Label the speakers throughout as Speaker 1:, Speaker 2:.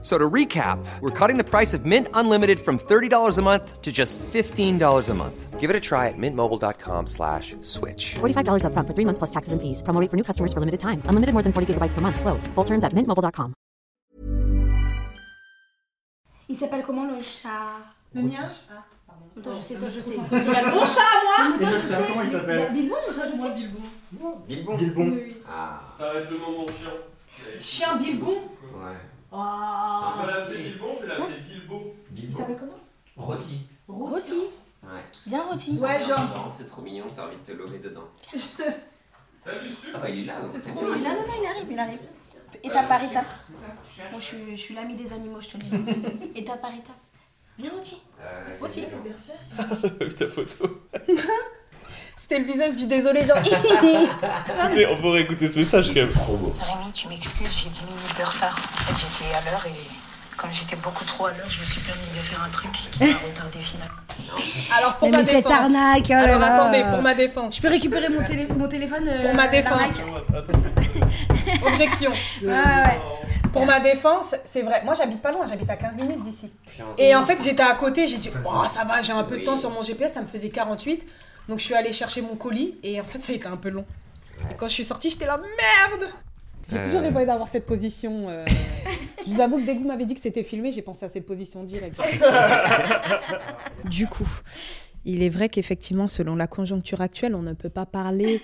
Speaker 1: So to recap, we're cutting the price of Mint Unlimited from $30 a month to just $15 a month. Give it a try at mintmobile.com slash switch.
Speaker 2: $45 upfront for three months plus taxes and fees. Promo rate for new customers for limited time. Unlimited more than 40 gigabytes per month. Slows. Full terms at mintmobile.com.
Speaker 3: Il s'appelle comment le chat
Speaker 4: Le mien Ah,
Speaker 3: Attends, je sais, toi, je sais.
Speaker 4: Mon chat, moi
Speaker 3: Attends,
Speaker 5: Et
Speaker 3: je
Speaker 5: le tien,
Speaker 3: sais.
Speaker 5: Eh comment il s'appelle
Speaker 3: Mais moi, toi, je sais.
Speaker 4: Bilbon.
Speaker 5: Gilbon. Ah.
Speaker 6: Ça va être le moment chiant.
Speaker 4: Chien Bilbon
Speaker 6: On
Speaker 4: Oh
Speaker 6: peut l'appeler Bilbon, je vais l'appeler Bilbo.
Speaker 4: Il s'appelle comment
Speaker 7: Rôti.
Speaker 4: Rôti.
Speaker 3: Rôti.
Speaker 7: Ouais.
Speaker 3: Bien rôti.
Speaker 4: Ouais, genre.
Speaker 7: Non, C'est trop mignon, t'as envie de te lever dedans.
Speaker 6: T'as vu Sup
Speaker 7: Ah bah il est là.
Speaker 4: C'est
Speaker 7: donc
Speaker 4: trop
Speaker 7: bien.
Speaker 3: Il est là, non, non, il arrive, il arrive. Étape par étape. Moi, je suis, je suis l'ami des animaux, je te le dis. étape par étape. Bien rôti.
Speaker 7: Euh, c'est
Speaker 3: Rôti.
Speaker 7: mignon.
Speaker 6: Vu ta photo.
Speaker 3: C'était le visage du désolé, genre. Attends,
Speaker 6: Écoutez, on pourrait écouter ce message quand même.
Speaker 8: Rémi, tu m'excuses, j'ai 10 minutes de retard. En fait, j'étais à l'heure et comme j'étais beaucoup trop à l'heure, je me suis permise de faire un truc qui m'a retardé finalement.
Speaker 4: Alors pour
Speaker 9: Eh, Mais,
Speaker 4: ma
Speaker 9: mais cette
Speaker 4: défense.
Speaker 9: arnaque, oh là
Speaker 4: Alors
Speaker 9: là.
Speaker 4: attendez, pour ma défense.
Speaker 9: Je peux récupérer mon, télé- mon téléphone euh,
Speaker 4: Pour ma défense.
Speaker 9: l'arnaque
Speaker 4: Objection.
Speaker 9: Ah ouais.
Speaker 4: Pour ma défense, c'est vrai. Moi j'habite pas loin, j'habite à 15 minutes d'ici. Et en fait j'étais à côté, j'ai dit oh ça va, j'ai un peu de temps sur mon GPS, ça me faisait 48. Donc je suis allée chercher mon colis et en fait ça a été un peu long. Et quand je suis sortie, j'étais là merde. J'ai toujours rêvé d'avoir cette position. euh, Je vous avoue que dès que vous m'avez dit que c'était filmé, j'ai pensé à cette position directe.
Speaker 9: Du coup, il est vrai qu'effectivement, selon la conjoncture actuelle, on ne peut pas parler.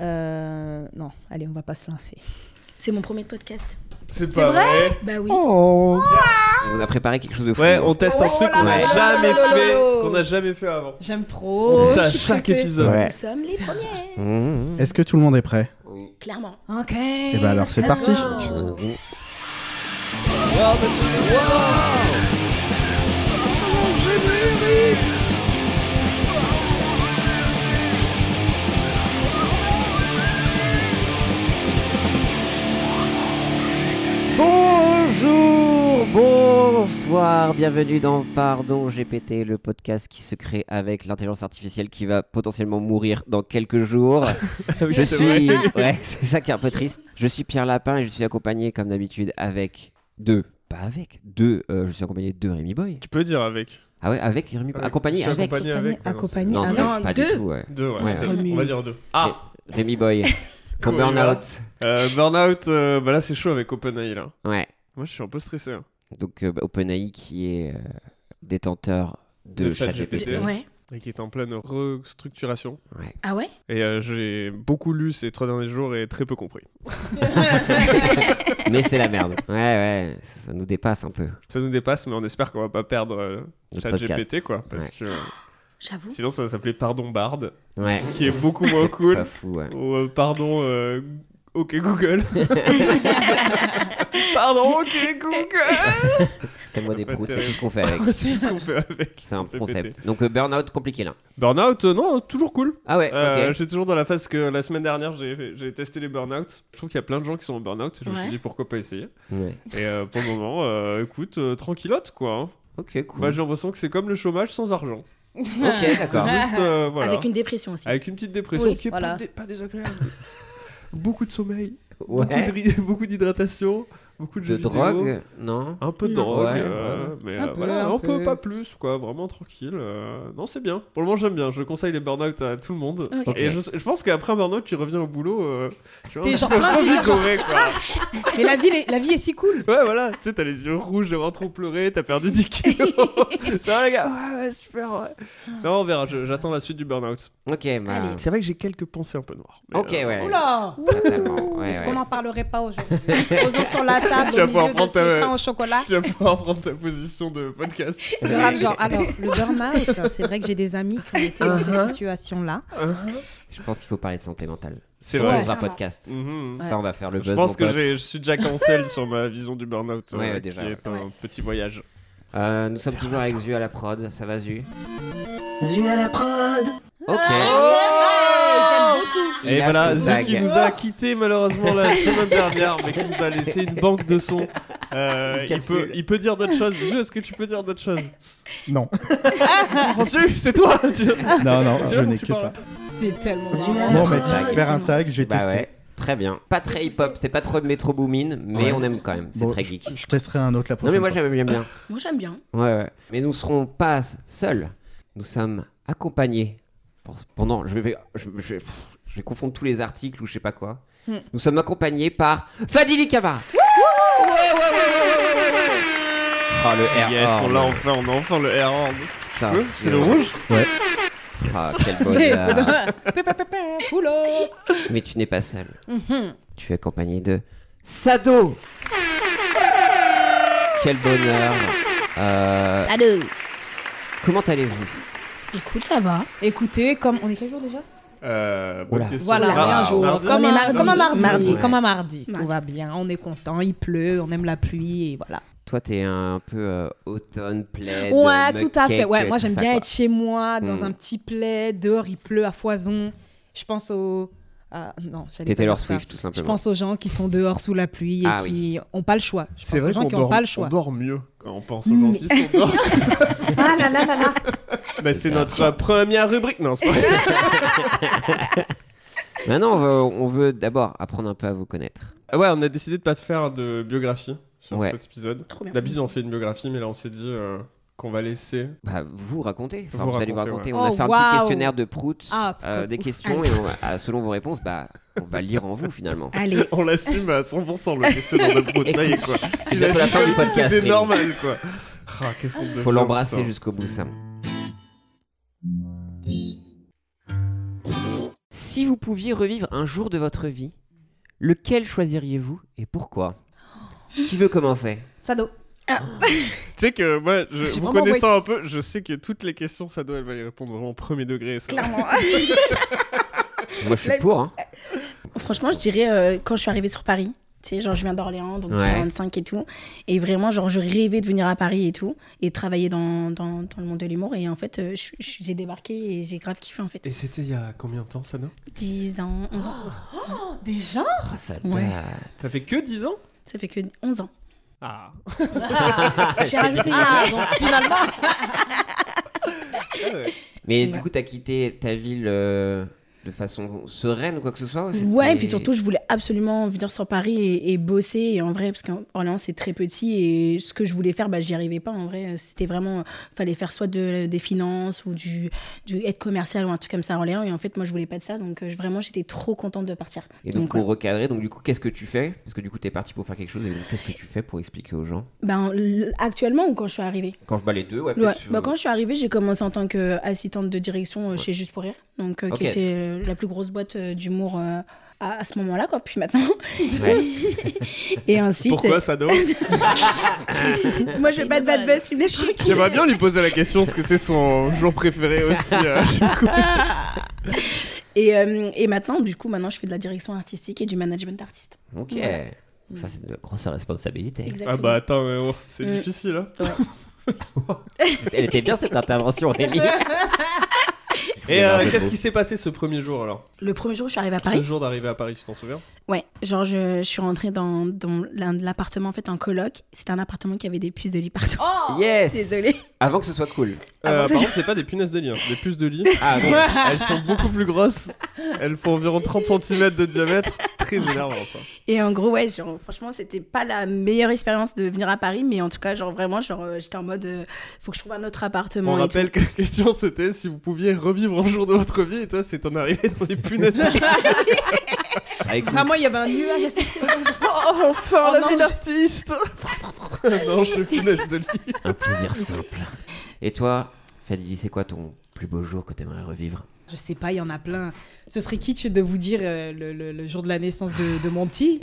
Speaker 9: euh, Non, allez, on va pas se lancer.
Speaker 8: C'est mon premier podcast.
Speaker 6: C'est pas vrai,
Speaker 8: Bah oui.
Speaker 7: On vous a préparé quelque chose de fou.
Speaker 6: Ouais, on teste un
Speaker 4: Oh
Speaker 6: truc
Speaker 4: là
Speaker 6: qu'on n'a
Speaker 7: là là
Speaker 6: jamais
Speaker 4: là là
Speaker 6: fait,
Speaker 4: là.
Speaker 6: qu'on n'a jamais fait avant.
Speaker 4: J'aime
Speaker 6: On
Speaker 9: Oh,
Speaker 4: trop.
Speaker 6: fait ça à
Speaker 4: je suis
Speaker 6: chaque
Speaker 4: pressée.
Speaker 6: épisode.
Speaker 8: Nous sommes les premiers.
Speaker 5: Est-ce que tout le monde est prêt
Speaker 7: Oui.
Speaker 8: Clairement.
Speaker 9: Ok.
Speaker 5: Eh ben alors, c'est parti.
Speaker 10: Bonjour, bonsoir, bienvenue dans Pardon GPT, le podcast qui se crée avec l'intelligence artificielle qui va potentiellement mourir dans quelques jours. je suis, ouais, c'est ça qui est un peu triste. Je suis Pierre Lapin et je suis accompagné comme d'habitude avec deux, pas avec deux. euh, je suis accompagné de Rémi Boy.
Speaker 6: Tu peux dire avec.
Speaker 10: Ah ouais, avec Rémi, Boy. accompagné
Speaker 6: Je suis
Speaker 10: avec.
Speaker 6: Accompagné avec. mais non,
Speaker 9: Accompagné
Speaker 10: Non,
Speaker 9: avec.
Speaker 10: c'est pas du
Speaker 8: deux.
Speaker 10: tout. ouais.
Speaker 6: c'est- Deux, ouais.
Speaker 10: Ouais.
Speaker 6: Deux. On va dire deux. Ah
Speaker 10: Rémi Boy, ton
Speaker 6: Comment il va
Speaker 10: burn-out.
Speaker 6: Euh, Burnout, euh, bah là c'est chaud avec OpenAI là.
Speaker 10: Ouais.
Speaker 6: Moi je suis un peu stressé. hein.
Speaker 10: Donc euh, bah, OpenAI qui est euh, détenteur de,
Speaker 6: De
Speaker 10: ChatGPT.
Speaker 6: ChatGPT.
Speaker 8: Ouais.
Speaker 6: Et qui est en pleine restructuration.
Speaker 10: Ouais.
Speaker 8: Ah ouais
Speaker 6: Et euh, j'ai beaucoup lu ces trois derniers jours et très peu compris.
Speaker 10: Mais c'est la merde. Ouais, ouais, ça nous dépasse un peu.
Speaker 6: Ça nous dépasse, mais on espère qu'on va pas perdre euh,
Speaker 10: Le
Speaker 6: ChatGPT
Speaker 10: podcast.
Speaker 6: quoi. Parce
Speaker 10: Ouais.
Speaker 6: que euh,
Speaker 8: J'avoue.
Speaker 6: sinon ça va s'appeler Pardon Bard,
Speaker 10: Ouais.
Speaker 6: qui est beaucoup moins
Speaker 10: C'est
Speaker 6: Oh, cool.
Speaker 10: Pas fou, ouais.
Speaker 6: Ou euh, Pardon, euh, ok Google. pardon, ok Google.
Speaker 10: Fais-moi des
Speaker 6: peut être
Speaker 10: proutes, c'est
Speaker 6: terrible.
Speaker 10: tout ce qu'on fait avec.
Speaker 6: C'est ce qu'on fait avec.
Speaker 10: C'est un
Speaker 6: On fait péter.
Speaker 10: concept. Donc, euh, burn-out compliqué là.
Speaker 6: Burnout, euh, non, toujours cool.
Speaker 10: Ah ouais,
Speaker 6: Euh,
Speaker 10: ok.
Speaker 6: Je suis toujours dans la phase que la semaine dernière j'ai fait- j'ai testé les burn-out. Je trouve qu'il y a plein de gens qui sont en burn-out et je me suis
Speaker 8: Ouais.
Speaker 6: dit pourquoi pas essayer.
Speaker 10: Ouais.
Speaker 6: Et euh, pour le moment, euh, écoute, euh, tranquillote quoi. hein.
Speaker 10: Ok, cool.
Speaker 6: Bah, j'ai l'impression que c'est comme le chômage sans argent.
Speaker 10: ok,
Speaker 6: C'est
Speaker 10: d'accord.
Speaker 6: juste, euh, voilà.
Speaker 8: Avec une dépression aussi.
Speaker 6: Avec une petite dépression
Speaker 9: Oui,
Speaker 6: qui est
Speaker 9: voilà.
Speaker 6: pas, dé- pas désagréable. beaucoup de sommeil,
Speaker 10: Ouais.
Speaker 6: beaucoup de ri- beaucoup d'hydratation, beaucoup de,
Speaker 10: De
Speaker 6: jeux vidéo.
Speaker 10: drogue, non
Speaker 6: Un peu de
Speaker 8: Non.
Speaker 6: drogue,
Speaker 10: Ouais,
Speaker 6: euh, mais
Speaker 9: Un
Speaker 6: euh,
Speaker 9: peu,
Speaker 6: voilà,
Speaker 9: un
Speaker 6: un peu,
Speaker 9: peu.
Speaker 6: pas plus, quoi, vraiment tranquille. euh, non, c'est bien. Pour le moment, j'aime bien. Je conseille les burn-out à tout le monde.
Speaker 8: Ok.
Speaker 6: Et je, je pense qu'après un burn-out, tu reviens au boulot. Euh, tu vois,
Speaker 4: T'es genre
Speaker 6: t'as
Speaker 4: plein de
Speaker 6: envie de
Speaker 4: vie, genre-
Speaker 6: courir, quoi.
Speaker 4: Mais la vie, la vie est si cool.
Speaker 6: Ouais, voilà, tu sais, t'as les yeux rouges d'avoir trop pleuré, t'as perdu 10 kilos. ça va, les gars Ouais, ouais, super, ouais. Non, on verra, je- j'attends la suite du burn-out.
Speaker 10: Ok, bah.
Speaker 8: Allez.
Speaker 6: C'est vrai que j'ai quelques pensées un peu noires. mais,
Speaker 10: Ok,
Speaker 6: euh,
Speaker 10: ouais.
Speaker 4: Oula
Speaker 10: Totalement, ouais,
Speaker 9: Est-ce
Speaker 10: ouais.
Speaker 9: qu'on n'en parlerait pas aujourd'hui Posons sur la table
Speaker 6: Tu vas
Speaker 9: au
Speaker 6: pouvoir
Speaker 9: milieu de
Speaker 6: prendre
Speaker 9: ces
Speaker 6: ta-
Speaker 9: pains au chocolat.
Speaker 6: Tu vas pouvoir prendre ta position de podcast.
Speaker 9: Grave, genre,
Speaker 6: eh ben.
Speaker 9: alors, le burn-out, c'est vrai que j'ai des amis qui ont été dans cette situation-là.
Speaker 10: Je pense qu'il faut parler de santé mentale.
Speaker 6: C'est
Speaker 10: Surtout
Speaker 6: vrai.
Speaker 10: Dans un podcast.
Speaker 6: Mhm.
Speaker 10: Ça, on va faire le buzz.
Speaker 6: Je pense
Speaker 10: mon
Speaker 6: que
Speaker 10: pote.
Speaker 6: j'ai- je suis déjà cancel sur ma vision du burn-out, euh,
Speaker 10: Ouais, ouais,
Speaker 6: qui
Speaker 10: déjà.
Speaker 6: est un petit voyage.
Speaker 10: Euh, nous sommes toujours avec Zu à la prod. Ça va, Zu
Speaker 7: Zu à la prod.
Speaker 10: Ok.
Speaker 4: J'aime beaucoup
Speaker 6: Et
Speaker 10: Il a
Speaker 6: voilà,
Speaker 10: son
Speaker 6: Zou
Speaker 10: tag.
Speaker 6: qui nous a quitté malheureusement la semaine dernière, mais qui nous a laissé une banque de sons. Euh,
Speaker 10: Une
Speaker 6: il,
Speaker 10: capsule.
Speaker 6: peut, il peut dire d'autres choses. Zou, est-ce que tu peux dire d'autres choses
Speaker 5: Non.
Speaker 6: Zou, c'est toi tu-
Speaker 5: Non, non,
Speaker 6: Tu
Speaker 5: je
Speaker 6: vois,
Speaker 5: n'ai
Speaker 6: tu
Speaker 5: que
Speaker 6: parles.
Speaker 5: ça.
Speaker 4: C'est tellement
Speaker 5: Non, mais dis, faire un tag, j'ai
Speaker 10: Bah
Speaker 5: testé.
Speaker 10: ouais, Très bien. Pas très hip-hop, c'est pas trop de métro boomin, mais
Speaker 5: Ouais.
Speaker 10: on aime quand même. C'est
Speaker 5: Bon,
Speaker 10: très geek.
Speaker 5: Je testerai un autre la
Speaker 10: Non,
Speaker 5: prochaine
Speaker 10: mais moi
Speaker 5: fois.
Speaker 10: j'aime j'aime bien.
Speaker 3: Moi j'aime bien.
Speaker 10: Ouais, ouais. Mais nous ne serons pas seuls. Nous sommes accompagnés pour- pendant. Je vais, je, je- pff, je vais confondre tous les articles ou je sais pas quoi.
Speaker 9: Hmm.
Speaker 10: Nous sommes accompagnés par Fadili Kamara. Ah, le air
Speaker 6: Yes, on
Speaker 10: horn.
Speaker 6: l'a enfin, on a enfin le air horn.
Speaker 10: Putain,
Speaker 6: Veux
Speaker 10: si
Speaker 6: C'est le
Speaker 10: on-
Speaker 6: rouge
Speaker 5: Ouais.
Speaker 10: Ah, quel bonheur.
Speaker 4: Oula
Speaker 10: Mais tu n'es pas seul.
Speaker 9: Mhm.
Speaker 10: Tu es accompagné de Sado. Quel bonheur. Euh,
Speaker 9: Salut.
Speaker 11: Oh,
Speaker 10: comment allez-vous
Speaker 3: Écoute, ça va.
Speaker 4: Écoutez, comme. On est quel jour déjà
Speaker 6: Euh, bonne
Speaker 10: Oula.
Speaker 6: question.
Speaker 4: Voilà,
Speaker 6: Ah,
Speaker 4: un jour.
Speaker 6: mardi.
Speaker 4: Comme,
Speaker 9: On est
Speaker 4: un,
Speaker 9: mardi.
Speaker 4: comme un mardi.
Speaker 9: Mardi.
Speaker 10: Ouais.
Speaker 4: Comme un mardi.
Speaker 3: Mardi.
Speaker 9: Tout va bien, on est content, il pleut, on aime la pluie et voilà.
Speaker 10: Toi, t'es un peu euh, automne, plaid.
Speaker 4: Ouais,
Speaker 10: mug
Speaker 4: tout à fait.
Speaker 10: cake,
Speaker 4: Ouais, moi
Speaker 10: tout
Speaker 4: j'aime
Speaker 10: ça,
Speaker 4: bien
Speaker 10: quoi.
Speaker 4: être chez moi, dans
Speaker 10: Mm.
Speaker 4: un petit plaid, dehors il pleut à foison. Je pense aux. ah, non, j'allais pas
Speaker 10: T'étais leur
Speaker 4: dire ça.
Speaker 10: Swift, tout
Speaker 4: Je
Speaker 10: simplement.
Speaker 4: pense aux gens qui sont dehors sous la pluie et
Speaker 10: Ah
Speaker 4: qui ont pas le choix. Je
Speaker 6: C'est
Speaker 4: pense
Speaker 6: vrai
Speaker 4: aux gens
Speaker 6: qu'on
Speaker 4: qui ont
Speaker 6: dort,
Speaker 4: pas le
Speaker 6: on
Speaker 4: choix.
Speaker 6: dort mieux quand on pense aux gens qui sont dehors.
Speaker 3: Ah là là là là.
Speaker 6: Bah, c'est notre euh, première rubrique. Non, c'est pas vrai.
Speaker 10: Maintenant, on veut, on veut d'abord apprendre un peu à vous connaître.
Speaker 6: Ah Ouais, on a décidé de pas te faire de biographie sur
Speaker 10: Ouais.
Speaker 6: cet épisode.
Speaker 3: Trop bien.
Speaker 6: D'habitude, on fait une biographie, mais là, on s'est dit euh, qu'on va laisser.
Speaker 10: Bah, vous racontez. Enfin,
Speaker 6: Vous
Speaker 10: vous, allez vous
Speaker 6: racontez,
Speaker 10: raconter.
Speaker 4: ouais.
Speaker 10: On a
Speaker 4: Oh,
Speaker 10: fait un
Speaker 4: waouh.
Speaker 10: petit questionnaire de Prout,
Speaker 4: Ah,
Speaker 10: euh,
Speaker 4: putain,
Speaker 10: des
Speaker 4: ouf.
Speaker 10: questions, et on va- ah, selon vos réponses, bah, on va lire en vous finalement.
Speaker 3: Allez.
Speaker 6: On l'assume à 100% le questionnaire de Brood, ça y est quoi.
Speaker 10: C'est bientôt la fin du podcast.
Speaker 6: C'était
Speaker 10: Rémi.
Speaker 6: normal quoi. Ah, qu'est-ce qu'on devait
Speaker 10: Faut
Speaker 6: faire,
Speaker 10: l'embrasser
Speaker 6: putain.
Speaker 10: jusqu'au bout, ça. Si vous pouviez revivre un jour de votre vie, lequel choisiriez-vous et pourquoi Qui veut commencer
Speaker 4: Sado.
Speaker 6: Tu sais que moi, je,
Speaker 4: J'ai
Speaker 6: vous
Speaker 4: vraiment
Speaker 6: connaissant un peu, je sais que toutes les questions, ça doit, elle va y répondre vraiment au premier degré. Ça.
Speaker 3: Clairement.
Speaker 10: Moi, je suis
Speaker 3: La-
Speaker 10: pour. Hein.
Speaker 3: Franchement, je dirais euh, quand je suis arrivée sur Paris, tu sais, genre je viens d'Orléans, donc
Speaker 10: Ouais.
Speaker 3: 45 et tout. Et vraiment, genre je rêvais de venir à Paris et tout, et travailler dans, dans, dans le monde de l'humour. Et en fait, euh, je- je- j'ai débarqué et j'ai grave kiffé en fait.
Speaker 6: Et c'était il y a combien de temps, Sano
Speaker 3: 10 ans, 11 ans.
Speaker 4: Déjà
Speaker 10: Ah, ça
Speaker 3: Ouais.
Speaker 10: date.
Speaker 6: Ça fait que 10 ans
Speaker 3: Ça fait que 11 ans.
Speaker 6: Ah,
Speaker 3: J'ai rajouté
Speaker 4: Ah, donc finalement
Speaker 10: Mais
Speaker 3: Ouais.
Speaker 10: du coup, t'as quitté ta ville euh, de façon sereine ou quoi que ce soit ou c'était-
Speaker 3: Ouais, et puis surtout, je voulais absolument venir sur Paris et, et bosser. Et en vrai, parce qu'Orléans, c'est très petit. Et ce que je voulais faire, bah, j'y arrivais pas. En vrai, c'était vraiment. Fallait faire soit de- des finances ou du, du être commercial ou un truc comme ça à Orléans. Et en fait, moi, je voulais pas de ça. Donc, euh, vraiment, j'étais trop contente de partir.
Speaker 10: Et donc,
Speaker 3: ouais.
Speaker 10: pour recadrer, donc du coup, qu'est-ce que tu fais Parce que du coup, t'es parti pour faire quelque chose. Et donc, qu'est-ce que tu fais pour expliquer aux gens
Speaker 3: Ben, l- actuellement ou quand je suis arrivée
Speaker 10: Quand je bats les deux,
Speaker 3: Ouais.
Speaker 10: ouais, Ah, peut-être. sur-
Speaker 3: Bah, quand je suis arrivée, j'ai commencé en tant qu'assistante de direction euh, chez Juste pour Rire, donc, euh, qui
Speaker 10: Ok.
Speaker 3: était euh, la plus grosse boîte euh, d'humour euh, à, à ce moment-là, quoi, puis maintenant.
Speaker 10: Ouais.
Speaker 3: Et ensuite.
Speaker 6: pourquoi Sano
Speaker 3: Euh, Moi, je vais pas de bad buzz, tu me laisses tranquille.
Speaker 6: J'aimerais bien lui poser la question, parce que c'est son jour préféré aussi. euh, du coup.
Speaker 3: Et, euh, et maintenant, du coup, maintenant, je fais de la direction artistique et du management d'artiste.
Speaker 10: Ok.
Speaker 3: Voilà.
Speaker 10: Ça, c'est une grosse responsabilité.
Speaker 3: Exactement.
Speaker 6: ah bah attends, mais bon, c'est
Speaker 3: Mm.
Speaker 6: difficile. Hein.
Speaker 10: Elle était bien cette intervention, Rémi.
Speaker 6: Et
Speaker 10: Non,
Speaker 6: euh,
Speaker 10: je
Speaker 6: qu'est-ce
Speaker 10: trouve.
Speaker 6: qui s'est passé ce premier jour alors
Speaker 3: Le premier jour où je suis arrivée à
Speaker 6: Ce
Speaker 3: Paris,
Speaker 6: jour d'arrivée à Paris, tu t'en souviens
Speaker 3: ouais, genre, je, je suis rentrée dans, dans l'un de l'appartement, en fait, en coloc. C'était un appartement qui avait des puces de lit partout.
Speaker 10: Yes
Speaker 3: Désolée.
Speaker 10: Avant que ce soit cool.
Speaker 6: Euh,
Speaker 3: bon,
Speaker 6: Par
Speaker 3: c'est-
Speaker 6: contre, c'est pas des punaises de lit, hein, c'est des puces de lit.
Speaker 10: Ah, bon.
Speaker 6: Elles sont beaucoup plus grosses. Elles font environ 30 cm de diamètre. Très énervant ça.
Speaker 3: Et en gros, ouais, genre, franchement, c'était pas la meilleure expérience de venir à Paris, mais en tout cas, genre, vraiment, genre, euh, j'étais en mode, euh, faut que je trouve un autre appartement.
Speaker 6: On
Speaker 3: et
Speaker 6: rappelle que la question c'était si vous pouviez revivre un jour de votre vie et toi c'est ton arrivée dans les punaises. de lit.
Speaker 10: Avec vous.
Speaker 4: Vraiment, il y avait un nuage. à ce-
Speaker 6: oh, enfin
Speaker 4: Oh,
Speaker 6: la
Speaker 4: non,
Speaker 6: vie
Speaker 4: je-
Speaker 6: d'artiste Non, je suis punaise de lit.
Speaker 10: Un plaisir simple. Et toi, Fadili, c'est quoi ton plus beau jour que t'aimerais revivre
Speaker 4: Je sais pas, il y en a plein. Ce serait kitsch de vous dire euh, le, le- le jour de la naissance de, de mon petit.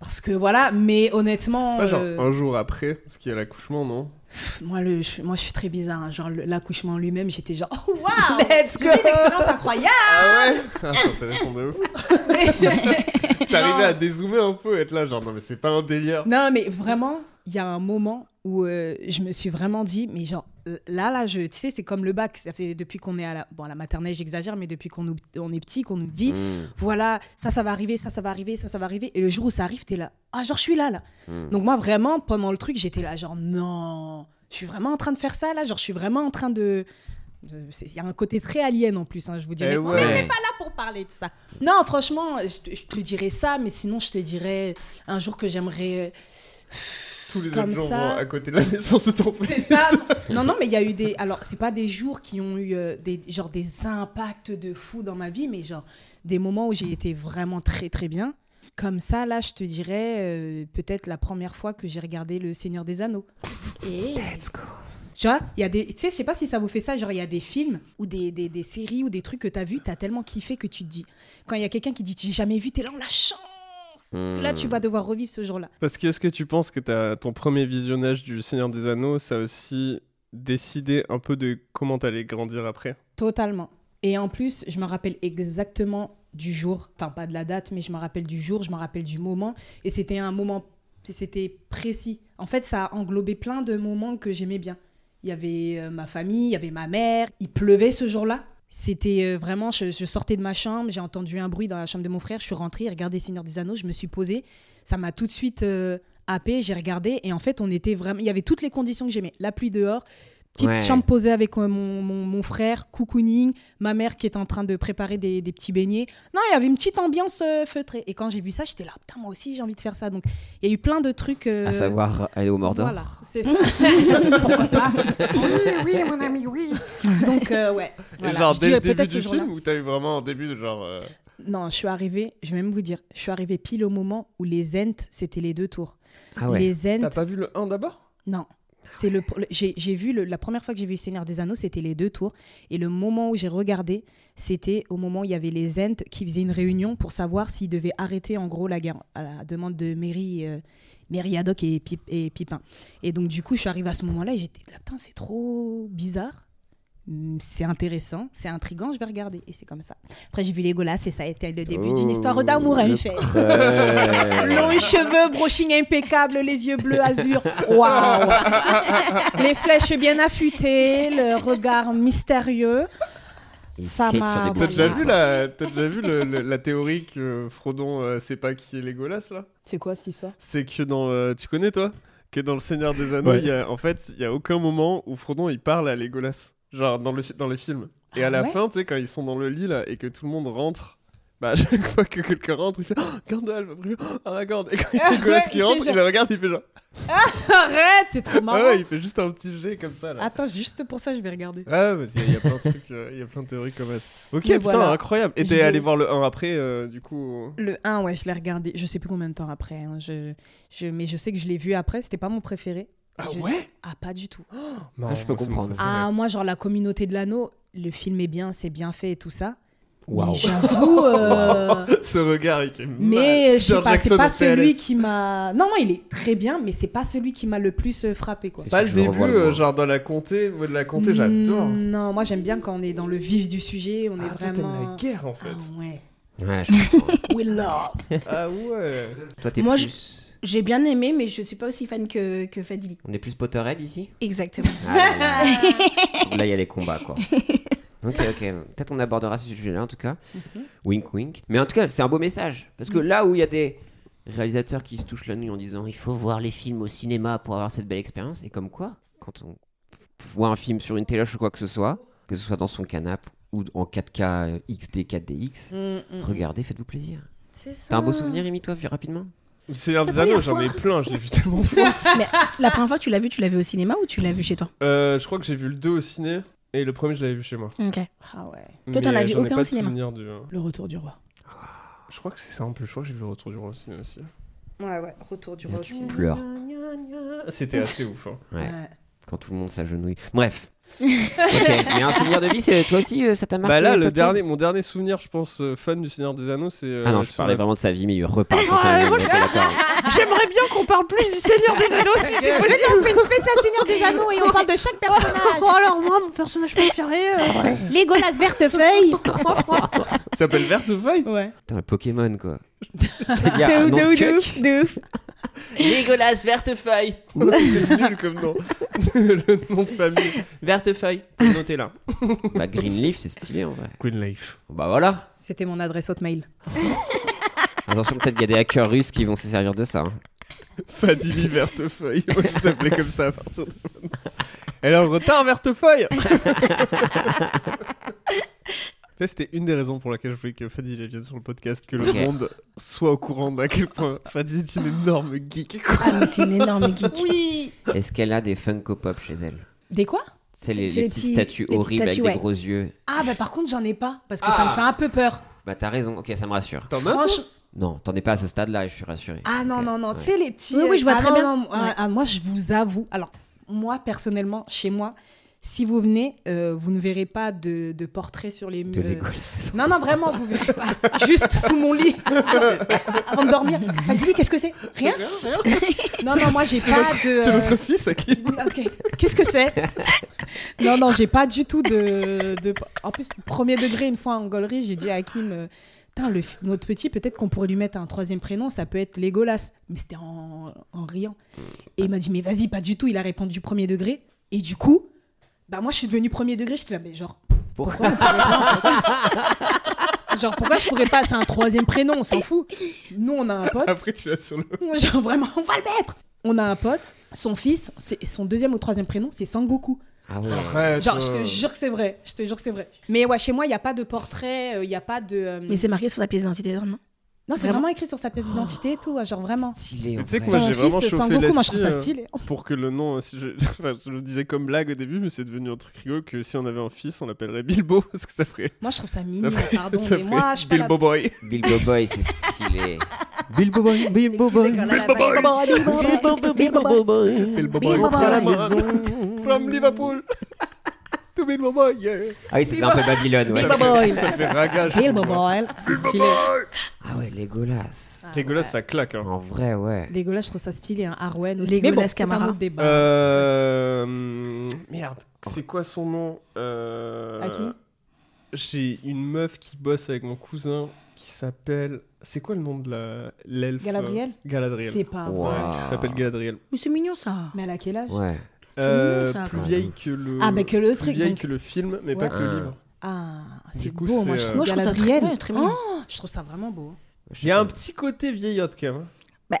Speaker 4: Parce que voilà, mais honnêtement,
Speaker 6: Pas genre hein.
Speaker 4: euh,
Speaker 6: un jour après, parce qu'il y a l'accouchement, non
Speaker 4: moi, le, je, moi je suis très bizarre. hein. Genre le- l'accouchement lui-même, j'étais genre, oh, waouh,
Speaker 6: Let's
Speaker 4: j'ai eu une expérience incroyable.
Speaker 6: Ah ouais Ah, c'est intéressant de ouf. T'arrivais à dézoomer un peu, être là, genre non mais c'est pas un délire.
Speaker 4: Non, mais vraiment,
Speaker 9: il y a un moment où euh, je me suis vraiment dit, mais genre, là, là, je, tu sais, c'est comme le bac. Ça fait depuis qu'on est à la, bon, à la maternelle, j'exagère, mais depuis qu'on nous- on est petit, qu'on nous dit,
Speaker 11: Mm.
Speaker 9: voilà, ça, ça va arriver, ça, ça va arriver, ça, ça va arriver. Et le jour où ça arrive, t'es là, ah, genre, je suis là, là.
Speaker 11: Mm.
Speaker 9: Donc moi vraiment pendant le truc j'étais là genre non, je suis vraiment en train de faire ça là, genre je suis vraiment en train de de- c'est- il y a un côté très alien en plus, hein, je vous dirais.
Speaker 11: Eh
Speaker 9: honnêtement.
Speaker 11: ouais.
Speaker 9: Mais on n'est pas là pour parler de ça. Non, franchement, je, te- je te dirais ça, mais sinon je te dirais un jour que j'aimerais. euh,
Speaker 6: Tous les
Speaker 9: Comme
Speaker 6: autres gens
Speaker 9: ça.
Speaker 6: vont à côté de la naissance de ton
Speaker 9: C'est ça. non, non, mais il y a eu des. Alors, c'est pas des jours qui ont eu euh, des, genre, des impacts de fou dans ma vie, mais genre des moments où j'ai été vraiment très, très bien. Comme ça, là, je te dirais euh, peut-être la première fois que j'ai regardé Le Seigneur des Anneaux. Et... Let's go. Tu vois, il y a des. Tu sais, je sais pas si ça vous fait ça, genre, il y a des films ou des, des, des séries ou des trucs que t'as vu, t'as tellement kiffé que tu te dis. Quand il y a quelqu'un qui dit, j'ai jamais vu, t'es là, on la chante. Parce que là, tu vas devoir revivre ce jour-là.
Speaker 6: Parce que est-ce que tu penses que t'as- ton premier visionnage du Seigneur des Anneaux, ça a aussi décidé un peu de comment t'allais grandir après
Speaker 9: Totalement. Et en plus, je me rappelle exactement du jour, enfin pas de la date, mais je me rappelle du jour, je me rappelle du moment. Et c'était un moment, c'était précis. En fait, ça a englobé plein de moments que j'aimais bien. Il y avait euh, ma famille, il y avait ma mère, il pleuvait ce jour-là. C'était euh, vraiment, je, je sortais de ma chambre, j'ai entendu un bruit dans la chambre de mon frère, je suis rentrée, regardé Seigneur des Anneaux, je me suis posée. Ça m'a tout de suite euh, happée, j'ai regardé. Et en fait, on était vraiment, il y avait toutes les conditions que j'aimais. La pluie dehors, petite
Speaker 11: Ouais.
Speaker 9: chambre posée avec euh, mon, mon- mon frère, cocooning, ma mère qui était en train de préparer des, des petits beignets. Non, il y avait une petite ambiance euh, feutrée. Et quand j'ai vu ça, j'étais là, putain, moi aussi j'ai envie de faire ça. Donc il y a eu plein de trucs. euh,
Speaker 10: À savoir, aller au Mordor.
Speaker 9: Voilà, c'est ça. Pourquoi pas Oui, oui, mon ami, oui. Donc euh, ouais.
Speaker 6: Et
Speaker 9: voilà.
Speaker 6: genre
Speaker 9: Je
Speaker 6: dès
Speaker 9: dirais
Speaker 6: le début
Speaker 9: peut-être ce
Speaker 6: du
Speaker 9: jour-là.
Speaker 6: film ou t'as eu vraiment un début de genre. euh,
Speaker 9: Non, je suis arrivée, je vais même vous dire, je suis arrivée pile au moment où les Zent, c'était les deux tours.
Speaker 6: Ah ouais.
Speaker 9: Les Zent.
Speaker 6: T'as pas vu le 1 d'abord
Speaker 9: Non. C'est le, le- j'ai, j'ai vu le- la première fois que j'ai vu Seigneur des Anneaux, c'était les deux tours. Et le moment où j'ai regardé, c'était au moment où il y avait les Zent qui faisaient une réunion pour savoir s'ils devaient arrêter en gros la guerre à la demande de Mary, euh, Mary Haddock et, Pip- et Pipin. Et donc du coup, je suis arrivée à ce moment-là et j'étais là, putain, c'est trop bizarre. Hmm, C'est intéressant, c'est intrigant, je vais regarder. Et c'est comme ça. Après, j'ai vu Legolas et ça a été le début d'une histoire d'amour à
Speaker 11: le
Speaker 9: une fête.
Speaker 11: prêtre.
Speaker 9: Longs cheveux, brushing impeccable, les yeux bleus azur. Waouh! les flèches bien affûtées, le regard mystérieux. Ça m'a.
Speaker 6: T'as déjà vu la, t'as déjà vu le- le- la théorie que Frodon euh, sait pas qui est Legolas là
Speaker 9: C'est quoi cette histoire
Speaker 6: C'est que dans, euh, tu connais toi, que dans le Seigneur des Anneaux,
Speaker 5: Ouais.
Speaker 6: il y a- en fait, il y a aucun moment où Frodon il parle à Legolas, genre dans le fi- dans les films. Et à
Speaker 5: Ah
Speaker 6: la
Speaker 5: ouais
Speaker 6: fin, tu sais, quand ils sont dans le lit là et que tout le monde rentre. Bah, à chaque fois que quelqu'un rentre, il fait oh, Gandalf, après, oh, Aragorn. Et quand il y a
Speaker 9: Ah ouais,
Speaker 6: Legolas
Speaker 9: il
Speaker 6: qui
Speaker 9: fait
Speaker 6: rentre,
Speaker 9: genre-
Speaker 6: il le regarde, il fait genre.
Speaker 9: Ah, arrête, c'est trop marrant.
Speaker 6: Ah ouais, il fait juste un petit jet comme ça. Là.
Speaker 9: Attends, juste pour ça, je vais regarder.
Speaker 6: Ah, mais il y, a plein de trucs, euh, il y a plein de théories comme ça. Ok, putain,
Speaker 9: Mais voilà.
Speaker 6: incroyable. Et t'es
Speaker 9: J'ai-
Speaker 6: allé voir le 1 après, euh, du coup.
Speaker 9: Le 1, ouais, je l'ai regardé. Je sais plus combien de temps après. hein. Je, je, mais je sais que je l'ai vu après. C'était pas mon préféré.
Speaker 11: Ah
Speaker 9: Je-
Speaker 11: ouais
Speaker 9: Ah, pas du tout.
Speaker 11: Non,
Speaker 10: Ah, je peux
Speaker 11: moi, c'est mon
Speaker 10: comprendre.
Speaker 9: Ah, moi, genre, La communauté de l'anneau, le film est bien, c'est bien fait et tout ça. Mais
Speaker 10: Waouh.
Speaker 9: J'avoue. euh,
Speaker 6: Ce regard, il fait mal.
Speaker 9: Mais je sais
Speaker 6: Bah, Peter
Speaker 9: pas, c'est
Speaker 6: Jackson
Speaker 9: pas
Speaker 6: en PLS.
Speaker 9: celui qui m'a. Non, non, il est très bien, mais c'est pas celui qui m'a le plus euh, frappé, quoi.
Speaker 6: Pas le début, euh, genre dans la comté, moi de la comté, j'adore. Ah,
Speaker 9: Mm, Non, moi j'aime bien quand on est dans le vif du sujet, on
Speaker 6: toi,
Speaker 9: est
Speaker 6: t'aimes
Speaker 9: vraiment.
Speaker 6: la guerre, en fait.
Speaker 9: Ah, ouais.
Speaker 10: Ouais, je-
Speaker 9: We love.
Speaker 6: Ah ouais.
Speaker 10: Toi, t'es
Speaker 3: Moi,
Speaker 10: plus.
Speaker 3: J'ai bien aimé, mais je suis pas aussi fan que, que Fadili.
Speaker 10: On est plus Potterhead ici
Speaker 3: Exactement.
Speaker 10: Ah, là, là. Là, il y a les combats, quoi. Ok, ok. Peut-être on abordera ce sujet-là, en tout cas.
Speaker 9: Mhm.
Speaker 10: Wink, wink. Mais en tout cas, c'est un beau message. Parce que là où il y a des réalisateurs qui se touchent la nuit en disant il faut voir les films au cinéma pour avoir cette belle expérience, et comme quoi, quand on voit un film sur une téloche ou quoi que ce soit, que ce soit dans son canapé ou en 4K euh, XD, 4DX,
Speaker 9: Mm, mm, mm.
Speaker 10: regardez, faites-vous plaisir.
Speaker 9: C'est ça.
Speaker 10: T'as un beau souvenir, Rémi, toi, vu rapidement
Speaker 6: Le Seigneur
Speaker 3: La
Speaker 6: des Anneaux,
Speaker 3: première
Speaker 6: j'en ai
Speaker 3: fois.
Speaker 6: plein, je l'ai vu tellement de fois.
Speaker 3: mais la première fois que tu l'as vu, tu l'as vu au cinéma ou tu l'as vu chez toi
Speaker 6: Euh, je crois que j'ai vu le 2 au ciné, et le premier, je l'avais vu chez moi.
Speaker 3: Ok.
Speaker 9: Ah ouais.
Speaker 3: Toi, t'en
Speaker 6: Mais
Speaker 3: as vu
Speaker 6: j'en ai
Speaker 3: aucun
Speaker 6: pas
Speaker 3: au
Speaker 6: de
Speaker 3: cinéma
Speaker 6: souvenir du- hein.
Speaker 9: Le retour du roi.
Speaker 6: Je crois que c'est ça en plus, je crois que j'ai vu le retour du roi au ciné aussi.
Speaker 9: Ouais, ouais, retour du roi aussi.
Speaker 10: pleures.
Speaker 6: Ah, C'était assez ouf. hein.
Speaker 10: Ouais.
Speaker 9: Ouais.
Speaker 10: Quand tout le monde s'agenouille. Bref. Ok, Mais un souvenir de vie, c'est toi aussi, euh, ça t'a marqué
Speaker 6: Bah là, le
Speaker 10: Tolkien
Speaker 6: dernier, mon dernier souvenir, je pense, euh, fan du Seigneur des Anneaux, c'est. euh,
Speaker 10: Ah non, je
Speaker 6: sur
Speaker 10: parlais
Speaker 6: la-
Speaker 10: vraiment de sa vie, mais il repart sur
Speaker 6: Ah,
Speaker 10: sa vie.
Speaker 6: moi, je-
Speaker 10: ok, d'accord.
Speaker 9: J'aimerais bien qu'on parle plus du Seigneur des Anneaux si
Speaker 11: c'est possible.
Speaker 9: On fait une spéciale Seigneur des Anneaux et on parle de chaque
Speaker 11: euh,
Speaker 9: personnage. alors moi, mon personnage préféré, Legolas Vertefeuille.
Speaker 6: Ça s'appelle verte ou feuille
Speaker 3: Ouais.
Speaker 10: Putain, le Pokémon, quoi.
Speaker 6: Ah,
Speaker 10: ah,
Speaker 3: De ouf, de ouf, de ouf, de ouf.
Speaker 6: Nicolas Vertefeuille C'est nul comme nom. le nom de famille. Vertefeuille, notez là.
Speaker 10: Bah, Greenleaf, c'est stylé en vrai.
Speaker 6: Greenleaf.
Speaker 10: Bah voilà.
Speaker 9: C'était mon adresse hotmail.
Speaker 10: Attention, peut-être qu'il y a des hackers russes qui vont se servir de ça. hein.
Speaker 6: Fadili Vertefeuille. On va juste t'appeler comme ça à partir de maintenant. Elle est en retard, Vertefeuille Ça, c'était une des raisons pour laquelle je voulais que Fadili vienne sur le podcast, que le
Speaker 10: Ok.
Speaker 6: monde soit au courant d'à quel point Fadili est une énorme geek. quoi.
Speaker 3: Ah, mais c'est une énorme geek.
Speaker 9: Oui.
Speaker 10: Est-ce qu'elle a des Funko Pop chez elle
Speaker 9: Des quoi
Speaker 10: C'est
Speaker 3: C'est-
Speaker 10: les,
Speaker 3: c'est
Speaker 10: les
Speaker 3: les
Speaker 10: petites
Speaker 3: petits-
Speaker 10: statues
Speaker 3: les petites
Speaker 10: horribles avec
Speaker 3: statues,
Speaker 10: des
Speaker 3: ouais.
Speaker 10: gros yeux.
Speaker 9: Ah bah par contre j'en ai pas parce que ça me fait un peu peur.
Speaker 10: Bah t'as raison, ok, ça me rassure.
Speaker 6: T'en as, Ah. toi
Speaker 9: Franchement.
Speaker 10: Non, t'en es pas à ce stade-là, je suis rassuré.
Speaker 9: Ah non
Speaker 10: Ok.
Speaker 9: non non,
Speaker 10: Ouais.
Speaker 9: tu sais les petits.
Speaker 3: Oui, oui, je vois
Speaker 9: Ah
Speaker 3: très
Speaker 9: non,
Speaker 3: bien.
Speaker 9: non, ah,
Speaker 3: Ouais.
Speaker 9: ah, moi je vous avoue. Alors moi personnellement chez moi, si vous venez, euh, vous ne verrez pas de, de portrait sur les
Speaker 10: De
Speaker 9: murs.
Speaker 10: l'école.
Speaker 9: Non, non, vraiment, vous verrez pas. Juste sous mon lit, avant de dormir. Fadili, qu'est-ce que c'est Rien Non, non, moi, j'ai pas de... euh,
Speaker 6: C'est votre fils à qui
Speaker 9: Ok. Qu'est-ce que c'est Non, non, j'ai pas du tout de, de- En plus, premier degré, une fois en gaulerie, j'ai dit à Hakim, euh, Putain, le f- notre petit, peut-être qu'on pourrait lui mettre un troisième prénom, ça peut être Légolas. Mais c'était en, en riant. Et il m'a dit, mais vas-y, pas du tout. Il a répondu premier degré. Et du coup, bah moi, je suis devenue premier degré. J'étais là, mais genre, pourquoi, on pourrait pas, en fait Genre, pourquoi je pourrais pas C'est un troisième prénom, on s'en fout. Nous, on a un pote.
Speaker 6: Après, tu l'as sur le.
Speaker 9: Genre vraiment, on va le mettre. On a un pote, son fils, c'est- son deuxième ou troisième prénom, c'est Sangoku.
Speaker 10: Ah ouais.
Speaker 9: Genre, je
Speaker 6: euh,
Speaker 9: te jure que c'est vrai. Je te jure que c'est vrai. Mais ouais, chez moi, il n'y a pas de portrait, il n'y a pas de. euh,
Speaker 3: Mais c'est marqué sur ta pièce d'identité, non
Speaker 9: non, c'est
Speaker 3: vraiment-
Speaker 9: vraiment écrit sur sa pièce d'identité et tout, ouais, genre vraiment.
Speaker 10: Stylé. en
Speaker 6: Mais tu sais que
Speaker 10: vrai.
Speaker 6: moi,
Speaker 9: Son
Speaker 6: j'ai vraiment
Speaker 9: fils,
Speaker 6: chauffé
Speaker 9: Sangoku, moi, je
Speaker 6: là-dessus,
Speaker 9: trouve ça
Speaker 6: euh,
Speaker 9: stylé.
Speaker 6: Pour que le nom, euh, si je... enfin, je le disais comme blague au début, mais c'est devenu un truc rigolo que si on avait un fils, on l'appellerait Bilbo, parce que ça ferait.
Speaker 9: Moi, je trouve ça mignon,
Speaker 6: Ça ferait,
Speaker 9: pardon.
Speaker 6: ça
Speaker 9: Ah mais
Speaker 6: ferait
Speaker 9: moi, je suis pas
Speaker 6: Bilbo Boy.
Speaker 10: Bilbo Boy, c'est stylé. Bilbo Boy, Bilbo Boy.
Speaker 6: Bilbo
Speaker 9: Boy. Bilbo
Speaker 6: Prends la
Speaker 9: Boy.
Speaker 6: main. From Liverpool. To Bilbo Boy, yeah.
Speaker 10: Ah oui, c'était un peu Babylone, ouais.
Speaker 9: Bilbo Boy.
Speaker 6: Ça fait ragage.
Speaker 9: la... Bilbo Boy, c'est stylé.
Speaker 10: Ah ouais, Legolas.
Speaker 6: Dégueulasse, ça claque. hein.
Speaker 10: En vrai, ouais.
Speaker 9: Dégueulasse, je trouve ça stylé. Hein. Arwen aussi.
Speaker 3: Légolas
Speaker 9: mais bon, c'est un
Speaker 3: Camara.
Speaker 9: autre débat.
Speaker 6: Euh. hum, Merde. C'est quoi son nom euh...
Speaker 9: À qui
Speaker 6: J'ai une meuf qui bosse avec mon cousin qui s'appelle. C'est quoi le nom de la l'elfe euh,
Speaker 9: Galadriel
Speaker 6: Galadriel.
Speaker 9: C'est pas
Speaker 10: Wow.
Speaker 9: vrai.
Speaker 6: Ouais, qui s'appelle Galadriel.
Speaker 3: Mais c'est mignon ça.
Speaker 9: Mais elle a quel âge
Speaker 10: Ouais.
Speaker 6: Euh,
Speaker 3: mignon, ça,
Speaker 6: plus
Speaker 10: quand
Speaker 6: vieille
Speaker 10: même.
Speaker 6: que le.
Speaker 9: Ah, bah que le
Speaker 6: plus
Speaker 9: truc.
Speaker 6: vieille
Speaker 9: donc.
Speaker 6: que le film, mais pas
Speaker 9: Ouais.
Speaker 6: que le
Speaker 10: Ah.
Speaker 6: livre.
Speaker 9: Ah, c'est
Speaker 6: coup,
Speaker 9: beau.
Speaker 6: c'est,
Speaker 9: Moi, je
Speaker 6: euh,
Speaker 9: trouve
Speaker 3: Moi, je trouve ça très,
Speaker 9: Galadriel.
Speaker 3: ouais, très mignon.
Speaker 9: Je trouve ça vraiment beau.
Speaker 6: Il y a un petit côté vieillotte quand même. hein.
Speaker 3: Bah,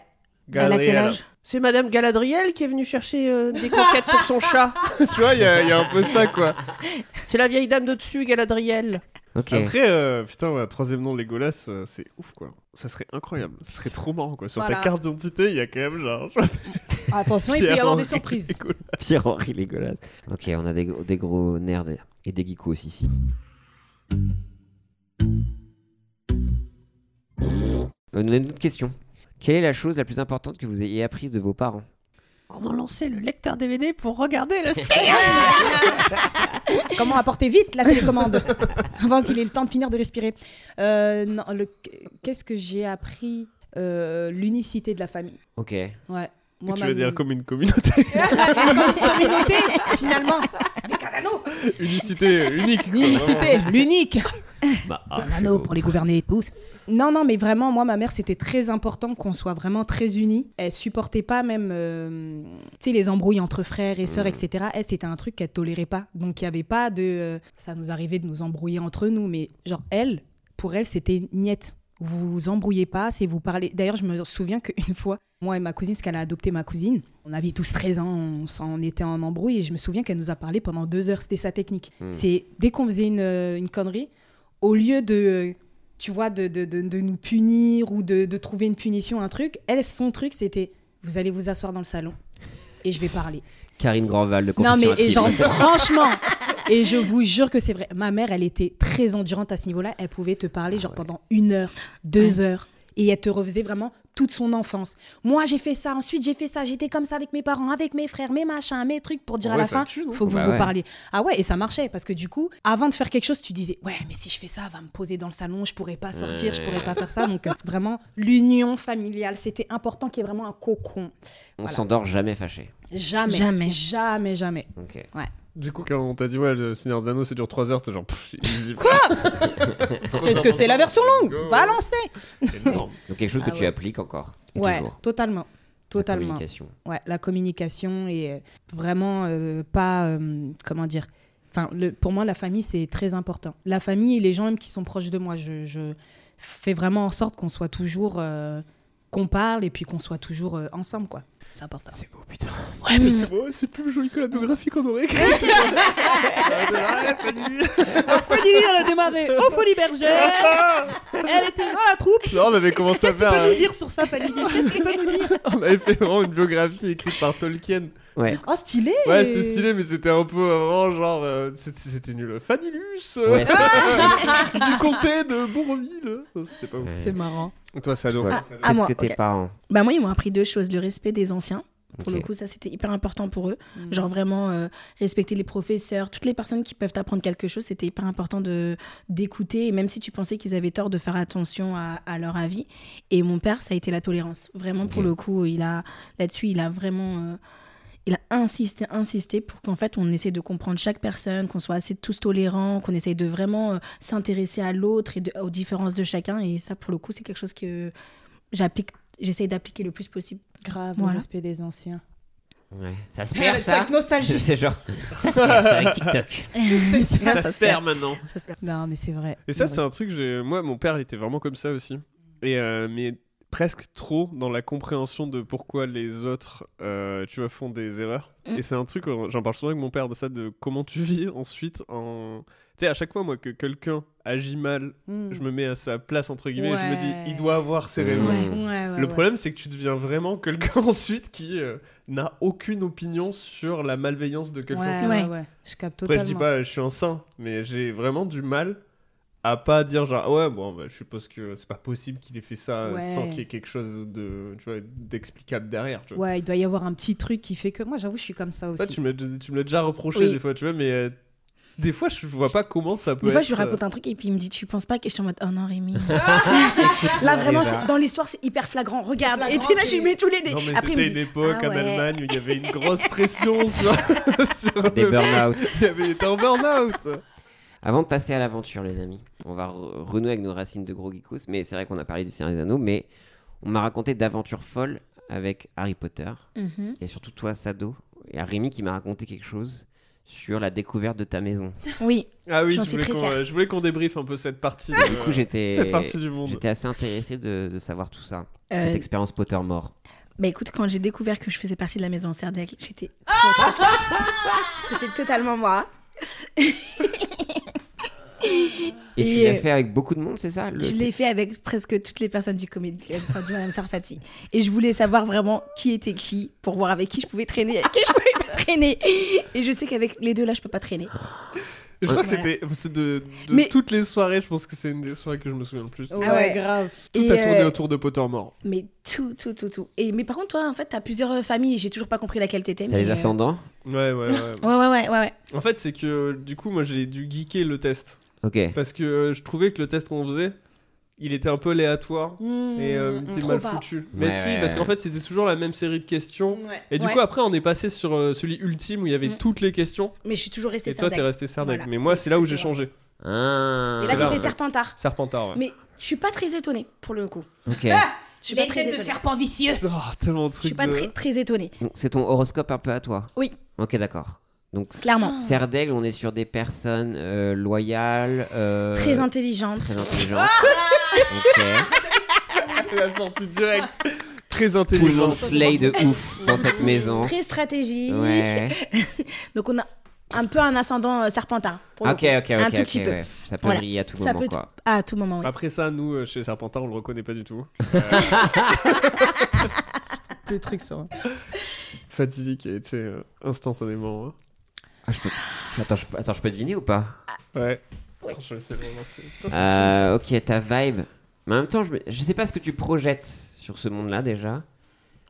Speaker 3: elle a
Speaker 6: Galadriel.
Speaker 3: quel âge
Speaker 6: C'est Madame Galadriel qui est venue chercher euh, des croquettes pour son chat. tu vois, il y, a il y a un peu ça, quoi. C'est la vieille dame de dessus, Galadriel.
Speaker 10: Ok.
Speaker 6: Après, euh, putain, ouais, troisième nom Legolas, euh, c'est ouf, quoi. Ça serait incroyable. Ce serait trop marrant, quoi. Sur
Speaker 9: Voilà.
Speaker 6: ta carte d'identité, il y a quand même, genre...
Speaker 9: Attention, il peut y avoir des surprises.
Speaker 10: Pierre-Henri Legolas. Ok, on a des, gros- des gros nerds et des geekos aussi. ici. On a une autre question. Quelle est la chose la plus importante que vous ayez apprise de vos parents
Speaker 6: Comment lancer le lecteur DVD pour regarder le
Speaker 9: Comment apporter vite la télécommande avant qu'il ait le temps de finir de respirer Euh, non, le- Qu'est-ce que j'ai appris Euh, L'unicité de la famille.
Speaker 10: Ok.
Speaker 9: Ouais.
Speaker 6: Tu
Speaker 9: ma-
Speaker 6: vas dire comme une communauté.
Speaker 9: communauté, finalement.
Speaker 6: Unicité, unique. quoi,
Speaker 9: L'unicité, l'unique.
Speaker 10: Bah,
Speaker 9: Un anneau pour les gouverner tous. Non, non, mais vraiment, moi, ma mère, c'était très important qu'on soit vraiment très unis. Elle supportait pas même, euh, tu sais, les embrouilles entre frères et sœurs, etc. Elle, c'était un truc qu'elle tolérait pas. Donc, il y avait pas de. euh, ça nous arrivait de nous embrouiller entre nous, mais genre, elle, pour elle, c'était niette. Vous vous embrouillez pas, c'est vous parlez. D'ailleurs, je me souviens qu'une fois, moi et ma cousine, parce qu'elle a adopté ma cousine, on avait tous 13 ans, on, s'en- on était en embrouille, et je me souviens qu'elle nous a parlé pendant deux heures. C'était sa technique. C'est dès qu'on faisait une, euh, une connerie, au lieu de tu vois de, de, de- de nous punir ou de, de trouver une punition un truc elle son truc c'était vous allez vous asseoir dans le salon et je vais parler
Speaker 10: Karine Grandval de
Speaker 9: non mais
Speaker 10: Confession
Speaker 9: et
Speaker 10: Intime.
Speaker 9: genre franchement et je vous jure que c'est vrai ma mère elle était très endurante à ce niveau là elle pouvait te parler genre pendant une heure deux heures et elle te refaisait vraiment toute son enfance moi j'ai fait ça ensuite j'ai fait ça j'étais comme ça avec mes parents avec mes frères mes machins mes trucs pour dire
Speaker 6: Ouais,
Speaker 9: à la
Speaker 6: ça
Speaker 9: fin
Speaker 6: tue, non
Speaker 9: faut que
Speaker 10: Bah
Speaker 9: vous
Speaker 10: ouais.
Speaker 9: vous parliez ah ouais et ça marchait parce que du coup avant de faire quelque chose tu disais ouais mais si je fais ça elle va me poser dans le salon je pourrais pas sortir je pourrais pas faire ça donc euh, vraiment l'union familiale c'était important qu'il y ait vraiment un cocon
Speaker 10: On
Speaker 9: Voilà.
Speaker 10: s'endort jamais fâché.
Speaker 9: jamais
Speaker 3: Jamais.
Speaker 9: jamais jamais
Speaker 10: Ok.
Speaker 9: Ouais.
Speaker 6: Du coup, quand on t'a dit, ouais, le Seigneur des Anneaux, ça dure 3 heures, t'es genre, pfff, easy.
Speaker 9: Quoi Qu'est-ce que c'est la version longue
Speaker 6: Go.
Speaker 9: Balancez
Speaker 6: Énorme.
Speaker 10: Donc quelque chose
Speaker 9: Ah
Speaker 10: que tu
Speaker 9: ouais.
Speaker 10: appliques encore. et
Speaker 9: Ouais,
Speaker 10: toujours.
Speaker 9: totalement. Totalement.
Speaker 10: communication.
Speaker 9: Ouais, la communication et euh, vraiment euh, pas. euh, comment dire Enfin, le- pour moi, la famille, c'est très important. La famille et les gens même qui sont proches de moi. Je, je fais vraiment en sorte qu'on soit toujours. euh, qu'on parle et puis qu'on soit toujours euh, ensemble, quoi. C'est important.
Speaker 6: C'est beau, putain. Ouais, mais c'est beau, c'est plus joli que la biographie qu'on aurait écrite.
Speaker 11: Folie, elle a démarré au Folie Bergère. Elle était dans la troupe.
Speaker 6: Là, on avait commencé à
Speaker 11: Qu'est-ce que tu
Speaker 6: faire.
Speaker 11: peux nous
Speaker 6: euh,
Speaker 11: dire sur ça, Fanny Qu'est-ce que tu peux nous dire
Speaker 6: On avait fait vraiment une biographie écrite par Tolkien.
Speaker 10: Ouais.
Speaker 11: Oh, stylé
Speaker 6: Ouais, c'était stylé, mais c'était un peu euh, vraiment genre. euh, c'était c'était nul. Fanilus euh,
Speaker 10: Ouais,
Speaker 6: Du comté de Bourville Non, C'était pas ouf.
Speaker 10: Ouais.
Speaker 9: C'est marrant.
Speaker 6: Et toi, Sado
Speaker 10: Toi,
Speaker 3: à
Speaker 10: Qu'est-ce
Speaker 3: moi,
Speaker 10: que tes hein.
Speaker 3: ok.
Speaker 10: parents
Speaker 3: Bah moi, ils m'ont appris deux choses. Le respect des anciens. Pour
Speaker 10: Ok.
Speaker 3: le coup, ça, c'était hyper important pour eux. Genre vraiment euh, respecter les professeurs, toutes les personnes qui peuvent t'apprendre quelque chose, c'était hyper important de d'écouter. Et même si tu pensais qu'ils avaient tort, de faire attention à, à leur avis. Et mon père, ça a été la tolérance. Vraiment, pour
Speaker 10: Ok.
Speaker 3: le coup, il a là-dessus, il a vraiment... euh, il a insisté, insisté pour qu'en fait on essaie de comprendre chaque personne, qu'on soit assez tous tolérants, qu'on essaye de vraiment euh, s'intéresser à l'autre et de- aux différences de chacun. Et ça, pour le coup, c'est quelque chose que j'applique, j'essaye d'appliquer le plus possible.
Speaker 9: Grave,
Speaker 3: Voilà.
Speaker 9: le respect des anciens.
Speaker 10: Ouais. Ça se
Speaker 4: Mais
Speaker 10: perd
Speaker 4: avec
Speaker 10: ça
Speaker 4: cette nostalgie.
Speaker 10: C'est genre. Ça se perd ça avec TikTok.
Speaker 6: Ça, se perd maintenant.
Speaker 9: Non, mais c'est vrai.
Speaker 6: Et ça, c'est un truc, j'ai... moi, mon père, il était vraiment comme ça aussi. Et, euh, mais presque trop dans la compréhension de pourquoi les autres, euh, tu vois, font des erreurs.
Speaker 3: Mm.
Speaker 6: Et c'est un truc, euh, j'en parle souvent avec mon père de ça, de comment tu vis ensuite en... Tu sais, à chaque fois, moi, que quelqu'un agit mal,
Speaker 9: hmm.
Speaker 6: je me mets à sa place, entre guillemets, et je me
Speaker 9: Mm. Ouais.
Speaker 6: dis, il doit avoir ses raisons.
Speaker 10: Ouais.
Speaker 6: Le problème, c'est que tu deviens vraiment quelqu'un ensuite qui euh, n'a aucune opinion sur la malveillance de quelqu'un.
Speaker 9: Ouais, ouais, ouais. Je capte
Speaker 6: Après,
Speaker 9: totalement.
Speaker 6: je dis pas je suis un saint, mais j'ai vraiment du mal à pas dire genre ah ouais bon bah, je suppose que c'est pas possible qu'il ait fait ça euh,
Speaker 9: Ouais.
Speaker 6: sans qu'il y ait quelque chose de tu vois d'explicable derrière tu vois.
Speaker 9: Ouais, il doit y avoir un petit truc qui fait que moi, j'avoue, je suis comme ça aussi.
Speaker 6: Ça, tu me l'as- tu me l'as déjà reproché
Speaker 3: Oui.
Speaker 6: des fois tu vois mais euh, des fois je vois pas comment ça peut
Speaker 3: Des fois,
Speaker 6: être,
Speaker 3: je lui raconte
Speaker 6: euh,
Speaker 3: un truc et puis il me dit Tu penses pas que je suis en mode Oh non, Rémi. là, vraiment,
Speaker 10: Réva.
Speaker 3: c'est- dans l'histoire, c'est hyper flagrant. Regarde.
Speaker 4: C'est
Speaker 3: et tu sais, là,
Speaker 4: flagrant,
Speaker 3: je lui mets tous les dés.
Speaker 6: euh, non mais
Speaker 3: Après, il me
Speaker 6: c'était
Speaker 3: dit
Speaker 6: une époque
Speaker 3: Ah
Speaker 6: en
Speaker 3: ouais.
Speaker 6: Allemagne où il y avait une grosse pression sur, sur
Speaker 10: Des
Speaker 6: le-
Speaker 10: burn-out.
Speaker 6: il y avait des burn-out
Speaker 10: Avant de passer à l'aventure, les amis, on va re- renouer avec nos racines de gros geekos. Mais c'est vrai qu'on a parlé du Seigneur des Anneaux, mais on m'a raconté d'aventures folles avec Harry Potter.
Speaker 3: Mhm.
Speaker 10: Il y a surtout toi, Sado, et à Rémi qui m'a raconté quelque chose sur la découverte de ta maison.
Speaker 3: Oui.
Speaker 6: ah oui
Speaker 3: J'en
Speaker 6: je
Speaker 3: suis
Speaker 6: voulais,
Speaker 3: très
Speaker 6: qu'on,
Speaker 3: fière.
Speaker 6: euh, je voulais qu'on débriefe un peu cette partie de,
Speaker 10: Ah, Du coup, j'étais
Speaker 6: cette partie Euh, du monde
Speaker 10: j'étais assez intéressé de, de savoir tout ça.
Speaker 3: Euh,
Speaker 10: Cette expérience Pottermore.
Speaker 3: Bah écoute, quand j'ai découvert que je faisais partie de la maison Serdaigle, j'étais
Speaker 4: Ah
Speaker 3: trop, trop fière. Parce que c'est totalement moi.
Speaker 10: Et, tu
Speaker 3: et,
Speaker 10: l'as
Speaker 3: euh,
Speaker 10: fait avec beaucoup de monde, c'est ça le-
Speaker 3: Je l'ai fait avec presque toutes les personnes du comédie club, enfin, du Madame Sarfati. Et je voulais savoir vraiment qui était qui pour voir avec qui je pouvais traîner, avec qui je pouvais pas traîner. Et je sais qu'avec les deux là, je peux pas traîner.
Speaker 6: Je crois que
Speaker 3: Ouais.
Speaker 6: c'était c'est de, de
Speaker 3: Mais-
Speaker 6: toutes les soirées, je pense que c'est une des soirées que je me souviens le plus.
Speaker 9: Ouais,
Speaker 3: Ah ouais.
Speaker 9: grave.
Speaker 6: Tout
Speaker 3: Et,
Speaker 6: a tourné
Speaker 3: euh,
Speaker 6: autour de Pottermore.
Speaker 3: Mais tout, tout, tout, tout. Et, mais par contre, toi, en fait, t'as plusieurs euh, familles. J'ai toujours pas compris laquelle t'étais.
Speaker 10: T'as
Speaker 3: mais,
Speaker 10: les
Speaker 3: euh,
Speaker 10: ascendants
Speaker 6: Ouais, ouais, ouais.
Speaker 3: Ouais, ouais, ouais, ouais. ouais.
Speaker 6: en fait, c'est que du coup, moi, j'ai dû geeker le test.
Speaker 10: Ok.
Speaker 6: Parce que euh, je trouvais que le test qu'on faisait, il était un peu aléatoire
Speaker 3: Mmh,
Speaker 6: et euh, il était mal foutu. Mais
Speaker 10: Ouais,
Speaker 6: si,
Speaker 10: ouais,
Speaker 6: parce qu'en
Speaker 10: ouais.
Speaker 6: fait, c'était toujours la même série de questions. Et du
Speaker 3: Ouais.
Speaker 6: coup, après, on est passé sur euh, celui ultime où il y avait
Speaker 3: Mm.
Speaker 6: toutes les questions.
Speaker 3: Mais je suis toujours restée
Speaker 6: Et toi, t'es
Speaker 3: Serdaigle.
Speaker 6: resté Serdaigle.
Speaker 3: Voilà,
Speaker 6: Mais moi,
Speaker 3: c'est-
Speaker 6: c'est là où
Speaker 3: parce que
Speaker 6: j'ai
Speaker 3: c'est
Speaker 6: changé.
Speaker 10: Ah.
Speaker 3: Et
Speaker 6: C'est
Speaker 3: là,
Speaker 6: là,
Speaker 3: t'étais
Speaker 6: ouais.
Speaker 3: Serpentard.
Speaker 6: Serpentard, ouais.
Speaker 3: Mais je suis pas très étonnée, pour le coup.
Speaker 10: Ok.
Speaker 3: Je suis pas très étonnée.
Speaker 11: serpent vicieux.
Speaker 6: Oh, tellement de
Speaker 3: Je suis
Speaker 6: trucs
Speaker 3: pas
Speaker 6: de-
Speaker 3: très, très étonnée,
Speaker 10: Donc, C'est ton horoscope un peu à toi
Speaker 3: Oui.
Speaker 10: Ok, d'accord. Donc,
Speaker 3: clairement.
Speaker 10: Serdaigle, on est sur des personnes euh, loyales. euh,
Speaker 3: Très Ah intelligente.
Speaker 10: très intelligentes. Ok.
Speaker 6: La sortie directe. Très
Speaker 10: Tout le monde
Speaker 6: intelligente.
Speaker 10: slay de ouf dans cette maison.
Speaker 3: Très stratégique.
Speaker 10: Ouais.
Speaker 3: Donc on a un peu un ascendant euh, serpentard. Pour
Speaker 10: Ok,
Speaker 3: le
Speaker 10: ok,
Speaker 3: coup.
Speaker 10: ok.
Speaker 3: Un
Speaker 10: ok,
Speaker 3: tout petit peu.
Speaker 10: ouais. Ça peut
Speaker 3: Voilà.
Speaker 10: briller à tout
Speaker 3: Ça
Speaker 10: moment,
Speaker 3: peut
Speaker 10: quoi.
Speaker 3: à tout moment. oui.
Speaker 6: Après ça, nous, euh, chez Serpentard, on le reconnaît pas du tout.
Speaker 9: Le truc sur.
Speaker 6: Fatigue qui a été euh, instantanément. hein.
Speaker 10: Ah, je peux- Attends, je peux- Attends, je peux deviner ou pas
Speaker 3: Ah,
Speaker 6: Ouais. Attends, je vais essayer de relancer. Putain, c'est chaud, ça.
Speaker 10: Euh, ok, ta vibe. Mais en même temps, je, me- je sais pas ce que tu projettes sur ce monde-là déjà.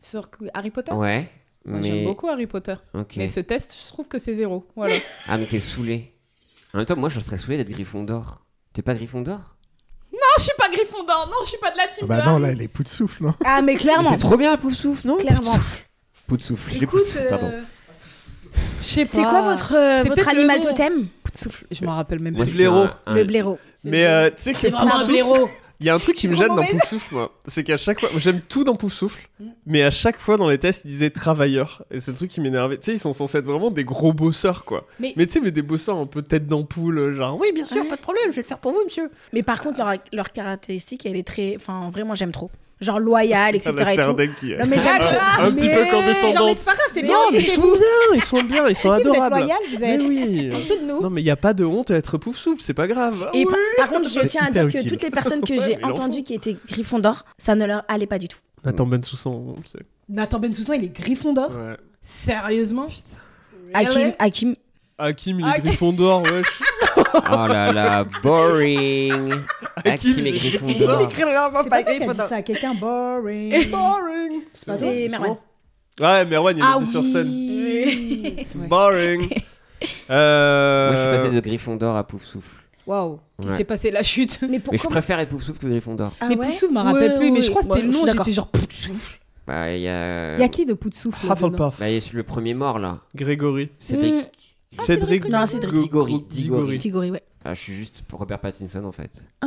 Speaker 9: Sur Harry Potter
Speaker 10: Ouais.
Speaker 9: Moi,
Speaker 10: mais...
Speaker 9: J'aime beaucoup Harry Potter.
Speaker 10: Ok.
Speaker 9: Mais ce test, je trouve que c'est zéro. Voilà.
Speaker 10: Ah, donc t'es saoulé. En même temps, moi, je serais saoulé d'être Gryffondor. T'es pas Gryffondor
Speaker 9: Non, je suis pas Gryffondor. Non, je suis pas de la team.
Speaker 5: Bah
Speaker 9: de
Speaker 5: non,
Speaker 9: Harry.
Speaker 5: là, il est plus de souffle, non
Speaker 3: Ah mais
Speaker 10: Mais
Speaker 3: clairement.
Speaker 10: C'est trop bien, Pouf Souffle, non
Speaker 3: Clairement. euh,
Speaker 10: Pouf de Souffle. J'ai
Speaker 4: Écoute,
Speaker 10: Pouf Souffle, pardon.
Speaker 4: euh,
Speaker 9: sais
Speaker 3: C'est
Speaker 9: pas.
Speaker 3: quoi votre, euh,
Speaker 9: C'est
Speaker 3: votre
Speaker 9: peut-être le
Speaker 3: animal
Speaker 9: nom.
Speaker 3: totem
Speaker 9: Pouf de souffle, Je m'en rappelle même
Speaker 6: Le
Speaker 9: plus.
Speaker 6: blaireau.
Speaker 9: Le blaireau.
Speaker 6: Mais euh, tu sais que
Speaker 9: C'est vraiment un
Speaker 6: Poufsouffle-
Speaker 9: blaireau.
Speaker 6: Il y a un truc qui me
Speaker 9: trop
Speaker 6: gêne dans
Speaker 9: mauvaise.
Speaker 6: Pouf Souffle, moi. C'est qu'à chaque fois, j'aime tout dans Pouf Souffle, mais à chaque fois dans les tests, ils disaient travailleurs. Et c'est le truc qui m'énervait. Tu sais, ils sont censés être vraiment des gros bosseurs, quoi.
Speaker 3: Mais-
Speaker 6: Mais, tu sais, mais des bosseurs un peu tête d'ampoule, euh, genre oui, bien sûr, pas de problème, je vais le faire pour vous, monsieur.
Speaker 3: Mais par contre, leur, leur caractéristique, elle est très. Enfin, en vrai, moi, j'aime trop. Genre loyal, etc.
Speaker 6: Ah bah,
Speaker 3: et
Speaker 6: c'est
Speaker 3: tout.
Speaker 6: un deck qui-
Speaker 3: Non, mais j'aime
Speaker 6: Ah,
Speaker 3: trop.
Speaker 6: un petit peu
Speaker 3: Mais-
Speaker 6: condescendant.
Speaker 3: Genre, mais c'est pas grave, c'est
Speaker 6: Non,
Speaker 3: bien,
Speaker 6: mais
Speaker 3: c'est
Speaker 6: ils
Speaker 3: chez
Speaker 6: sont
Speaker 3: vous.
Speaker 6: bien, ils sont bien, ils sont
Speaker 3: Si vous êtes
Speaker 6: adorables.
Speaker 3: loyal, vous êtes
Speaker 6: Mais oui.
Speaker 3: en dessous de nous.
Speaker 6: Non, mais il n'y a pas de honte à être Pouf Souffle, c'est pas grave. Ah
Speaker 3: Et par, par contre, je
Speaker 6: C'est
Speaker 3: tiens à
Speaker 6: hyper
Speaker 3: dire que
Speaker 6: utile.
Speaker 3: toutes les personnes que
Speaker 6: Ouais,
Speaker 3: j'ai
Speaker 6: mais il en
Speaker 3: entendues qui étaient Gryffondor, ça ne leur allait pas du tout.
Speaker 6: Nathan Bensoussan, on le sait.
Speaker 9: Nathan Bensoussan, il est Gryffondor
Speaker 6: Ouais.
Speaker 9: Sérieusement
Speaker 3: Hakim, Hakim.
Speaker 6: Hakim, il
Speaker 9: Ah,
Speaker 6: est Gryffondor, wesh.
Speaker 10: Oh là là, boring. Hakim et Gryffondor.
Speaker 9: C'est pas toi qui a dit
Speaker 4: Gryffondor.
Speaker 9: ça à quelqu'un boring.
Speaker 4: Boring.
Speaker 6: pas
Speaker 9: C'est
Speaker 6: toi,
Speaker 9: Merwan.
Speaker 6: Ouais, Merwan, il
Speaker 9: Ah
Speaker 6: était sur scène.
Speaker 9: oui.
Speaker 6: Boring. Euh...
Speaker 10: Moi, je suis passé de Gryffondor à Poufsouffle.
Speaker 9: Waouh, qui
Speaker 10: Ouais.
Speaker 9: s'est passé la chute. Mais
Speaker 10: Mais je préfère être Poufsouffle que Gryffondor.
Speaker 3: Ah
Speaker 9: mais Poufsouffle je me rappelle plus, mais je crois que c'était le nom, j'étais genre Ah, Poufsouffle.
Speaker 10: Bah, il y a.
Speaker 9: Il y a qui de Poufsouffle là-dedans
Speaker 10: Bah, il y a le premier mort là.
Speaker 6: Grégory.
Speaker 10: Ah,
Speaker 9: Hmm.
Speaker 10: Cédric.
Speaker 6: Cédric.
Speaker 3: Non, Cédric.
Speaker 10: Diggory.
Speaker 3: Diggory. Diggory, ouais.
Speaker 10: Ah, je suis juste Robert Pattinson en fait.
Speaker 9: Ah,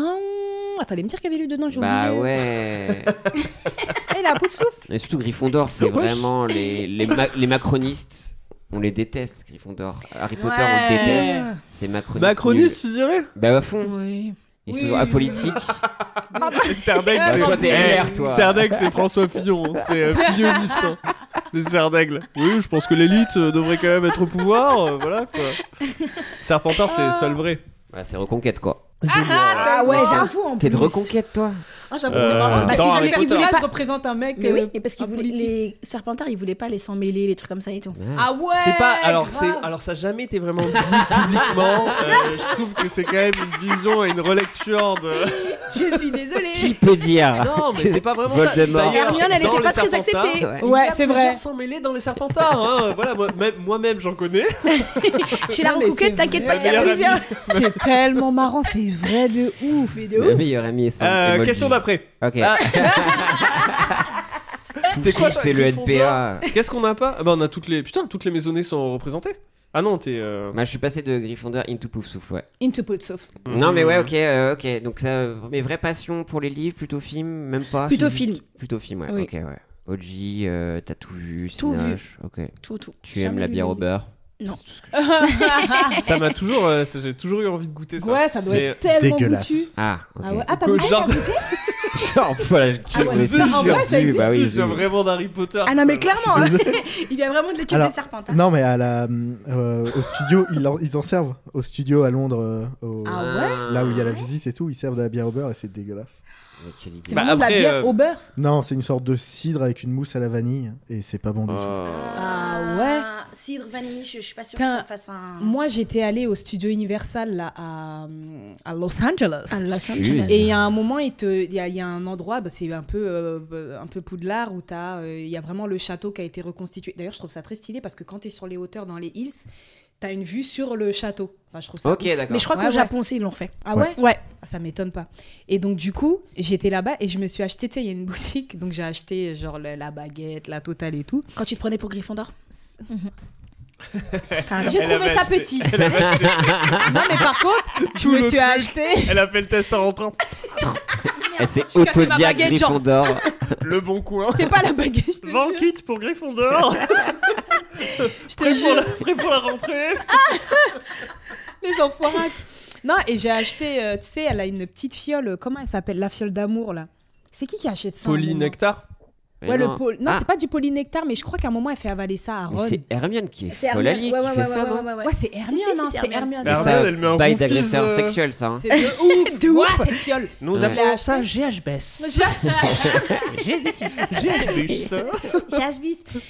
Speaker 9: fallait me dire qu'il y avait lu dedans, j'ai
Speaker 10: Bah
Speaker 9: oublié.
Speaker 10: ouais.
Speaker 9: Et la Poufsouffle
Speaker 10: Mais surtout Gryffondor, c'est vraiment les, les, ma- les macronistes. On les déteste, Gryffondor. Harry Potter, on le
Speaker 9: Ouais.
Speaker 10: déteste. C'est macroniste.
Speaker 6: Macroniste,
Speaker 10: nul.
Speaker 6: tu dirais
Speaker 10: Bah à fond.
Speaker 9: Oui.
Speaker 10: Ils sont apolitiques.
Speaker 6: Serdaigle,
Speaker 10: Bah,
Speaker 6: c'est
Speaker 10: toi, t'es
Speaker 6: Eh,
Speaker 10: LR, toi.
Speaker 6: Serdaigle, c'est François Fillon, hein. c'est euh, filloniste. hein. Le Serdaigle. Oui, je pense que l'élite euh, devrait quand même être au pouvoir, euh, voilà quoi. Serpentard, c'est le seul vrai.
Speaker 3: Euh,
Speaker 10: Bah, c'est Reconquête quoi.
Speaker 9: Ah ouais, j'avoue en
Speaker 10: T'es de
Speaker 9: plus.
Speaker 10: Reconquête toi
Speaker 9: Ah,
Speaker 10: j'avoue, c'est pas vrai.
Speaker 9: Parce
Speaker 10: Dans
Speaker 9: que
Speaker 10: Harry
Speaker 9: j'avais
Speaker 10: Potter.
Speaker 9: pas là, je représente un mec.
Speaker 3: Mais oui,
Speaker 9: euh,
Speaker 3: mais parce qu'ils
Speaker 9: un
Speaker 3: voulaient-
Speaker 9: politique.
Speaker 3: les Serpentards, ils voulaient pas les s'en mêler, les trucs comme ça et tout.
Speaker 9: Ah ouais
Speaker 6: C'est pas. Alors,
Speaker 3: grave.
Speaker 6: c'est, alors ça a jamais été vraiment dit publiquement. euh, je trouve que c'est quand même une vision et une relecture de.
Speaker 3: Je suis désolée.
Speaker 10: Qui peut dire
Speaker 6: Ah. Non, mais c'est pas vraiment ça.
Speaker 10: Voldemort.
Speaker 6: D'ailleurs,
Speaker 3: Ah. Hermione, elle
Speaker 6: dans
Speaker 3: était
Speaker 6: les
Speaker 3: pas très
Speaker 6: Serpentards,
Speaker 3: acceptée. Ouais.
Speaker 6: il y a
Speaker 9: Ouais, c'est vrai.
Speaker 6: plusieurs Sans mêler dans les Serpentards. hein. Voilà, moi- même- moi-même, j'en connais.
Speaker 3: Chez la
Speaker 9: Non, mais
Speaker 3: Roucouquette,
Speaker 9: c'est
Speaker 3: t'inquiète
Speaker 9: vrai.
Speaker 3: pas qu'il y a
Speaker 6: La meilleure
Speaker 3: plusieurs.
Speaker 6: amie.
Speaker 9: C'est tellement marrant, c'est vrai de ouf. Mais de
Speaker 10: Le meilleur ami est sans
Speaker 6: Euh,
Speaker 10: emoji.
Speaker 6: question d'après.
Speaker 10: Ok.
Speaker 6: Ah.
Speaker 10: Poufsouffle,
Speaker 6: quoi, toi,
Speaker 10: c'est le
Speaker 6: Gryffondor
Speaker 10: NPA.
Speaker 6: Qu'est-ce qu'on n'a pas Ah bah on a toutes les putain toutes les maisonnées sont représentées. Ah non t'es. euh,
Speaker 10: Bah, je suis passé de Gryffondor into Poufsouffle, ouais.
Speaker 9: Into Poufsouffle.
Speaker 6: Hmm.
Speaker 10: Non, mais ouais, ok, euh, ok. Donc, euh, mes vraies passions pour les livres, plutôt film, même pas.
Speaker 3: Plutôt
Speaker 10: physique.
Speaker 3: film.
Speaker 10: Plutôt film, ouais.
Speaker 3: Oui.
Speaker 10: Ok, ouais. OG, euh, t'as tout vu,
Speaker 3: Tout vu.
Speaker 10: Cinoche, ok.
Speaker 3: Tout, tout.
Speaker 10: Tu
Speaker 3: Jamais
Speaker 10: aimes la
Speaker 3: lu
Speaker 10: bière
Speaker 3: les
Speaker 10: au beurre
Speaker 3: Non.
Speaker 6: Ça m'a toujours euh, ça- j'ai toujours eu envie de goûter ça.
Speaker 9: Ouais, ça doit
Speaker 6: C'est-
Speaker 9: être tellement
Speaker 10: dégueulasse.
Speaker 9: goûtu.
Speaker 10: Ah, ok.
Speaker 9: Ah ouais, ah, t'as
Speaker 6: Au
Speaker 9: goûté, t'as
Speaker 6: jardin-
Speaker 9: goûté
Speaker 10: Genre, voilà, je
Speaker 9: Ah ouais,
Speaker 10: mais
Speaker 9: ça, en
Speaker 10: sûr,
Speaker 9: vrai, ça
Speaker 10: Zu, bah oui,
Speaker 6: Si, je viens
Speaker 10: Zu.
Speaker 6: vraiment d'Harry Potter.
Speaker 3: Ah non, mais clairement,
Speaker 5: Je suis
Speaker 3: il y a vraiment de l'équipe
Speaker 5: Alors,
Speaker 3: de Serpentard.
Speaker 5: non, mais à la, euh, au studio, ils, en- ils en servent. Au studio à Londres, euh, au-
Speaker 9: Ah ouais
Speaker 5: là où il y a la visite et tout, ils servent de la bière au beurre et c'est dégueulasse.
Speaker 10: Mais quelle idée.
Speaker 9: C'est
Speaker 6: Bah,
Speaker 9: vraiment de la
Speaker 6: après,
Speaker 9: bière
Speaker 6: euh,
Speaker 9: au beurre.
Speaker 5: Non, c'est une sorte de cidre avec une mousse à la vanille et c'est pas bon du tout.
Speaker 9: Ah ouais.
Speaker 3: Cidre, vanille, je, je suis pas sûre
Speaker 9: Putain,
Speaker 3: que ça me fasse un.
Speaker 9: Moi, j'étais allée au studio Universal là, à, à Los Angeles.
Speaker 4: Ah,
Speaker 3: À Los
Speaker 10: Angeles.
Speaker 9: Et il y a un moment, il te- il y, a- il y a un endroit, bah, c'est un peu euh, un peu poudlard où t'as, euh, il y a vraiment le château qui a été reconstitué. D'ailleurs, je trouve ça très stylé parce que quand t'es sur les hauteurs dans les hills, t'as une vue sur le château. Enfin, je trouve ça.
Speaker 10: Ok,
Speaker 9: ouf.
Speaker 10: d'accord.
Speaker 3: Mais je crois
Speaker 9: Ouais,
Speaker 3: qu'au
Speaker 9: ouais.
Speaker 3: Japon, aussi, ils l'ont refait.
Speaker 9: Ah ouais,
Speaker 3: Ouais.
Speaker 9: Ah, Ça m'étonne pas. Et donc du coup, j'étais là-bas et je me suis acheté, tu sais, il y a une boutique, donc j'ai acheté genre la, la baguette, la totale et tout.
Speaker 3: Quand tu te prenais pour Gryffondor
Speaker 9: J'ai
Speaker 6: Elle
Speaker 9: trouvé
Speaker 6: avait
Speaker 9: ça
Speaker 6: acheté-
Speaker 9: petit.
Speaker 6: Elle avait acheté
Speaker 9: Non mais par contre, je
Speaker 6: tout
Speaker 9: me
Speaker 6: le
Speaker 9: suis
Speaker 6: truc.
Speaker 9: acheté.
Speaker 6: Elle a fait le test en rentrant.
Speaker 10: Elle s'est
Speaker 9: Je cassais ma
Speaker 10: Eh, autodiac
Speaker 9: baguette, genre.
Speaker 10: Gryffondor.
Speaker 6: Le bon coin.
Speaker 9: C'est pas la baguette. je te
Speaker 11: Vend
Speaker 9: jure.
Speaker 11: kit pour Gryffondor.
Speaker 9: Je
Speaker 11: prêt,
Speaker 9: te
Speaker 11: pour la,
Speaker 9: jure,
Speaker 11: prêt pour la rentrée.
Speaker 9: les enfoirats. Non, et j'ai acheté, euh, tu sais, elle a une petite fiole, euh, comment elle s'appelle La fiole d'amour, là. C'est qui qui achète ça à un moment
Speaker 6: Polynectar.
Speaker 10: Mais
Speaker 9: Ouais, le
Speaker 10: non.
Speaker 9: pol- Non,
Speaker 10: Ah,
Speaker 9: c'est pas du polynectar, mais je crois qu'à un moment, elle fait avaler ça à Ron.
Speaker 10: mais C'est Hermione qui est
Speaker 3: C'est
Speaker 10: folle alliée,
Speaker 3: Hermione. Ouais,
Speaker 10: qui
Speaker 3: ouais,
Speaker 10: fait
Speaker 3: ouais,
Speaker 10: ça,
Speaker 3: ouais,
Speaker 10: non
Speaker 3: ouais, ouais,
Speaker 9: Ouais, c'est Hermione,
Speaker 3: Si, si,
Speaker 9: hein,
Speaker 3: c'est
Speaker 9: c'est
Speaker 3: Hermione.
Speaker 9: Hermione.
Speaker 6: Mais
Speaker 10: Ça,
Speaker 6: Hermione, elle met un
Speaker 10: bail
Speaker 6: gros fils,
Speaker 10: d'agresseur
Speaker 6: euh,
Speaker 10: sexuel, ça. hein.
Speaker 9: C'est de ouf, de ouf, cette fiole.
Speaker 6: Nous
Speaker 10: Ouais.
Speaker 6: appelons ça GHBS. GHBS.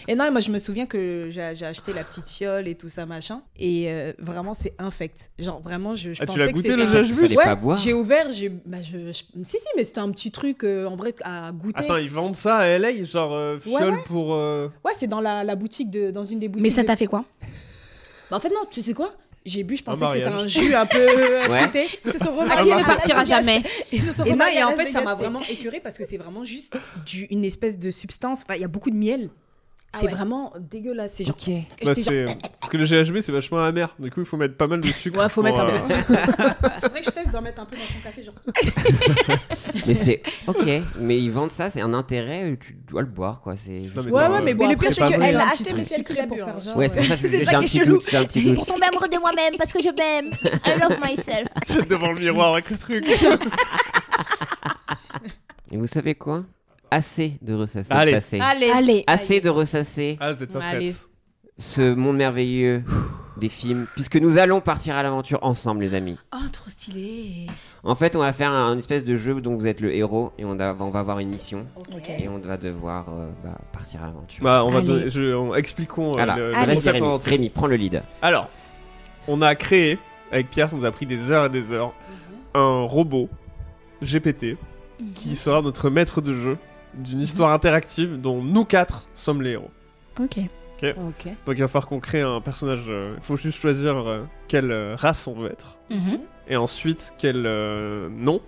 Speaker 9: Et non, et moi je me souviens que j'ai j'ai acheté la petite fiole et tout ça machin. Et euh, vraiment c'est infect. Genre vraiment je, je
Speaker 6: Ah, tu
Speaker 9: pensais
Speaker 6: l'as
Speaker 9: que
Speaker 6: goûté,
Speaker 9: c'était-
Speaker 6: le GHB?
Speaker 10: Fallait
Speaker 9: Ouais,
Speaker 10: pas boire.
Speaker 9: J'ai ouvert, j'ai bah, je, je- si si mais c'était un petit truc euh, en vrai à goûter.
Speaker 6: Attends, ils vendent ça à LA, genre euh,
Speaker 9: Ouais,
Speaker 6: fiole pour. euh,
Speaker 9: Ouais c'est dans la, la boutique de dans une des boutiques.
Speaker 3: Mais ça
Speaker 9: de-
Speaker 3: t'a fait quoi
Speaker 9: Bah, en fait non tu sais quoi J'ai
Speaker 6: Ah,
Speaker 9: bu je pensais que c'était
Speaker 6: mariage.
Speaker 9: un jus un peu euh,
Speaker 10: Ouais.
Speaker 9: fruité. Ils se sont
Speaker 3: mariage
Speaker 9: remarqués
Speaker 3: à
Speaker 9: ne
Speaker 3: Las
Speaker 9: partira
Speaker 3: Vegas.
Speaker 9: jamais.
Speaker 3: Ils se sont
Speaker 9: Et non,
Speaker 3: remariés
Speaker 9: et
Speaker 3: à
Speaker 9: en
Speaker 3: Las
Speaker 9: fait, ça
Speaker 3: Vegas,
Speaker 9: m'a
Speaker 3: c'est-
Speaker 9: vraiment écœuré parce que c'est vraiment juste du- une espèce de substance. Enfin, il y a beaucoup de miel. C'est
Speaker 3: ouais.
Speaker 9: vraiment dégueulasse. C'est genre.
Speaker 10: Ok.
Speaker 9: j'étais
Speaker 6: bah,
Speaker 9: genre-
Speaker 6: c'est Parce que le GHB c'est vachement amer, du coup il faut mettre pas mal de sucre. euh,
Speaker 4: Ouais, faut mettre un
Speaker 6: peu.
Speaker 4: Faudrait que je teste d'en mettre un peu dans son café, genre.
Speaker 10: Mais c'est ok, mais ils vendent ça, c'est un intérêt, euh, tu dois le boire quoi. C'est
Speaker 4: mais Ouais, ça, ouais, euh, mais bon, le pire, c'est qu'elle l'a acheté, mais c'est elle qui l'a bu,
Speaker 10: pour
Speaker 4: hein.
Speaker 10: faire genre. Ouais, c'est pour ça que je-
Speaker 12: C'est
Speaker 10: j'ai
Speaker 12: ça
Speaker 10: un
Speaker 12: qui est
Speaker 10: petit
Speaker 12: chelou.
Speaker 10: doute, j'ai un petit doute.
Speaker 12: Pour tomber amoureux de moi-même parce que je m'aime. I love myself.
Speaker 6: devant le miroir avec le truc.
Speaker 10: Et vous savez quoi Assez de ressasser
Speaker 6: Allez.
Speaker 10: le passé.
Speaker 12: Allez. Allez.
Speaker 10: Assez de ressasser.
Speaker 6: Ah, vous êtes pas prête.
Speaker 12: Allez.
Speaker 10: Ce monde merveilleux des films, puisque nous allons partir à l'aventure ensemble, les amis.
Speaker 3: Oh, trop stylé.
Speaker 10: En fait, on va faire un une espèce de jeu dont vous êtes le héros et on, a- on va avoir une mission et on va devoir euh, bah, partir à l'aventure.
Speaker 6: Bah, on va donner- je- on- expliquons euh,
Speaker 10: Voilà.
Speaker 6: le, le
Speaker 10: Allez.
Speaker 6: concept
Speaker 10: Rémi,
Speaker 6: en entier.
Speaker 10: Rémi, prends le lead.
Speaker 6: Alors, on a créé, avec Pierre, ça nous a pris des heures et des heures, un robot GPT qui sera notre maître de jeu d'une histoire interactive dont nous quatre sommes les héros.
Speaker 3: Ok.
Speaker 6: Ok.
Speaker 3: Ok.
Speaker 6: Donc il va falloir qu'on crée un personnage. Il faut juste choisir euh, quelle euh, race on veut être.
Speaker 3: Mhm.
Speaker 6: Et ensuite quel euh, nom.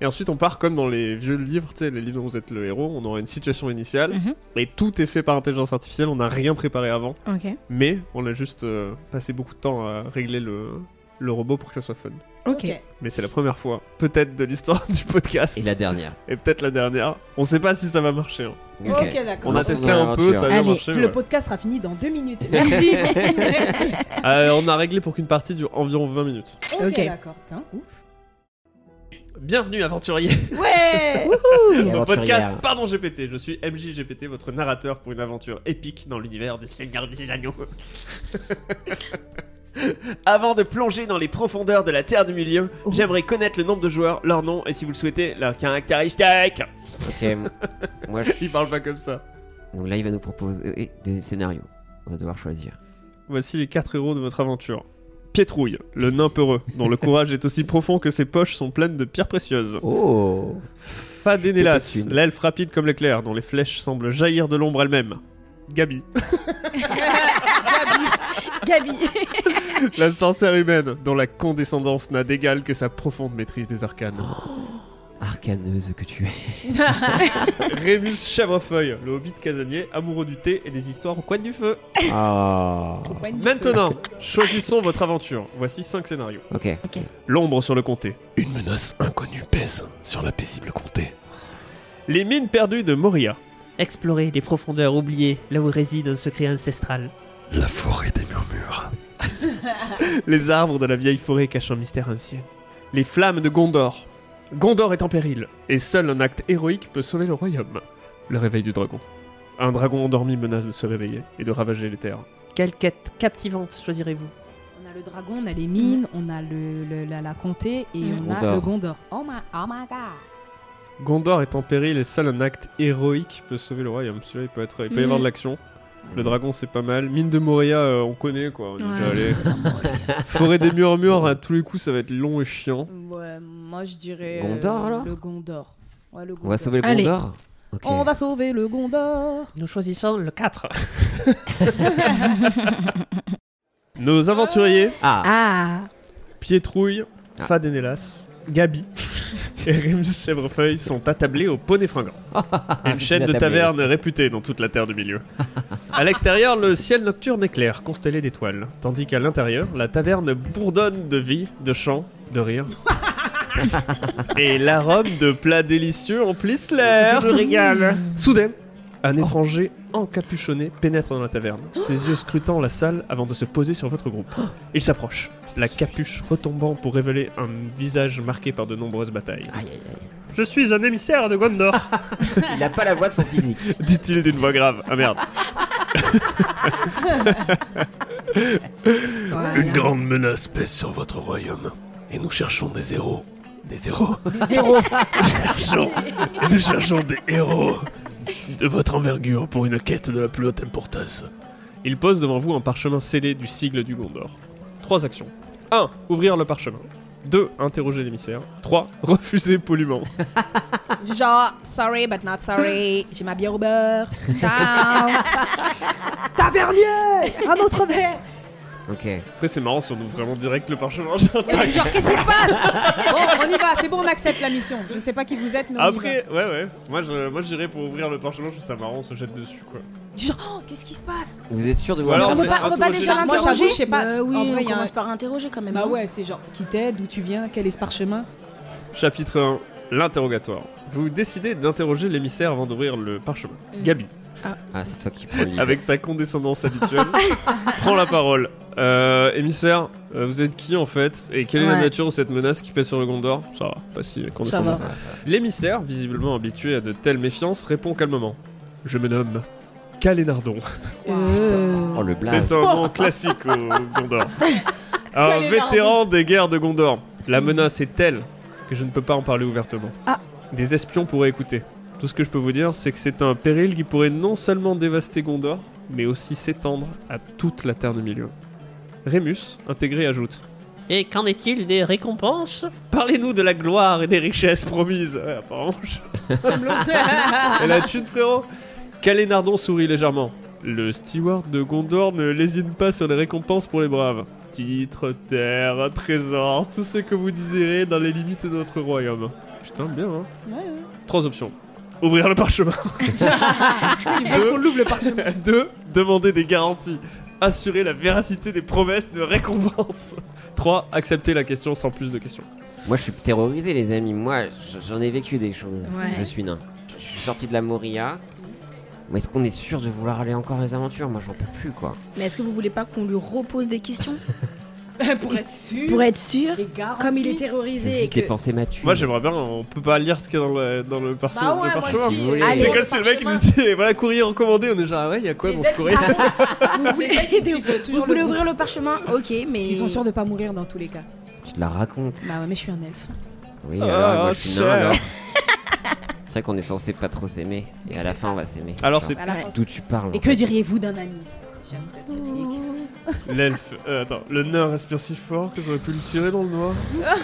Speaker 6: Et ensuite on part comme dans les vieux livres, tu sais, les livres dont vous êtes le héros. On aura une situation initiale.
Speaker 3: Mhm.
Speaker 6: Et tout est fait par intelligence artificielle. On n'a rien préparé avant.
Speaker 3: Ok.
Speaker 6: Mais on a juste euh, passé beaucoup de temps à régler le, le robot pour que ça soit fun.
Speaker 3: Ok.
Speaker 6: Mais c'est la première fois, peut-être de l'histoire du podcast.
Speaker 10: Et la dernière.
Speaker 6: Et peut-être la dernière. On sait pas si ça va marcher. hein.
Speaker 10: Ok. Ok,
Speaker 6: On
Speaker 9: d'accord.
Speaker 6: a
Speaker 10: Lançons
Speaker 6: testé
Speaker 10: dans
Speaker 6: un peu, ça a bien
Speaker 9: Allez,
Speaker 6: marché.
Speaker 9: le
Speaker 6: ouais.
Speaker 9: podcast sera fini dans deux minutes. Merci.
Speaker 6: Euh, on a réglé pour qu'une partie dure environ 20 minutes.
Speaker 9: ok, d'accord. Putain, ouf.
Speaker 6: Bienvenue aventurier.
Speaker 9: Ouais.
Speaker 6: Au
Speaker 9: Aventurière.
Speaker 6: podcast Pardon GPT, je suis MJ GPT, votre narrateur pour une aventure épique dans l'univers du Seigneur des Agneaux. Avant de plonger dans les profondeurs de la Terre du Milieu, j'aimerais connaître le nombre de joueurs, leur nom et si vous le souhaitez, leur caractéristique.
Speaker 10: Ok. Moi, je-
Speaker 6: Il parle pas comme ça.
Speaker 10: Donc là, il va nous proposer euh, euh, des scénarios. On va devoir choisir.
Speaker 6: Voici les quatre héros de votre aventure. Pietrouille, le nain peureux, dont le courage est aussi profond que ses poches sont pleines de pierres précieuses.
Speaker 10: Oh
Speaker 6: Fadenelas, l'elfe rapide comme l'éclair, dont les flèches semblent jaillir de l'ombre elle-même. Gabi,
Speaker 12: Gabi.
Speaker 6: la sorcière humaine, dont la condescendance n'a d'égal que sa profonde maîtrise des arcanes.
Speaker 10: Arcaneuse que tu es.
Speaker 6: Rémus Chavrefeuille, le hobbit casanier, amoureux du thé et des histoires au coin du feu.
Speaker 10: Ah.
Speaker 6: Maintenant, choisissons votre aventure. Voici 5 scénarios.
Speaker 10: Ok.
Speaker 6: L'ombre sur le comté. Une menace inconnue pèse sur la paisible comté. Les mines perdues de Moria.
Speaker 13: Explorer les profondeurs oubliées, là où réside un secret ancestral.
Speaker 6: La forêt des murmures. Les arbres de la vieille forêt cachent un mystère ancien. Les flammes de Gondor. Gondor est en péril, et seul un acte héroïque peut sauver le royaume. Le réveil du dragon. Un dragon endormi menace de se réveiller et de ravager les terres.
Speaker 13: Quelle quête captivante choisirez-vous
Speaker 9: On a le dragon, on a les mines, on a le, le- la, la comté et
Speaker 13: Mm.
Speaker 9: on a
Speaker 6: Gondor.
Speaker 9: le Gondor. Oh my, oh my god.
Speaker 6: Gondor est en péril et seul un acte héroïque peut sauver le royaume. Celui-là, il peut, être... il peut y avoir
Speaker 9: Mhm.
Speaker 6: de l'action. Le dragon, c'est pas mal. Mine de Moria, euh, on connaît quoi. On est
Speaker 9: Ouais.
Speaker 6: déjà allé. Forêt des murmures, à tous les coups, ça va être long et chiant.
Speaker 9: Ouais, moi je dirais.
Speaker 6: Gondor,
Speaker 9: euh,
Speaker 6: alors
Speaker 9: Le Gondor. Ouais, le
Speaker 6: On va sauver le
Speaker 9: Allez.
Speaker 6: Gondor
Speaker 10: Ok.
Speaker 9: On va sauver le Gondor.
Speaker 13: Nous choisissons le 4.
Speaker 6: Nos aventuriers.
Speaker 10: Ah.
Speaker 6: Pietrouille, Fadenelas, Gabi et Rémus Chèvrefeuille sont attablés au Poney Fringant. Une
Speaker 10: Je
Speaker 6: chaîne
Speaker 10: suis
Speaker 6: de
Speaker 10: attablé.
Speaker 6: tavernes réputée dans toute la terre du milieu. à l'extérieur, le ciel nocturne est clair, constellé d'étoiles, tandis qu'à l'intérieur, la taverne bourdonne de vie, de chants, de rires. et l'arôme de plats délicieux emplissent l'air. Oh.
Speaker 13: Je me régale.
Speaker 6: Soudain, un étranger encapuchonné pénètre dans la taverne, ses yeux scrutant la salle avant de se poser sur votre groupe. Il s'approche, la capuche retombant pour révéler un visage marqué par de nombreuses batailles. Je suis un émissaire de Gondor.
Speaker 10: Il n'a pas la voix de son physique.
Speaker 6: Dit-il d'une voix grave. Ah merde.
Speaker 14: Une grande menace pèse sur votre royaume. Et nous cherchons des héros. Des héros.
Speaker 6: Des héros.
Speaker 14: Cherchons- et nous cherchons des héros de votre envergure pour une quête de la plus haute importance.
Speaker 6: Il pose devant vous un parchemin scellé du sigle du Gondor. Trois actions. 1. Ouvrir le parchemin. 2. Interroger l'émissaire. 3. Refuser poliment.
Speaker 9: Genre, sorry but not sorry, j'ai ma bière au beurre. Ciao. Tavernier Un autre verre
Speaker 10: Ok.
Speaker 6: Après, c'est marrant si on ouvre vraiment direct le parchemin.
Speaker 4: Genre, qu'est-ce qui se passe Bon, on y va, c'est bon, on accepte la mission. Je sais pas qui vous êtes, mais on y
Speaker 6: Après,
Speaker 4: va.
Speaker 6: ouais, ouais. Moi, je, moi, j'irais pour ouvrir le parchemin. Je trouve ça marrant, on se jette dessus, quoi.
Speaker 4: Genre, oh, qu'est-ce qui se passe
Speaker 10: Vous êtes sûr de
Speaker 6: Ou alors,
Speaker 10: vouloir
Speaker 6: on peut
Speaker 10: faire ça
Speaker 6: pas- on peut pas
Speaker 3: déjà
Speaker 9: Moi, j'avoue,
Speaker 3: l'interroger
Speaker 9: je sais pas.
Speaker 3: Bah oui,
Speaker 9: En vrai,
Speaker 3: on
Speaker 9: il y a un-
Speaker 3: commence par interroger quand même. hein.
Speaker 9: Bah
Speaker 3: non
Speaker 9: ouais, c'est genre qui t'aide, d'où tu viens, quel est ce parchemin.
Speaker 6: Chapitre 1, l'interrogatoire. Vous décidez d'interroger l'émissaire avant d'ouvrir le parchemin.
Speaker 9: Mm.
Speaker 6: Gabi.
Speaker 9: Ah.
Speaker 10: Ah, c'est toi qui prends le lead.
Speaker 6: Avec sa condescendance habituelle, prend la parole. Euh, émissaire, euh, vous êtes qui en fait Et quelle est la
Speaker 14: Ouais.
Speaker 6: nature de cette menace qui pèse sur le Gondor Ça va, pas si condescendant.
Speaker 14: va.
Speaker 6: L'émissaire, visiblement habitué à de telles méfiances, répond calmement. Je me nomme Calénardon.
Speaker 10: Oh, le blaze.
Speaker 6: C'est un nom classique au Gondor. Un
Speaker 14: Calénardon.
Speaker 6: vétéran des guerres de Gondor. La menace est telle que je ne peux pas en parler ouvertement.
Speaker 14: Ah.
Speaker 6: Des espions pourraient écouter. Tout ce que je peux vous dire, c'est que c'est un péril qui pourrait non seulement dévaster Gondor, mais aussi s'étendre à toute la terre de milieu. Rémus, intégré, ajoute
Speaker 13: Et qu'en est-il des récompenses
Speaker 6: Parlez-nous de la gloire et des richesses promises. Ouais, apparemment, je- Et la thune, frérot Calénardon sourit légèrement. Le steward de Gondor ne lésine pas sur les récompenses pour les braves. Titres, terre, trésors, tout ce que vous désirez dans les limites de notre royaume. Putain, bien, hein Trois options. Ouvrir le parchemin.
Speaker 14: Il veut qu'on
Speaker 6: l'ouvre le parchemin. Deux, demander des garanties. Assurer la véracité des promesses de récompense. Trois, accepter la question sans plus de questions.
Speaker 10: Moi, je suis terrorisé, les amis. Moi, j- j'en ai vécu des choses.
Speaker 6: Ouais.
Speaker 10: Je suis nain. Je suis sorti de la Moria. Mais est-ce qu'on est sûr de vouloir aller encore les aventures Moi, j'en peux plus, quoi.
Speaker 3: Mais est-ce que vous voulez pas qu'on lui repose des questions
Speaker 4: pour être sûr.
Speaker 3: Pour être sûr,
Speaker 4: Les garanties.
Speaker 3: comme il est terrorisé et
Speaker 10: Juste
Speaker 3: que.
Speaker 10: dépenser ma thune.
Speaker 6: Moi j'aimerais bien, on peut pas lire ce qu'il y a dans le, dans le parche-
Speaker 3: Bah ouais,
Speaker 6: le
Speaker 3: moi
Speaker 6: parchemin.
Speaker 3: aussi, Oui. allez,
Speaker 6: C'est comme
Speaker 3: le
Speaker 6: si le mec il nous dit voilà courrier recommandé, on est genre ah ouais, il y a quoi dans ce courrier
Speaker 3: Vous voulez,
Speaker 9: toujours
Speaker 3: vous voulez
Speaker 9: le
Speaker 3: ouvrir le parchemin Ok, mais.
Speaker 9: Parce qu'ils sont sûrs de pas mourir dans tous les cas.
Speaker 10: Tu te la racontes.
Speaker 9: Bah ouais, mais je suis un elfe.
Speaker 10: Oui,
Speaker 6: Oh,
Speaker 10: alors, moi, je suis nain,
Speaker 6: cher.
Speaker 10: alors. C'est vrai qu'on est censé pas trop s'aimer. Et à la fin, on va s'aimer.
Speaker 6: Alors,
Speaker 10: Genre,
Speaker 6: c'est- À la fin,
Speaker 10: D'où tu parles
Speaker 9: Et
Speaker 10: en
Speaker 9: que
Speaker 10: fait.
Speaker 9: diriez-vous d'un ami J'aime cette réplique.
Speaker 6: L'elfe, euh, attends, le nain respire si fort que j'aurais pu le tirer dans le noir.
Speaker 14: Ah.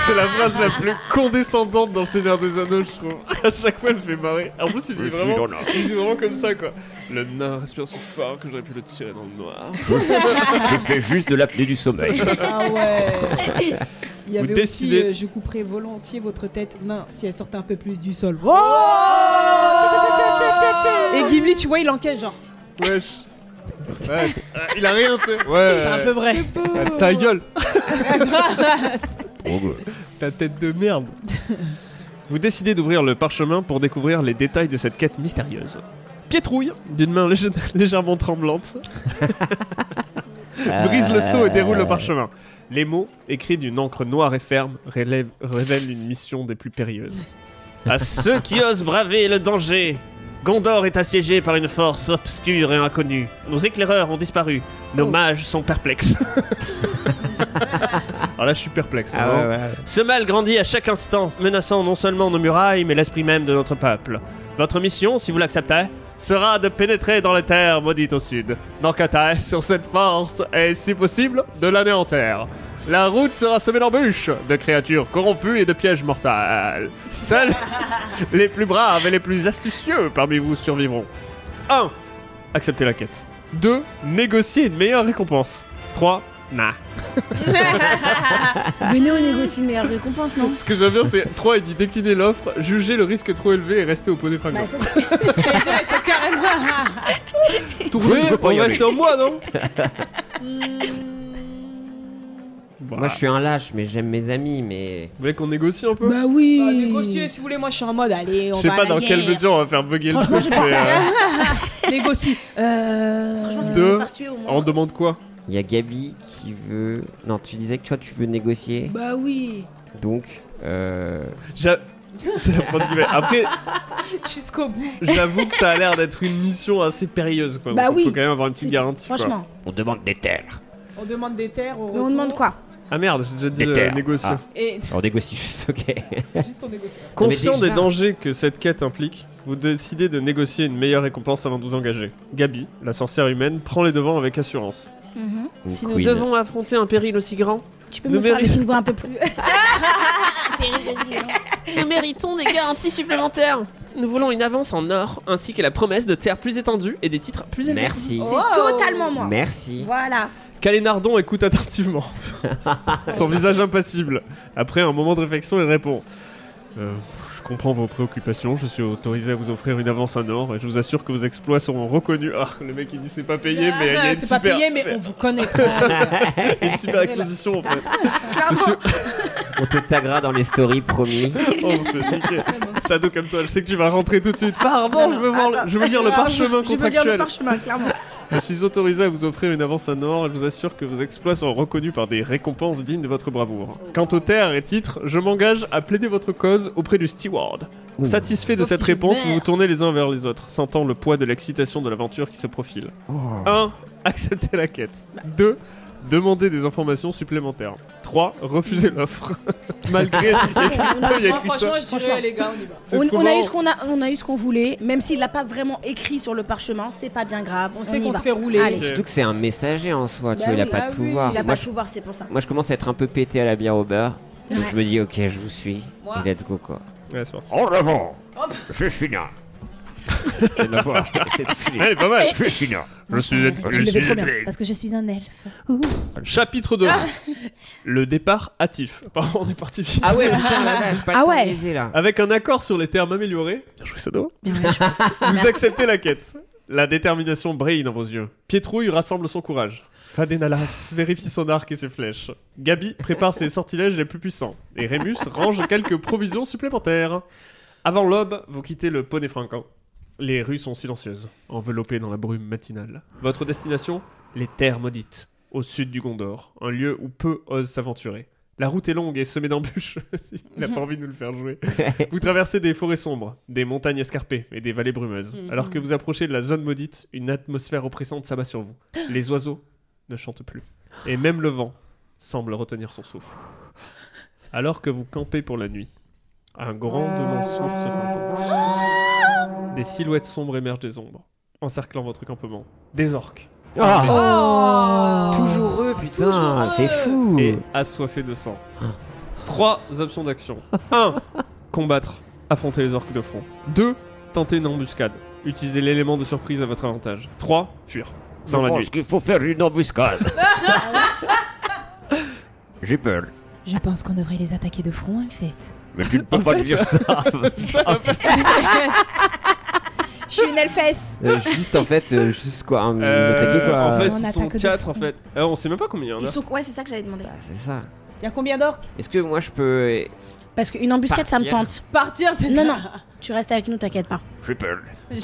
Speaker 6: C'est la phrase la plus condescendante dans le Seigneur des Anneaux, je trouve. À chaque fois, elle fait marrer. En plus, il
Speaker 14: Je suis
Speaker 6: dit vraiment,
Speaker 14: dans le noir.
Speaker 6: il dit vraiment comme ça quoi. Le nain respire si fort que j'aurais pu le tirer dans le noir.
Speaker 10: Je fais juste de l'apnée du sommeil.
Speaker 9: Ah ouais. Il y
Speaker 6: Vous
Speaker 9: avait
Speaker 6: décidez-
Speaker 9: aussi euh, Je couperai volontiers votre tête nain si elle sortait un peu plus du sol.
Speaker 4: Oh
Speaker 9: Et Gimli, tu vois, il encaisse genre.
Speaker 6: Wesh. Ouais, euh, il a rien, tu sais. Ouais.
Speaker 9: C'est un peu vrai.
Speaker 6: Euh, ta gueule.
Speaker 10: Trop
Speaker 6: Ta tête de merde. Vous décidez d'ouvrir le parchemin pour découvrir les détails de cette quête mystérieuse. Pietrouille, d'une main lég- légèrement tremblante, brise le
Speaker 10: Euh,
Speaker 6: seau et déroule
Speaker 10: ah
Speaker 6: le parchemin. Euh, Les mots, écrits d'une encre noire et ferme, relèvent- révèlent une mission des plus périlleuses.
Speaker 13: À ceux qui osent braver le danger Gondor est assiégé par une force obscure et inconnue. Nos éclaireurs ont disparu. Nos
Speaker 6: Oh.
Speaker 13: mages sont perplexes.
Speaker 6: Alors là, je suis perplexe. hein.
Speaker 13: Ah
Speaker 6: vraiment.
Speaker 13: ouais, ouais, ouais. Ce mal grandit à chaque instant, menaçant non seulement nos murailles, mais l'esprit même de notre peuple. Votre mission, si vous l'acceptez,
Speaker 6: sera de pénétrer dans les terres maudites au sud. Norcatae sur cette force et, si possible, de l'anéantir. La route sera semée d'embûches, de créatures corrompues et de pièges mortels. Seuls les plus braves et les plus astucieux parmi vous survivront. 1. Acceptez la quête. 2. Négocier une meilleure récompense. 3. Nah.
Speaker 3: Venez, on négocie une meilleure récompense, non
Speaker 6: Ce que j'aime bien, c'est 3 il dit décliner l'offre, juger le risque trop élevé et rester au pot des fragments.
Speaker 3: Bah, ça, c'est. J'allais dire, elle était carrément.
Speaker 6: Trouver,
Speaker 10: Je veux pas y
Speaker 6: on
Speaker 10: aller.
Speaker 6: reste en moi, non Bah.
Speaker 10: Moi, je suis un lâche, mais j'aime mes amis, mais.
Speaker 6: Vous voulez qu'on négocie un peu
Speaker 9: Bah oui
Speaker 4: Bah, négocier, si vous voulez, moi je suis en mode, allez, on
Speaker 6: Je sais
Speaker 4: va
Speaker 6: pas
Speaker 4: à la
Speaker 6: dans quelle
Speaker 4: guerre.
Speaker 6: mesure on va faire bugger le
Speaker 4: Franchement,
Speaker 6: truc.
Speaker 4: j'ai pas.
Speaker 6: mais, euh,
Speaker 4: Négocie.
Speaker 9: Euh,
Speaker 4: Franchement,
Speaker 10: c'est
Speaker 6: deux,
Speaker 10: se faire tuer, au moins.
Speaker 6: on demande quoi
Speaker 10: Il y a Gabi qui veut. Non, tu disais que toi, tu veux négocier.
Speaker 3: Bah oui
Speaker 10: Donc. Euh...
Speaker 6: J'a- C'est la prod qui va- Après,
Speaker 4: Jusqu'au bout.
Speaker 6: j'avoue que ça a l'air d'être une mission assez périlleuse. Quoi.
Speaker 9: Bah
Speaker 6: Donc,
Speaker 9: oui.
Speaker 6: Faut quand même avoir une petite garantie. quoi.
Speaker 9: franchement.
Speaker 10: On demande des terres.
Speaker 9: On demande des terres.
Speaker 3: Mais on demande quoi
Speaker 6: Ah merde, j'ai déjà dit euh, négocier.
Speaker 10: Ah.
Speaker 9: Et-
Speaker 10: On négocie juste, ok.
Speaker 9: Juste on négocie.
Speaker 6: Conscient
Speaker 10: Non, mais
Speaker 6: des
Speaker 10: déjà-
Speaker 6: dangers que cette quête implique, vous décidez de négocier une meilleure récompense avant de vous engager. Gabi, la sorcière humaine, prend les devants avec assurance.
Speaker 3: Mhm.
Speaker 6: Une
Speaker 13: si nous
Speaker 6: queen.
Speaker 13: devons affronter un péril aussi grand,
Speaker 3: tu peux
Speaker 13: nous,
Speaker 3: me faire
Speaker 13: méri-
Speaker 3: avec une voix un peu plus.
Speaker 13: nous méritons des garanties supplémentaires. Nous voulons une avance en or, ainsi que la promesse de terres plus étendues et des titres plus élevés.
Speaker 10: Merci.
Speaker 3: C'est totalement moi.
Speaker 10: Merci.
Speaker 3: Voilà.
Speaker 6: Calénardon écoute attentivement. Son visage impassible. Après un moment de réflexion, il répond Euh, Je comprends vos préoccupations, je suis autorisé à vous offrir une avance en or et je vous assure que vos exploits seront reconnus. Ah, le mec il dit c'est pas payé, mais il y a une
Speaker 11: C'est
Speaker 6: super.
Speaker 11: pas
Speaker 4: Eh,
Speaker 11: payé, mais on vous connaît. frère.
Speaker 6: une super exposition en fait. Monsieur-
Speaker 10: On te taguera dans les stories, promis.
Speaker 6: Oh, on se fait niquer. Sado, comme toi, je sais que tu vas rentrer tout de suite. Pardon, je veux, voir le- je veux lire le
Speaker 3: Alors,
Speaker 6: parchemin
Speaker 3: Je veux dire le
Speaker 6: contractuel.
Speaker 3: parchemin, clairement.
Speaker 6: Je suis autorisé à vous offrir une avance en or et je vous assure que vos exploits seront reconnus par des récompenses dignes de votre bravoure. Quant aux terres et titres, je m'engage à plaider votre cause auprès du steward. Satisfait de
Speaker 13: Sauf
Speaker 6: cette
Speaker 13: si je
Speaker 6: réponse,
Speaker 13: meurs.
Speaker 6: vous vous tournez les uns vers les autres, sentant le poids de l'excitation de l'aventure qui se profile.
Speaker 13: Oh.
Speaker 6: 1. Acceptez la quête. 2. Demandez des informations supplémentaires. 3. Refusez l'offre. Malgré... Il y a écrit ça.
Speaker 4: franchement, je dirais, les gars, on y va.
Speaker 6: C'est
Speaker 3: On,
Speaker 6: trop
Speaker 3: on a eu
Speaker 6: marrant.
Speaker 3: ce qu'on a, on a eu ce qu'on voulait, même s'il l'a pas vraiment écrit sur le parchemin, c'est pas bien grave. On,
Speaker 4: sait
Speaker 3: y
Speaker 4: qu'on
Speaker 3: va.
Speaker 4: se fait rouler.
Speaker 3: Allez.
Speaker 10: Surtout que c'est un messager en soi, tu
Speaker 3: Bah
Speaker 10: vois, il a
Speaker 3: oui,
Speaker 10: pas
Speaker 3: ah
Speaker 10: de
Speaker 3: oui,
Speaker 10: pouvoir.
Speaker 3: il a
Speaker 10: Moi,
Speaker 3: pas de
Speaker 10: je-
Speaker 3: pouvoir, c'est pour ça.
Speaker 10: Moi, je commence à être un peu pété à la bière au beurre. Donc
Speaker 3: Ouais.
Speaker 10: je me dis, ok, je vous suis.
Speaker 3: Moi-
Speaker 10: Et Let's go quoi.
Speaker 6: Ouais, c'est parti.
Speaker 10: En avant
Speaker 4: Hop.
Speaker 10: Je suis là. C'est de la voix. C'est de celui-
Speaker 6: Elle est pas mal.
Speaker 10: Je suis là.
Speaker 6: Je suis...
Speaker 9: Tu le fais trop bien, parce que je suis un elfe.
Speaker 6: Chapitre 2.
Speaker 3: Ah.
Speaker 6: Le départ hâtif. Pardon, on est parti vite.
Speaker 10: Ah ouais, putain, la vache, pas le
Speaker 3: Ah
Speaker 10: temps
Speaker 3: ouais.
Speaker 10: de baiser, là.
Speaker 6: Avec un accord sur les termes améliorés. Bien joué, Sado. Vous acceptez la quête. La détermination brille dans vos yeux. Pietrouille rassemble son courage. Fadenalas vérifie son arc et ses flèches. Gabi prépare ses sortilèges les plus puissants. Et Rémus range quelques provisions supplémentaires. Avant l'aube, vous quittez le poney frinquant. Les rues sont silencieuses, enveloppées dans la brume matinale. Votre destination Les terres maudites, au sud du Gondor, un lieu où peu osent s'aventurer. La route est longue et semée d'embûches. Il n'a pas envie de nous le faire jouer. Vous traversez des forêts sombres, des montagnes escarpées et des vallées brumeuses.
Speaker 13: Mhm.
Speaker 6: Alors que vous approchez de la zone maudite, une atmosphère oppressante s'abat sur vous. Les oiseaux ne chantent plus. Et même le vent semble retenir son souffle. Alors que vous campez pour la nuit, un grandement sourd se fait entendre. Des silhouettes sombres émergent des ombres, encerclant votre campement. Des orques.
Speaker 10: Ah. Oh.
Speaker 3: Oh.
Speaker 10: Toujours eux, putain, c'est fou.
Speaker 6: Et assoiffés de sang. Trois options d'action. 1. Combattre, affronter les orques de front. 2. Tenter une embuscade, utiliser l'élément de surprise à votre avantage. 3. Fuir. Dans
Speaker 10: Je
Speaker 6: la
Speaker 10: pense
Speaker 6: nuit.
Speaker 10: qu'il faut faire une embuscade. J'ai peur.
Speaker 9: Je pense qu'on devrait les attaquer de front, en fait.
Speaker 10: Mais tu ne peux pas dire ça.
Speaker 9: Je suis une elfesse.
Speaker 10: Euh, juste en fait, euh, juste quoi, hein,
Speaker 6: Euh,
Speaker 10: vous attaquez, quoi.
Speaker 6: en fait,
Speaker 9: On
Speaker 6: ils sont
Speaker 9: attaque de
Speaker 6: 4
Speaker 9: front.
Speaker 6: en fait. Euh, on sait même pas combien il y en a.
Speaker 3: Ils sont... Ouais, c'est ça que j'allais demander.
Speaker 10: Bah, C'est ça.
Speaker 9: Il y a combien d'orques
Speaker 10: Est-ce que moi je peux.
Speaker 3: Parce qu'une embuscade, ça me
Speaker 10: Partir.
Speaker 3: tente. Partir Non, non. Tu restes avec nous, t'inquiète pas.
Speaker 10: J'ai peur.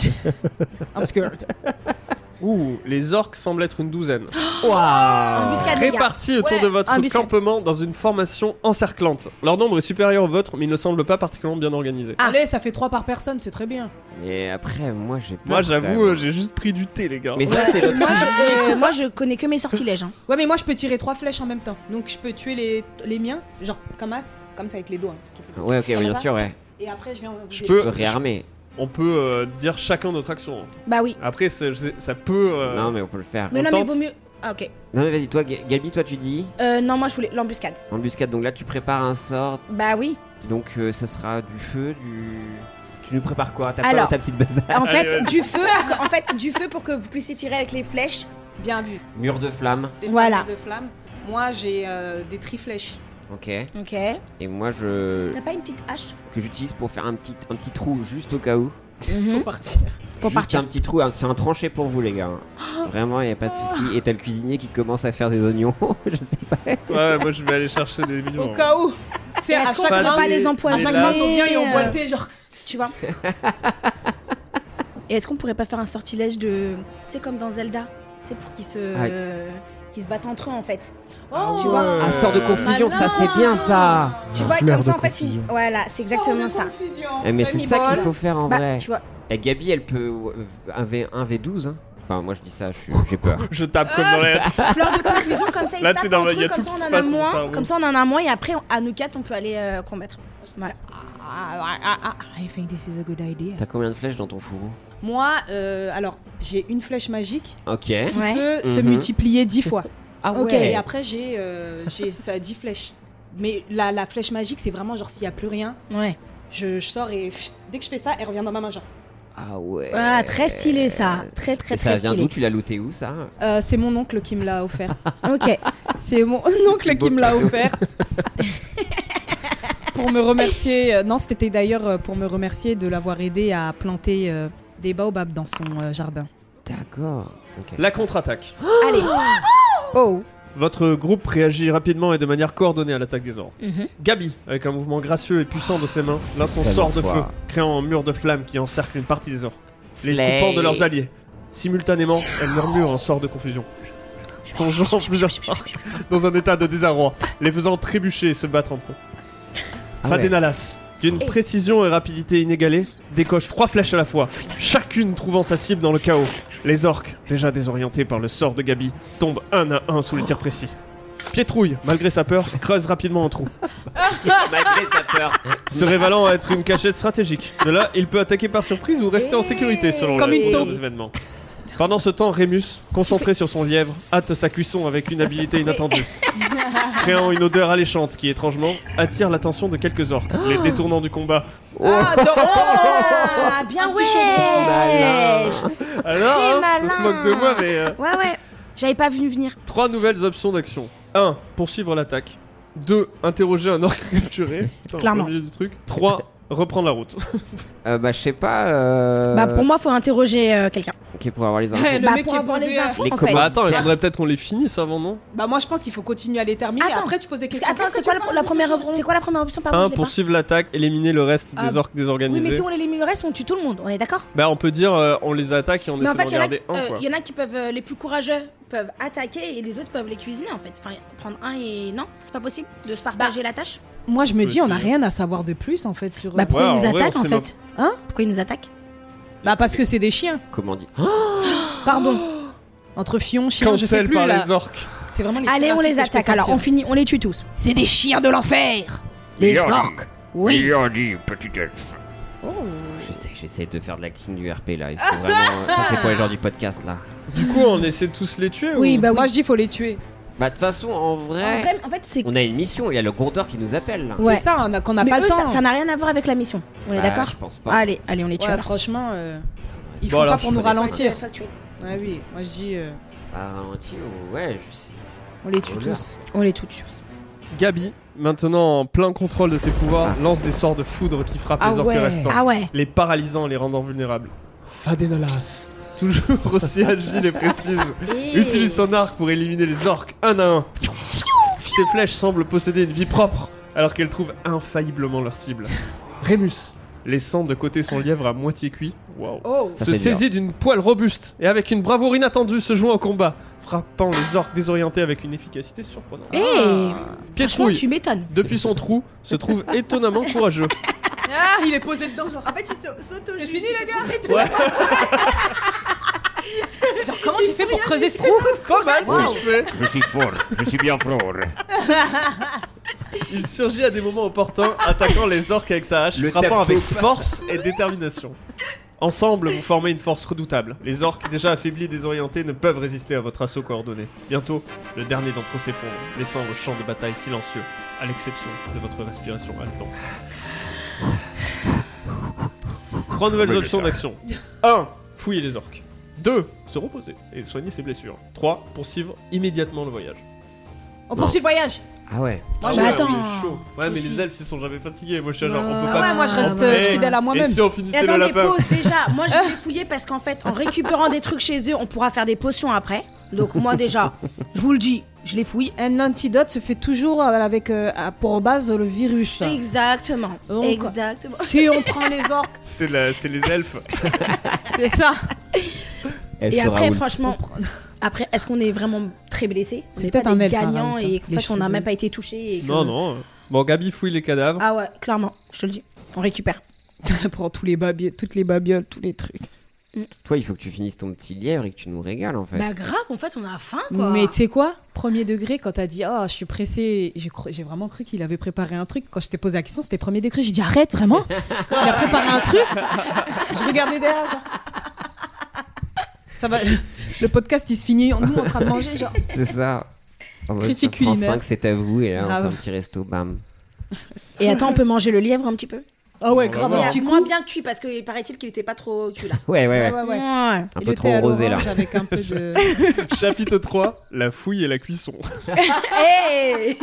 Speaker 6: I'm scared. Ouh, les orques semblent être une douzaine.
Speaker 3: Ah. Embuscade, les gars.
Speaker 6: Répartis autour
Speaker 3: Ouais,
Speaker 6: de votre
Speaker 3: embuscade.
Speaker 6: campement dans une formation encerclante. Leur nombre est supérieur au vôtre, mais il ne semble pas particulièrement bien organisé.
Speaker 3: Ah.
Speaker 9: Ah.
Speaker 11: Allez, ça fait 3 par personne, c'est très bien.
Speaker 10: Mais après, moi j'ai peur.
Speaker 6: Moi,
Speaker 10: quand
Speaker 6: j'avoue,
Speaker 10: même.
Speaker 6: euh, j'ai juste pris du thé, les gars.
Speaker 10: Mais ça, c'est l'autre.
Speaker 3: Moi je, euh, moi, je connais que mes sortilèges. hein.
Speaker 4: Ouais, mais moi je peux tirer trois flèches en même temps. Donc je peux tuer les, les miens, genre comme as, comme ça avec les doigts. hein, parce qu'il faut-
Speaker 10: Ouais, ok,
Speaker 4: Comme
Speaker 10: bien
Speaker 4: ça.
Speaker 10: sûr, ouais.
Speaker 4: Et après je viens. vous
Speaker 6: Je
Speaker 4: aider.
Speaker 10: Euh,
Speaker 6: peux.
Speaker 10: réarmer.
Speaker 6: On peut euh, dire chacun notre action.
Speaker 3: Bah oui.
Speaker 6: Après, ça, je sais- ça peut. euh,
Speaker 10: Non, mais on peut le faire.
Speaker 3: Mais non, mais vaut mieux. Ah, ok.
Speaker 10: Non, mais vas-y, toi, Ga- Gabi, toi tu dis
Speaker 3: Euh, non, moi, je voulais l'embuscade.
Speaker 10: embuscade, donc là tu prépares un sort,
Speaker 3: Bah oui.
Speaker 10: donc euh, ça sera du feu, du. Tu nous prépares quoi T'as pas
Speaker 3: Alors,
Speaker 10: ta petite bazar
Speaker 3: En fait, du feu, en fait, du feu pour que vous puissiez tirer avec les flèches.
Speaker 4: Bien vu.
Speaker 10: Mur de flamme.
Speaker 4: C'est
Speaker 3: Voilà.
Speaker 4: voilà. de flamme. Moi j'ai euh, des triflèches.
Speaker 10: Ok.
Speaker 3: Ok.
Speaker 10: Et moi je.
Speaker 3: T'as pas une petite hache
Speaker 10: que j'utilise pour faire un petit, un petit trou juste au cas où.
Speaker 9: Mmh.
Speaker 3: Mhm.
Speaker 4: Faut partir.
Speaker 10: juste un petit trou, un- c'est un tranché pour vous les gars. hein.
Speaker 3: Oh.
Speaker 10: Vraiment, il n'y a pas de souci. Et t'as le cuisinier qui commence à faire des oignons, je sais pas.
Speaker 6: Ouais, moi, je vais aller chercher des
Speaker 10: Oh.
Speaker 6: millions.
Speaker 4: Au cas où. C'est
Speaker 3: Est-ce
Speaker 4: à
Speaker 3: qu'on
Speaker 4: chaque
Speaker 3: peut
Speaker 4: round,
Speaker 3: pas les
Speaker 4: À
Speaker 3: empoisonner
Speaker 4: chaque round, on vient et on boit
Speaker 3: Euh,
Speaker 4: le thé, genre.
Speaker 3: Tu vois Et est-ce qu'on pourrait pas faire un sortilège de. Tu sais, comme dans Zelda Tu sais, pour qu'ils se.
Speaker 10: Aïe.
Speaker 3: qu'ils se battent entre eux en fait.
Speaker 10: ouais.
Speaker 3: tu vois Ah,
Speaker 10: Un sort de confusion, ça c'est bien ça.
Speaker 3: Tu vois,
Speaker 10: Fleur
Speaker 3: comme ça
Speaker 10: de
Speaker 3: en fait, ils- voilà, c'est
Speaker 6: Oh,
Speaker 4: oh,
Speaker 3: exactement ça.
Speaker 10: Eh, mais c'est ça qu'il faut faire en
Speaker 3: Bah,
Speaker 10: vrai.
Speaker 3: tu vois.
Speaker 10: Et Gabi, elle peut euh, un, v, 1v12. Hein. Enfin, moi je dis ça, je suis- j'ai peur.
Speaker 6: je tape comme dans les.
Speaker 3: Fleur de confusion, comme ça, ils
Speaker 6: Là,
Speaker 3: se
Speaker 6: tu sais,
Speaker 3: tapent
Speaker 6: dans-
Speaker 3: entre
Speaker 6: il y a
Speaker 3: eux, comme
Speaker 6: tout
Speaker 3: ça
Speaker 6: qui
Speaker 3: on
Speaker 6: se
Speaker 3: en a
Speaker 6: passe dans le
Speaker 3: moins,
Speaker 6: cerveau.
Speaker 3: comme ça on en a moins, et après, à nous quatre, on peut aller euh, combattre. Voilà.
Speaker 9: Ah, I think this is a good idea.
Speaker 10: T'as combien de flèches dans ton fourreau
Speaker 4: Moi, euh, alors j'ai une flèche magique
Speaker 10: Ok.
Speaker 4: qui peut se
Speaker 10: Mhm.
Speaker 4: multiplier dix fois.
Speaker 10: Ah
Speaker 4: Ok,
Speaker 10: ouais.
Speaker 4: Et après j'ai euh, j'ai ça, dix flèches. Mais la, la flèche magique, c'est vraiment genre s'il y a plus rien,
Speaker 3: ouais.
Speaker 4: je, je sors et pff, dès que je fais ça, elle revient dans ma main genre.
Speaker 10: Ah ouais.
Speaker 3: Ah, très stylé ça. Très, très,
Speaker 10: Et ça
Speaker 3: très
Speaker 10: vient
Speaker 3: stylé.
Speaker 10: d'où Tu l'as looté où ça
Speaker 9: Euh, c'est mon oncle qui me l'a offert.
Speaker 3: ok.
Speaker 9: C'est mon oncle qui me l'a offert. pour me remercier. euh, Non, c'était d'ailleurs euh, pour me remercier de l'avoir aidé à planter euh, des baobabs dans son euh, jardin.
Speaker 10: D'accord.
Speaker 6: La contre-attaque.
Speaker 9: Allez. Oh.
Speaker 6: Votre groupe réagit rapidement et de manière coordonnée à l'attaque des ordres.
Speaker 9: Mhm.
Speaker 6: Gabi, avec un mouvement gracieux et puissant de ses mains, lance son
Speaker 13: Talent
Speaker 6: sort de
Speaker 13: toi.
Speaker 6: feu, créant un mur de flammes qui encercle une partie des orques, les
Speaker 13: Slay.
Speaker 6: coupant de leurs alliés. Simultanément, elle murmure un sort de confusion, plongeant plusieurs orques dans un état de désarroi, les faisant trébucher et se battre entre eux.
Speaker 13: Ah
Speaker 6: Fadenalas, d'une précision et rapidité inégalées, décoche trois flèches à la fois, chacune trouvant sa cible dans le chaos. Les orques, déjà désorientés par le sort de Gabi, tombent un à un sous le tir précis. Pietrouille, malgré sa peur, creuse rapidement un trou.
Speaker 10: Malgré sa peur.
Speaker 6: Se révélant à être une cachette stratégique. De là, il peut attaquer par surprise ou rester en sécurité selon
Speaker 13: Comme
Speaker 6: le
Speaker 13: une
Speaker 6: les
Speaker 13: taupe.
Speaker 6: événements. Pendant ce temps, Rémus, concentré sur son lièvre, hâte sa cuisson avec une habileté inattendue, créant une odeur alléchante qui, étrangement, attire l'attention de quelques orques, les détournant du combat.
Speaker 4: Ah, tiens, oh
Speaker 3: Ah, bien ouais.
Speaker 6: Malin. Alors, hein,
Speaker 4: malin.
Speaker 6: ça se moque de moi, mais... euh,
Speaker 4: Ouais, ouais. J'avais pas vu venir.
Speaker 6: Trois nouvelles options d'action. 1. Poursuivre l'attaque. 2. Interroger un orque capturé. Putain,
Speaker 3: Clairement.
Speaker 6: au milieu du truc. 3. Reprendre la route.
Speaker 10: Euh, bah, je sais pas. euh,
Speaker 3: Bah, pour moi, faut interroger euh, quelqu'un.
Speaker 10: Ok, pour avoir les infos.
Speaker 3: Bah, pour avoir les infos, en fait.
Speaker 6: Bah, attends, il faudrait peut-être qu'on les finisse avant, non
Speaker 4: Bah, moi, je pense qu'il faut continuer à les terminer.
Speaker 3: Attends.
Speaker 4: Après, tu poses des
Speaker 3: Parce que,
Speaker 4: questions.
Speaker 3: attends, c'est quoi, la- la première op- c'est quoi la première option par
Speaker 6: 1.
Speaker 3: contre
Speaker 6: Poursuivre l'attaque, éliminer le reste
Speaker 3: Ah,
Speaker 6: des orques
Speaker 3: Oui,
Speaker 6: désorganisés.
Speaker 3: mais si on élimine le reste, on tue tout le monde, on est d'accord
Speaker 6: Bah, on peut dire euh, on les attaque et on
Speaker 3: Mais en
Speaker 6: essaie
Speaker 3: fait,
Speaker 6: d'en
Speaker 3: il y, en a-
Speaker 6: garder un,
Speaker 3: euh,
Speaker 6: quoi.
Speaker 3: y en a qui peuvent, euh, les plus courageux peuvent attaquer et les autres peuvent les cuisiner en fait. Enfin, prendre un et non, c'est pas possible de se partager la tâche.
Speaker 9: Moi, je me
Speaker 3: Peut
Speaker 9: dis, on n'a
Speaker 3: essayer.
Speaker 9: rien à savoir de plus en fait sur. euh,
Speaker 3: Bah pourquoi
Speaker 10: Ouais,
Speaker 3: ils nous
Speaker 10: en vrai, on
Speaker 3: attaquent en
Speaker 10: sait
Speaker 3: fait Hein Pourquoi ils nous attaquent
Speaker 9: Bah parce que c'est des chiens.
Speaker 10: Comment dire
Speaker 9: Pardon.
Speaker 3: Oh
Speaker 9: Entre fions, chiens, je sais
Speaker 6: Cancel
Speaker 9: plus
Speaker 6: par
Speaker 9: là.
Speaker 6: les orques.
Speaker 9: C'est vraiment les
Speaker 3: Allez, on
Speaker 9: insultes que
Speaker 3: les
Speaker 9: je peux
Speaker 3: attaque alors,
Speaker 9: sortir.
Speaker 3: on finit, on les tue tous. C'est des chiens de l'enfer Les orques oui. Oh.
Speaker 10: dit, petit elfe. Je sais, j'essaie de faire de l'acting du RP là. Il faut vraiment. euh, Ça, c'est pour les gens du podcast là.
Speaker 6: Du coup, on essaie de tous les tuer
Speaker 9: Oui,
Speaker 3: Hmm.
Speaker 6: ou...
Speaker 9: bah moi je dis, faut les tuer.
Speaker 10: Bah, de toute façon, en vrai.
Speaker 3: En vrai, en fait, c'est-
Speaker 10: On a une mission, il y a le Gondor qui nous appelle là.
Speaker 3: Ouais.
Speaker 9: ça, on a- qu'on n'a
Speaker 3: Mais
Speaker 9: pas le
Speaker 3: eux, ça-
Speaker 9: temps.
Speaker 3: Ça n'a rien à voir avec la mission, on est
Speaker 10: Bah,
Speaker 3: d'accord
Speaker 10: je pense pas.
Speaker 3: Allez, allez, on les tue.
Speaker 9: Ouais,
Speaker 3: alors.
Speaker 9: franchement, euh, ils
Speaker 10: Bon,
Speaker 9: font
Speaker 10: alors,
Speaker 9: ça pour
Speaker 10: je
Speaker 9: nous
Speaker 10: fais les
Speaker 9: ralentir.
Speaker 3: factures.
Speaker 9: Ah oui, moi je dis. euh,
Speaker 10: Bah, ralenti ou. Ouais, je sais.
Speaker 9: On les tue
Speaker 10: Gondor.
Speaker 9: tous.
Speaker 3: On les tue tous.
Speaker 6: Gabi, maintenant en plein contrôle de ses pouvoirs, lance des sorts de foudre qui frappent
Speaker 3: Ah
Speaker 6: les orques
Speaker 3: ouais.
Speaker 6: restants,
Speaker 3: Ah ouais.
Speaker 6: les paralysant, les rendant vulnérables. Fadenalas, toujours aussi agile et précise, utilise son arc pour éliminer les orques un à un. Ses flèches semblent posséder une vie propre, alors qu'elles trouvent infailliblement leur cible. Rémus, laissant de côté son lièvre à moitié cuit, waouh,
Speaker 13: Oh. Ça
Speaker 6: se
Speaker 13: fait dur.
Speaker 6: saisit d'une poêle robuste et avec une bravoure inattendue se joint au combat, frappant les orques désorientés avec une efficacité surprenante.
Speaker 3: Eh, franchement,
Speaker 6: Pietrouille,
Speaker 3: tu m'étonnes.
Speaker 6: depuis son trou, se trouve étonnamment courageux.
Speaker 4: Ah, il est posé dedans, genre. En fait, il s'auto C'est fini, les gars Genre, comment j'ai fait pour creuser ce trou
Speaker 6: Pas mal,
Speaker 4: Wow.
Speaker 15: Je suis fort, je suis bien fort.
Speaker 6: Il surgit à des moments opportuns, attaquant les orques avec sa hache, frappant
Speaker 13: tapto.
Speaker 6: avec force et détermination. Ensemble, vous formez une force redoutable. Les orques, déjà affaiblis et désorientés, ne peuvent résister à votre assaut coordonné. Bientôt, le dernier d'entre eux s'effondre, laissant le champ de bataille silencieux, à l'exception de votre respiration haletante. Trois nouvelles
Speaker 13: Oui, mais
Speaker 6: options
Speaker 13: ça-
Speaker 6: d'action. 1. Fouiller les orques. 2. Se reposer et soigner ses blessures. 3. Poursuivre immédiatement le voyage.
Speaker 9: On poursuit le voyage.
Speaker 10: Ah ouais.
Speaker 9: Moi,
Speaker 6: ouais,
Speaker 9: je-
Speaker 6: oui,
Speaker 9: Attends.
Speaker 6: il est chaud. Ouais, mais
Speaker 9: Aussi.
Speaker 6: les elfes ils sont jamais fatigués. Moi je suis genre, on peut
Speaker 9: Ah
Speaker 6: pas.
Speaker 9: ouais, moi, je reste, euh,
Speaker 6: Eh,
Speaker 9: fidèle à moi-même.
Speaker 6: Et si on
Speaker 3: Et
Speaker 6: finissait le
Speaker 3: attendez,
Speaker 6: lapin
Speaker 3: pause déjà. Moi, je vais fouiller parce qu'en fait, en récupérant des trucs chez eux, on pourra faire des potions après. Donc, moi, déjà, je vous le dis, je les fouille.
Speaker 9: Un antidote se fait toujours avec euh, à- pour base le virus.
Speaker 3: Exactement.
Speaker 9: Donc,
Speaker 3: Exactement.
Speaker 9: Si on prend les orques,
Speaker 6: C'est la- c'est les elfes.
Speaker 9: c'est ça.
Speaker 3: Et après, franchement, après, est-ce qu'on est vraiment très blessé
Speaker 9: C'est
Speaker 3: C'est
Speaker 9: peut-être
Speaker 3: pas
Speaker 9: un
Speaker 3: des
Speaker 9: elfe, hein, en
Speaker 3: gagnants
Speaker 9: même temps.
Speaker 3: et qu'en
Speaker 9: Les
Speaker 3: fait, on n'a
Speaker 9: cheveux.
Speaker 3: même pas été touché. et que-
Speaker 6: Non, non. Bon, Gabi fouille les cadavres.
Speaker 3: Ah ouais, clairement, je te le dis. On récupère.
Speaker 9: Prends tous les babioles, toutes les babioles, tous les trucs.
Speaker 10: Toi, il faut que tu finisses ton petit lièvre et que tu nous régales en fait.
Speaker 3: Bah, grave, en fait, on a faim, quoi.
Speaker 9: Mais tu sais quoi Premier degré, quand t'as dit Oh, je suis pressée, j'ai cro- j'ai vraiment cru qu'il avait préparé un truc. Quand je t'ai posé la question, c'était premier degré. J'ai dit Arrête, vraiment Il a préparé un truc Je regardais derrière. genre. Ça va, le, le podcast il se finit, nous en train de manger, genre.
Speaker 10: C'est ça. En mode,
Speaker 9: Critique
Speaker 10: sur France
Speaker 9: culinaire.
Speaker 10: 5, c'est à vous et là, on
Speaker 9: Grave.
Speaker 10: fait un petit resto, bam.
Speaker 3: Et attends, on peut manger le lièvre un petit peu Ah
Speaker 10: ouais, grave,
Speaker 3: Il
Speaker 10: un
Speaker 3: a
Speaker 10: petit
Speaker 3: moins bien cuit parce que paraît-il qu'il était pas trop cuit là.
Speaker 10: Ouais, ouais,
Speaker 9: Ah
Speaker 10: ouais.
Speaker 3: Ouais.
Speaker 10: Un peu trop rosé là.
Speaker 6: Chapitre 3, la fouille et la cuisson.
Speaker 3: Hey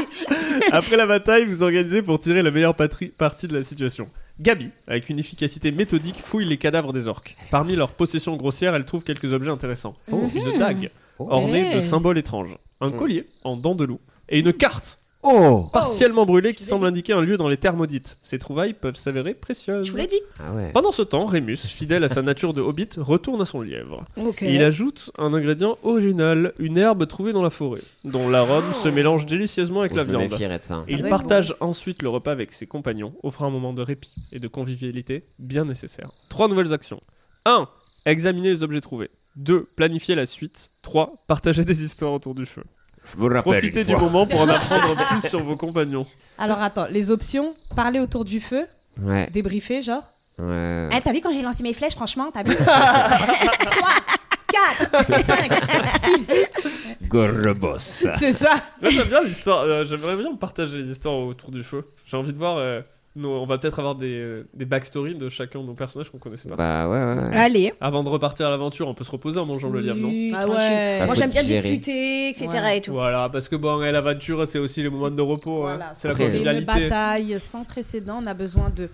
Speaker 6: Après la bataille, vous organisez pour tirer la meilleure patrie- partie de la situation. Gabi, avec une efficacité méthodique, fouille les cadavres des orques. Parmi leurs possessions grossières, elle trouve quelques objets intéressants.
Speaker 13: Oh.
Speaker 6: Une
Speaker 13: Mhm.
Speaker 6: dague,
Speaker 13: Oh.
Speaker 6: ornée de
Speaker 13: Hey.
Speaker 6: symboles étranges. Un
Speaker 13: Mm.
Speaker 6: collier en dents de loup. Et une carte
Speaker 10: Oh
Speaker 6: partiellement brûlée qui semble indiquer un lieu dans les terres maudites. Ces trouvailles peuvent s'avérer précieuses.
Speaker 3: Je vous l'ai dit.
Speaker 10: Ah ouais.
Speaker 6: Pendant ce temps, Rémus, fidèle à sa nature de hobbit, retourne à son lièvre.
Speaker 3: Ok.
Speaker 6: Et Il ajoute un ingrédient original, une herbe trouvée dans la forêt, dont l'arôme se mélange délicieusement avec
Speaker 10: Oh,
Speaker 6: la
Speaker 10: je me
Speaker 6: viande.
Speaker 10: méfierais de ça. Ça
Speaker 6: Et il
Speaker 10: doit être
Speaker 6: partage ensuite le repas avec ses compagnons, offrant un moment de répit et de convivialité bien nécessaire. Trois nouvelles actions. 1. Examiner les objets trouvés. 2. Planifier la suite. 3. Partager des histoires autour du feu.
Speaker 15: Je me rappelle
Speaker 6: Profitez
Speaker 15: une
Speaker 6: du
Speaker 15: fois.
Speaker 6: moment pour en apprendre plus sur vos compagnons.
Speaker 9: Alors attends, les options, parler autour du feu,
Speaker 10: Ouais.
Speaker 9: débriefer genre.
Speaker 10: Ouais.
Speaker 9: Eh, t'as vu quand j'ai lancé mes flèches, franchement, t'as vu 3, 4, 5, 6.
Speaker 15: Gorboss.
Speaker 6: Là, j'aime bien l'histoire. euh, J'aimerais bien partager les histoires autour du feu. J'ai envie de voir. euh, nos- on va peut-être avoir des, euh, des backstories de chacun de nos personnages qu'on connaissait pas.
Speaker 10: Bah ouais, ouais, ouais.
Speaker 3: Allez.
Speaker 6: Avant de repartir à l'aventure, on peut se reposer en mangeant le lièvre, non
Speaker 3: Oui,
Speaker 9: Ah
Speaker 3: tranquille.
Speaker 9: ouais.
Speaker 3: Moi
Speaker 6: Faut
Speaker 3: j'aime bien
Speaker 6: digérer.
Speaker 3: discuter, etc. et tout.
Speaker 6: Voilà, parce que bon, et l'aventure, c'est aussi les moments de repos. hein. C'est la
Speaker 9: C'était une
Speaker 6: convivialité.
Speaker 9: bataille sans précédent, on a besoin de.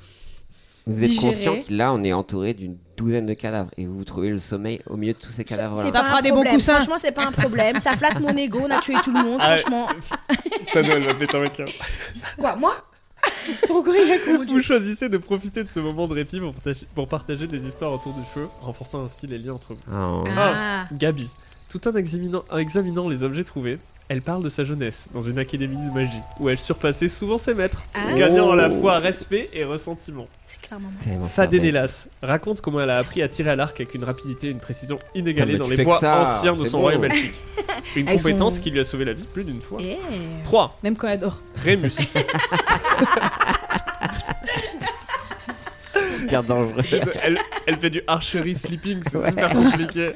Speaker 10: Vous êtes
Speaker 9: digérer.
Speaker 10: conscient que là, on est entouré d'une douzaine de cadavres et vous vous trouvez le sommeil au milieu de tous ces cadavres là.
Speaker 3: C'est pas un problème. Franchement, c'est pas un problème. Ça flatte mon ego, on a tué tout le monde,
Speaker 10: Ah ouais.
Speaker 3: franchement.
Speaker 6: Ça doit va péter un câble.
Speaker 3: Quoi, moi
Speaker 6: Vous choisissez de profiter de ce moment de répit pour partager, pour partager des histoires autour du feu, renforçant ainsi les liens entre vous.
Speaker 10: Oh.
Speaker 6: Ah,
Speaker 10: Ah.
Speaker 6: Gabi, tout en examinant, en examinant les objets trouvés, elle parle de sa jeunesse dans une académie de magie où elle surpassait souvent ses maîtres,
Speaker 13: Ah.
Speaker 6: gagnant à la
Speaker 13: Oh.
Speaker 6: fois respect et ressentiment.
Speaker 3: C'est clairement
Speaker 10: Tellement
Speaker 6: Fadenelas raconte comment elle a appris à tirer à l'arc avec une rapidité et une précision
Speaker 13: Putain,
Speaker 6: inégalées
Speaker 13: mais
Speaker 6: dans
Speaker 13: tu
Speaker 6: les
Speaker 13: fais
Speaker 6: bois
Speaker 13: que ça,
Speaker 6: anciens de
Speaker 13: c'est
Speaker 6: son
Speaker 13: beau.
Speaker 6: royaume elfique. Une
Speaker 9: Avec son-
Speaker 6: compétence qui lui a sauvé la vie plus d'une fois.
Speaker 9: Eh.
Speaker 6: 3.
Speaker 9: Même quand elle dort.
Speaker 6: Rémus.
Speaker 10: Hyper dangereux.
Speaker 6: Elle, elle fait du archery sleeping, c'est
Speaker 10: Ouais.
Speaker 6: super compliqué.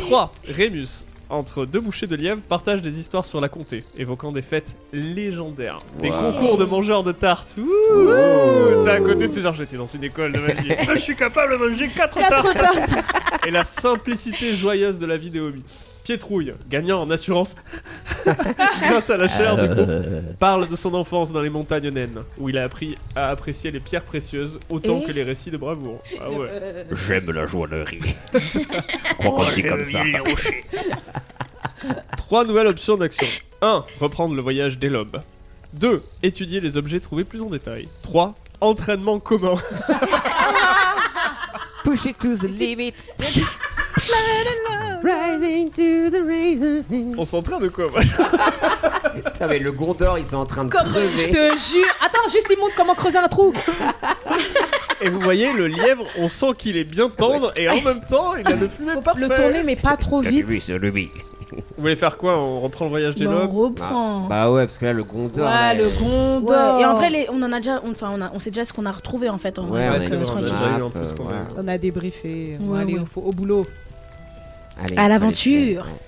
Speaker 6: 3. Rémus, entre deux bouchées de lièvre, partage des histoires sur la comté, évoquant des fêtes légendaires. Des
Speaker 13: Wow.
Speaker 6: concours de mangeurs de tartes. Ouh,
Speaker 13: Wow.
Speaker 6: Tu sais, à côté, c'est genre j'étais dans une école de magie. Ah, je suis capable de manger 4
Speaker 13: Quatre
Speaker 6: tartes. Et la simplicité joyeuse de la vie des hobbits. Pietrouille, gagnant en assurance grâce à la chair du
Speaker 13: Euh.
Speaker 6: groupe, parle de son enfance dans les montagnes naines, où il a appris à apprécier les pierres précieuses autant
Speaker 13: Et
Speaker 6: que les récits de bravoure. Ah ouais.
Speaker 15: J'aime la joaillerie. Je crois qu'on dit comme ça.
Speaker 6: Trois nouvelles options d'action. 1. Reprendre le voyage des lobes. 2. Étudier les objets trouvés plus en détail. 3. Entraînement commun.
Speaker 10: Push it to the limit. Rising to the rising.
Speaker 6: On s'entraîne de quoi
Speaker 10: Putain, mais le Gondor, ils sont en train de
Speaker 11: Comme
Speaker 10: crever.
Speaker 11: je te jure. Attends, juste il montre comment creuser un trou.
Speaker 6: Et vous voyez, le lièvre, on sent qu'il est bien tendre et en même temps, il a le fumet parfait.
Speaker 9: Le tourner, mais pas trop vite.
Speaker 6: Oui, c'est lui. Vous voulez faire quoi On reprend le voyage des
Speaker 3: Bah, on
Speaker 6: lobes
Speaker 3: reprend.
Speaker 10: Bah, bah ouais, parce que là, le Gondor. là, il-
Speaker 3: Ouais, Et en vrai, les- on en a déjà, on- enfin, on, a- on sait déjà ce qu'on a retrouvé en fait. En
Speaker 10: Ouais,
Speaker 3: vrai.
Speaker 10: on a une grande
Speaker 9: tranquille.
Speaker 10: map,
Speaker 9: On a eu en plus
Speaker 10: euh,
Speaker 9: qu'on
Speaker 10: voilà.
Speaker 9: On a débriefé. Bon,
Speaker 3: Ouais,
Speaker 9: allez,
Speaker 3: ouais.
Speaker 9: au, faut- au boulot.
Speaker 10: Allez,
Speaker 9: À
Speaker 10: allez,
Speaker 9: l'aventure.
Speaker 10: allez, ouais.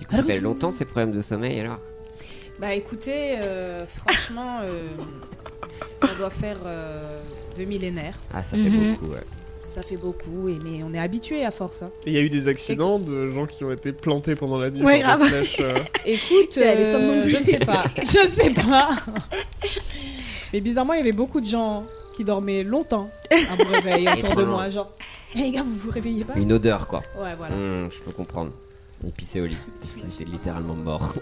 Speaker 10: Du coup, ça fait longtemps ces problèmes de sommeil alors.
Speaker 9: Bah écoutez, euh, franchement, euh, ça doit faire euh, deux millénaires.
Speaker 10: Ah, ça fait
Speaker 9: Mhm.
Speaker 10: beaucoup, ouais.
Speaker 9: Ça fait beaucoup, et, mais on est habitué à force. hein.
Speaker 6: Et il y a eu des accidents de gens qui ont été plantés pendant la nuit.
Speaker 9: Ouais,
Speaker 6: par des
Speaker 9: grave.
Speaker 6: flèches, euh.
Speaker 9: Écoute,
Speaker 11: C'est, elle est
Speaker 9: euh,
Speaker 11: somnambule.
Speaker 9: je ne sais pas. Je ne sais pas. Mais bizarrement, il y avait beaucoup de gens qui dormaient longtemps à mon réveil autour de
Speaker 10: Étonnant.
Speaker 9: moi. Genre, Eh, les gars, vous vous réveillez pas
Speaker 10: Une odeur quoi.
Speaker 9: Ouais, voilà.
Speaker 10: Hmm, je peux comprendre. Il pissait au lit. Il était littéralement mort.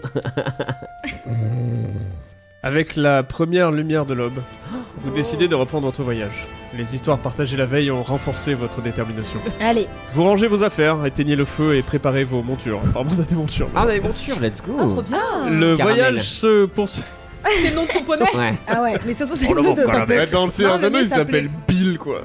Speaker 6: Avec la première lumière de l'aube, vous décidez de reprendre votre voyage. Les histoires partagées la veille ont renforcé votre détermination.
Speaker 3: Allez.
Speaker 6: Vous rangez vos affaires, éteignez le feu et préparez vos montures. Pardon, on a des montures.
Speaker 10: Ah, on a des montures, let's go.
Speaker 9: Ah, trop bien.
Speaker 6: Le
Speaker 9: Caramel.
Speaker 6: voyage se poursuit.
Speaker 9: C'est le nom de ton poney
Speaker 6: Ouais.
Speaker 9: Ah ouais, mais ce sont ces
Speaker 6: Dans Oh, le Seigneur des Anneaux, il s'appelle Bill, quoi.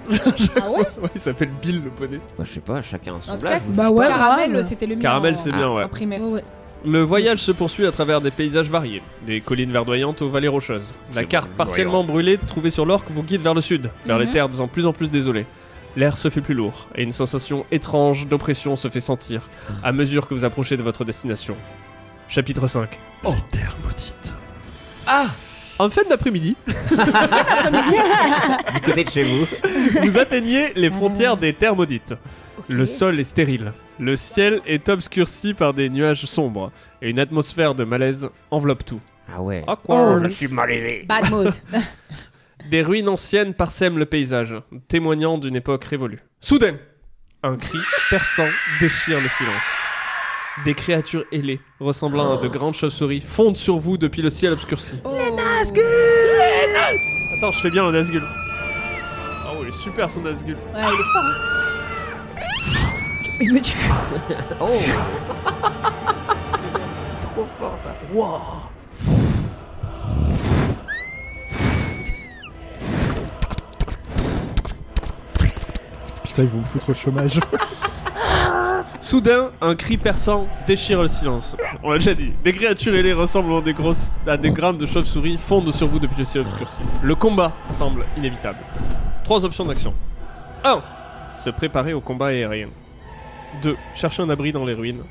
Speaker 9: Ah ouais
Speaker 6: Il s'appelle Bill, le poney.
Speaker 10: Moi, je sais pas, chacun a son
Speaker 9: En tout
Speaker 10: blaze,
Speaker 9: cas,
Speaker 10: vous-
Speaker 9: bah ouais, caramel,
Speaker 4: euh,
Speaker 6: grave.
Speaker 9: c'était le mien.
Speaker 6: Caramel,
Speaker 9: en-
Speaker 6: c'est bien,
Speaker 9: en
Speaker 6: ouais.
Speaker 9: primaire.
Speaker 6: Le voyage se poursuit à travers des paysages variés, des collines verdoyantes aux vallées rocheuses. La carte partiellement brûlée trouvée sur l'orque vous guide vers le sud, vers les
Speaker 13: Mhm.
Speaker 6: terres de plus en plus désolées. L'air se fait plus lourd, et une sensation étrange d'oppression se fait sentir à mesure que vous approchez de votre destination. Chapitre 5. Oh, terre maudite. Ah En fin d'après-midi,
Speaker 10: Du côté de chez vous.
Speaker 6: vous atteignez les frontières des Thermodites. Le sol est stérile. Le ciel est obscurci par des nuages sombres. Et une atmosphère de malaise enveloppe tout.
Speaker 10: Ah ouais.
Speaker 15: Oh,
Speaker 6: Awkward.
Speaker 15: je suis malaisé.
Speaker 9: Bad mood.
Speaker 6: Des ruines anciennes parsèment le paysage, témoignant d'une époque révolue. Soudain, un cri perçant déchire le silence. Des créatures ailées,
Speaker 15: Oh.
Speaker 6: ressemblant à de grandes chauves-souris, fondent sur vous depuis le ciel obscurci.
Speaker 11: Les
Speaker 6: Attends, je fais bien le Nazgul. Ah ouais, il est super son Nazgul.
Speaker 9: Ouais, il est fort.
Speaker 11: Il me tue.
Speaker 10: Trop fort ça.
Speaker 5: Putain, ils vont me foutre au chômage.
Speaker 6: Soudain, un cri perçant déchire le silence. On l'a déjà dit. Des créatures ailées ressemblant à des grosses, à des grandes chauves-souris fondent sur vous depuis le ciel obscurci. Le combat semble inévitable. Trois options d'action. 1. Se préparer au combat aérien. 2. Chercher un abri dans les ruines.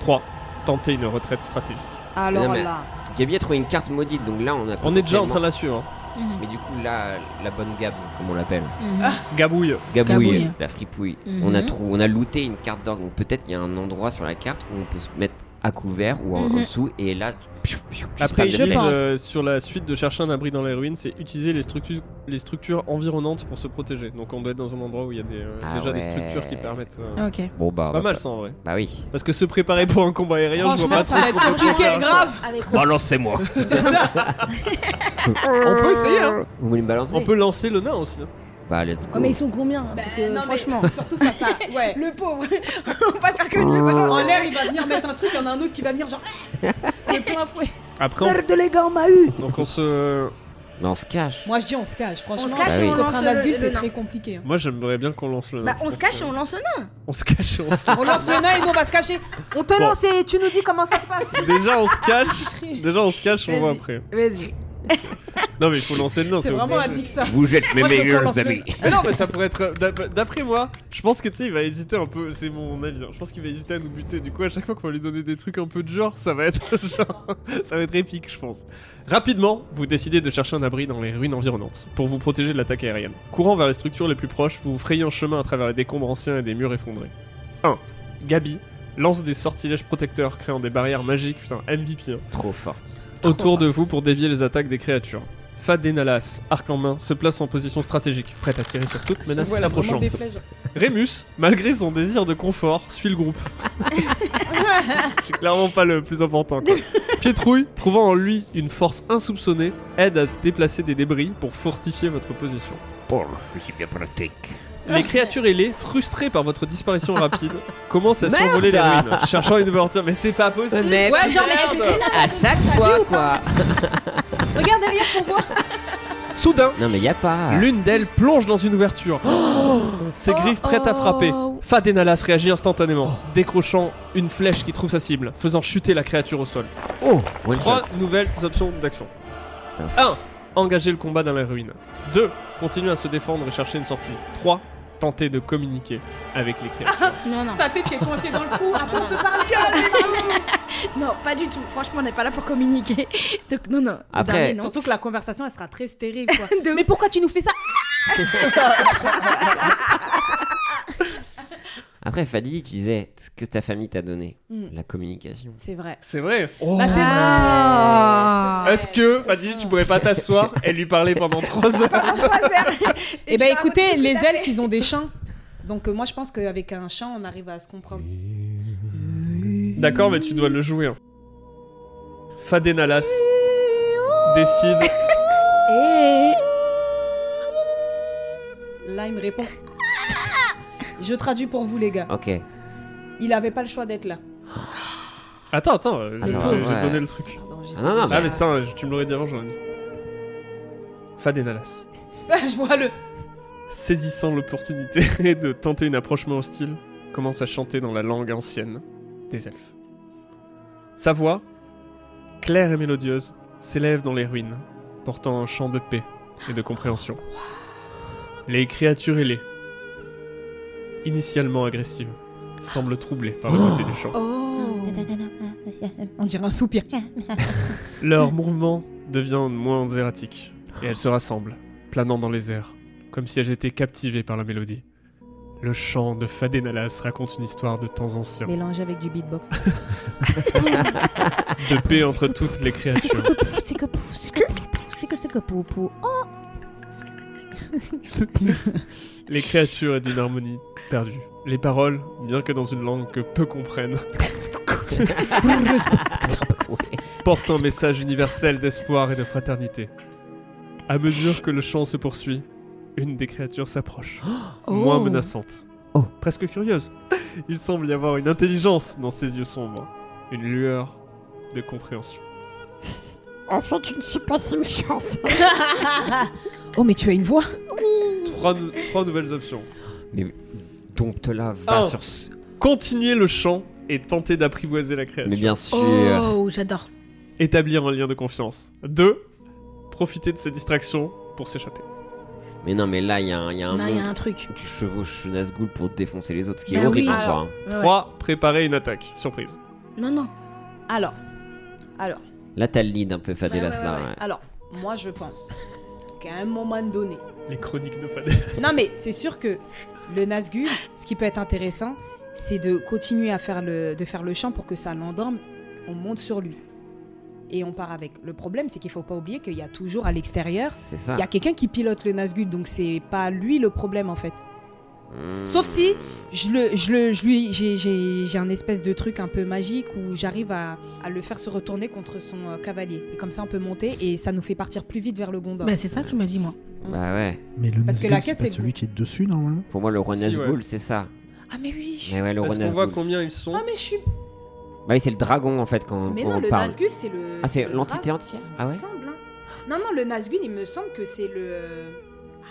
Speaker 6: 3. Tenter une retraite stratégique.
Speaker 9: Alors
Speaker 10: Non, mais
Speaker 9: là.
Speaker 10: Gabi a trouvé une carte maudite, donc là on a.
Speaker 6: On est déjà en train de la
Speaker 10: potentiellement-
Speaker 6: suivre.
Speaker 10: Mais du coup, là, la bonne Gabs, comme on l'appelle.
Speaker 6: Gabouille.
Speaker 10: Gabouille,
Speaker 6: Gabouille.
Speaker 10: la fripouille.
Speaker 6: Mhm.
Speaker 10: on, a trou- on a looté une carte d'orgue, donc peut-être qu'il y a un endroit sur la carte où on peut se mettre à couvert ou en, en
Speaker 9: Mhm.
Speaker 10: dessous, et là. piou, piou, piou,
Speaker 6: Après,
Speaker 10: c'est
Speaker 6: ils
Speaker 10: pas
Speaker 6: disent,
Speaker 10: bien.
Speaker 6: euh, sur la suite de chercher un abri dans les ruines, c'est utiliser les structures, les structures environnantes pour se protéger. Donc on doit être dans un endroit où il y a des, euh,
Speaker 10: Ah
Speaker 6: déjà des
Speaker 10: ouais.
Speaker 6: structures qui permettent. euh,
Speaker 10: Ah, ok. Bon, bah,
Speaker 6: c'est
Speaker 10: on
Speaker 6: pas
Speaker 10: va
Speaker 6: mal
Speaker 10: pas-
Speaker 6: ça en vrai.
Speaker 10: Bah oui.
Speaker 6: Parce que se préparer pour un combat aérien, je vois
Speaker 11: Franchement,
Speaker 6: pas trop.
Speaker 11: ça va être compliqué, grave.
Speaker 15: Balancez-moi.
Speaker 10: on
Speaker 6: peut essayer, hein.
Speaker 10: Vous voulez me balancer
Speaker 6: On peut lancer le nain aussi. hein.
Speaker 10: Bah, let's go.
Speaker 3: Oh, mais ils sont combien Parce que
Speaker 9: Bah,
Speaker 4: non, mais
Speaker 3: franchement.
Speaker 4: surtout face à- ouais.
Speaker 3: Le pauvre.
Speaker 4: En l'air, il va venir mettre un truc, il y en a un autre qui va venir genre. Le plein fouet.
Speaker 6: Après,
Speaker 4: Merde, les gars, on m'a
Speaker 6: eu. Donc on se.
Speaker 10: Non, on se cache.
Speaker 9: Moi je dis on se cache, franchement.
Speaker 12: se cache
Speaker 6: et on
Speaker 9: contre
Speaker 12: lance
Speaker 9: un
Speaker 12: le-
Speaker 9: Nazgûl,
Speaker 12: le
Speaker 9: c'est
Speaker 12: nain.
Speaker 9: très compliqué. hein.
Speaker 6: Moi, j'aimerais bien qu'on lance le nain.
Speaker 12: Bah, on se cache et on lance le nain.
Speaker 6: On se cache et on se
Speaker 4: On lance le nain et nous on va se cacher. On te
Speaker 6: Bon.
Speaker 4: lance et tu nous dis comment ça se passe.
Speaker 6: Déjà, on se cache. Déjà, on se cache, on voit
Speaker 4: Vas-y.
Speaker 6: après.
Speaker 4: Vas-y.
Speaker 6: Non, mais il faut lancer le nain.
Speaker 4: C'est
Speaker 6: c'est
Speaker 4: vraiment
Speaker 6: obligé.
Speaker 4: un dick, ça.
Speaker 15: Vous êtes mes
Speaker 6: Moi, je veux qu'on
Speaker 15: meilleurs
Speaker 6: lance le-
Speaker 15: amis.
Speaker 6: Mais non, mais ça pourrait être. d'ap- D'après moi, je pense que tu sais, il va hésiter un peu. C'est mon avis. hein. Je pense qu'il va hésiter à nous buter. Du coup, à chaque fois qu'on va lui donner des trucs un peu de genre, ça va être genre. Ça va être épique, je pense. Rapidement, vous décidez de chercher un abri dans les ruines environnantes pour vous protéger de l'attaque aérienne. Courant vers les structures les plus proches, vous vous frayez un chemin à travers les décombres anciens et des murs effondrés. 1. Gabi lance des sortilèges protecteurs créant des barrières magiques. Putain, MVP. hein
Speaker 10: Trop forte.
Speaker 6: autour de vous pour dévier les attaques des créatures. Fadenalas, arc en main, se place en position stratégique, prête à tirer sur toute menace
Speaker 4: vois la
Speaker 6: approchante.
Speaker 4: bromante des flèches.
Speaker 6: Rémus, malgré son désir de confort, suit le groupe. C'est clairement pas le plus important. Quoi. Pietrouille, trouvant en lui une force insoupçonnée, aide à déplacer des débris pour fortifier votre position.
Speaker 15: Paul, je suis bien pratique.
Speaker 6: Les créatures ailées, frustrées par votre disparition rapide, commencent à
Speaker 15: Merde
Speaker 6: survoler les ruines, cherchant une ouverture. Mais c'est pas possible
Speaker 10: Mais
Speaker 4: Ouais, genre, mais
Speaker 10: merde.
Speaker 4: c'était là,
Speaker 10: À chaque fois, quoi.
Speaker 4: Regarde derrière qu'on voit.
Speaker 6: Soudain,
Speaker 10: Non, mais y a pas.
Speaker 6: L'une d'elles plonge dans une ouverture. Oh. Ses griffes prêtes à frapper. Fadenalas réagit instantanément, décrochant une flèche qui trouve sa cible, faisant chuter la créature au sol.
Speaker 10: Oh, one
Speaker 6: Trois
Speaker 10: shot.
Speaker 6: nouvelles options d'action. 1. Engager le combat dans la ruine. 2. Continuer à se défendre et chercher une sortie. 3. Tenter de communiquer avec les créatures.
Speaker 12: Non, non.
Speaker 4: Sa tête qui est coincée dans le trou. Attends, on peut parler.
Speaker 12: Non, pas du tout. Franchement, on n'est pas là pour communiquer. Donc, non, non.
Speaker 10: Après-
Speaker 12: Dernier, non.
Speaker 4: Surtout que la conversation elle sera très stérile quoi. Ah. Mais pourquoi tu nous fais ça
Speaker 10: Après, Fadi, tu disais ce que ta famille t'a donné.
Speaker 9: Mm.
Speaker 10: La communication.
Speaker 9: C'est vrai. Ah.
Speaker 6: C'est vrai.
Speaker 9: Bah, c'est vrai.
Speaker 6: Est-ce que, Fadi, tu pourrais pas t'asseoir et lui parler pendant 3 heures
Speaker 9: Eh ben écoutez, les elfes, ils ont des chants. Donc euh, moi je pense qu'avec un chant, on arrive à se comprendre.
Speaker 6: D'accord, mais tu dois le jouer. hein. Fadenalas décide.
Speaker 9: Et... Là, il me répond. Je traduis pour vous, les gars.
Speaker 10: Ok. Ah,
Speaker 9: Il avait pas le choix d'être là.
Speaker 6: Attends, attends, euh,
Speaker 10: Ah,
Speaker 6: j'ai
Speaker 10: non,
Speaker 6: j'ai- j'ai
Speaker 10: ouais.
Speaker 6: donné le truc.
Speaker 10: Ah, non, non,
Speaker 6: Ah,
Speaker 10: mais-
Speaker 6: mais ça, je- tu me l'aurais dit avant, j'aurais dit. Fadenalas,
Speaker 4: Je vois le.
Speaker 6: saisissant l'opportunité de tenter une approche moins hostile, commence à chanter dans la langue ancienne des elfes. Sa voix, claire et mélodieuse, s'élève dans les ruines, portant un chant de paix et de compréhension. Les créatures ailées, initialement agressives, semblent troublées par le
Speaker 10: Oh.
Speaker 6: beauté du chant.
Speaker 9: Oh. On dirait un soupir.
Speaker 6: Leurs mouvements devient moins erratique, et elles se rassemblent, planant dans les airs, comme si elles étaient captivées par la mélodie. Le chant de Fadenalas raconte une histoire de temps ancien,
Speaker 9: Mélange avec du beatbox.
Speaker 6: de paix entre toutes les créatures.
Speaker 9: C'est que pou, c'est que pou, c'est que c'est que pou, pou. Oh
Speaker 6: Les créatures et d'une harmonie perdue. Les paroles, bien que dans une langue que peu comprennent, portent un message universel d'espoir et de fraternité. À mesure que le chant se poursuit, une des créatures s'approche,
Speaker 13: Oh.
Speaker 6: moins menaçante, presque curieuse. Il semble y avoir une intelligence dans ses yeux sombres, une lueur de compréhension.
Speaker 11: En fait, je ne suis pas si méchante.
Speaker 9: Oh, mais tu as une voix
Speaker 6: Trois, nou- trois nouvelles options.
Speaker 10: Mais dompte-la, va
Speaker 6: Un.
Speaker 10: sur ce.
Speaker 6: Continuer le chant et tenter d'apprivoiser la créature.
Speaker 10: Mais bien sûr.
Speaker 6: euh,
Speaker 3: Oh, j'adore.
Speaker 6: Établir un lien de confiance. 2. Profiter de cette distraction pour s'échapper.
Speaker 10: Mais non, mais là, il y a un, il y a un,
Speaker 9: Bah,
Speaker 3: Là, il y a
Speaker 10: monde
Speaker 3: un truc.
Speaker 10: Tu chevauches Nazgûl pour défoncer les autres, ce qui est
Speaker 9: Bah
Speaker 10: horrible
Speaker 9: oui.
Speaker 10: en soi. hein.
Speaker 9: Ouais.
Speaker 6: 3. Préparer une attaque. Surprise.
Speaker 9: Non, non. Alors, alors,
Speaker 10: Là, t'as le lead un peu Fadelas
Speaker 9: Ouais, ouais, ouais,
Speaker 10: là.
Speaker 9: ouais.
Speaker 10: ouais.
Speaker 9: alors, moi je pense qu'à un moment donné,
Speaker 6: Les chroniques de Fadelas.
Speaker 9: non mais c'est sûr que le Nazgûl, ce qui peut être intéressant, c'est de continuer à faire le, de faire le chant pour que ça l'endorme. On monte sur lui et on part avec. Le problème, c'est qu'il faut pas oublier qu'il y a toujours à l'extérieur,
Speaker 10: C'est ça.
Speaker 9: il y a quelqu'un qui pilote le Nazgûl, donc c'est pas lui le problème en fait. Sauf si je le, je le, je lui, j'ai, j'ai, j'ai un espèce de truc un peu magique où j'arrive à, à le faire se retourner contre son euh, cavalier. Et comme ça, on peut monter et ça nous fait partir plus vite vers le Gondor.
Speaker 3: Bah, c'est ça que je me dis, moi.
Speaker 10: Bah ouais.
Speaker 5: Mais le
Speaker 9: Parce que
Speaker 5: Nazgûl,
Speaker 9: la
Speaker 5: c'est
Speaker 9: quête,
Speaker 5: pas
Speaker 9: c'est-
Speaker 5: celui qui est dessus normalement.
Speaker 10: Pour moi, le roi
Speaker 5: Si,
Speaker 10: Nazgûl,
Speaker 5: ouais.
Speaker 10: c'est ça.
Speaker 9: Ah, mais oui.
Speaker 10: Mais ouais, le roi
Speaker 6: Est-ce qu'on voit
Speaker 10: Nazgûl.
Speaker 6: combien ils sont
Speaker 9: Ah, mais je suis.
Speaker 10: Bah oui, c'est le dragon en fait quand
Speaker 9: Mais
Speaker 10: quand
Speaker 9: non,
Speaker 10: on
Speaker 9: le
Speaker 10: parle.
Speaker 9: Nazgûl, c'est le.
Speaker 10: Ah, c'est
Speaker 9: le
Speaker 10: l'entité
Speaker 9: drap,
Speaker 10: entière
Speaker 9: il me
Speaker 10: Ah ouais
Speaker 9: semble, hein. Non, non, le Nazgûl, il me semble que c'est le. euh, ah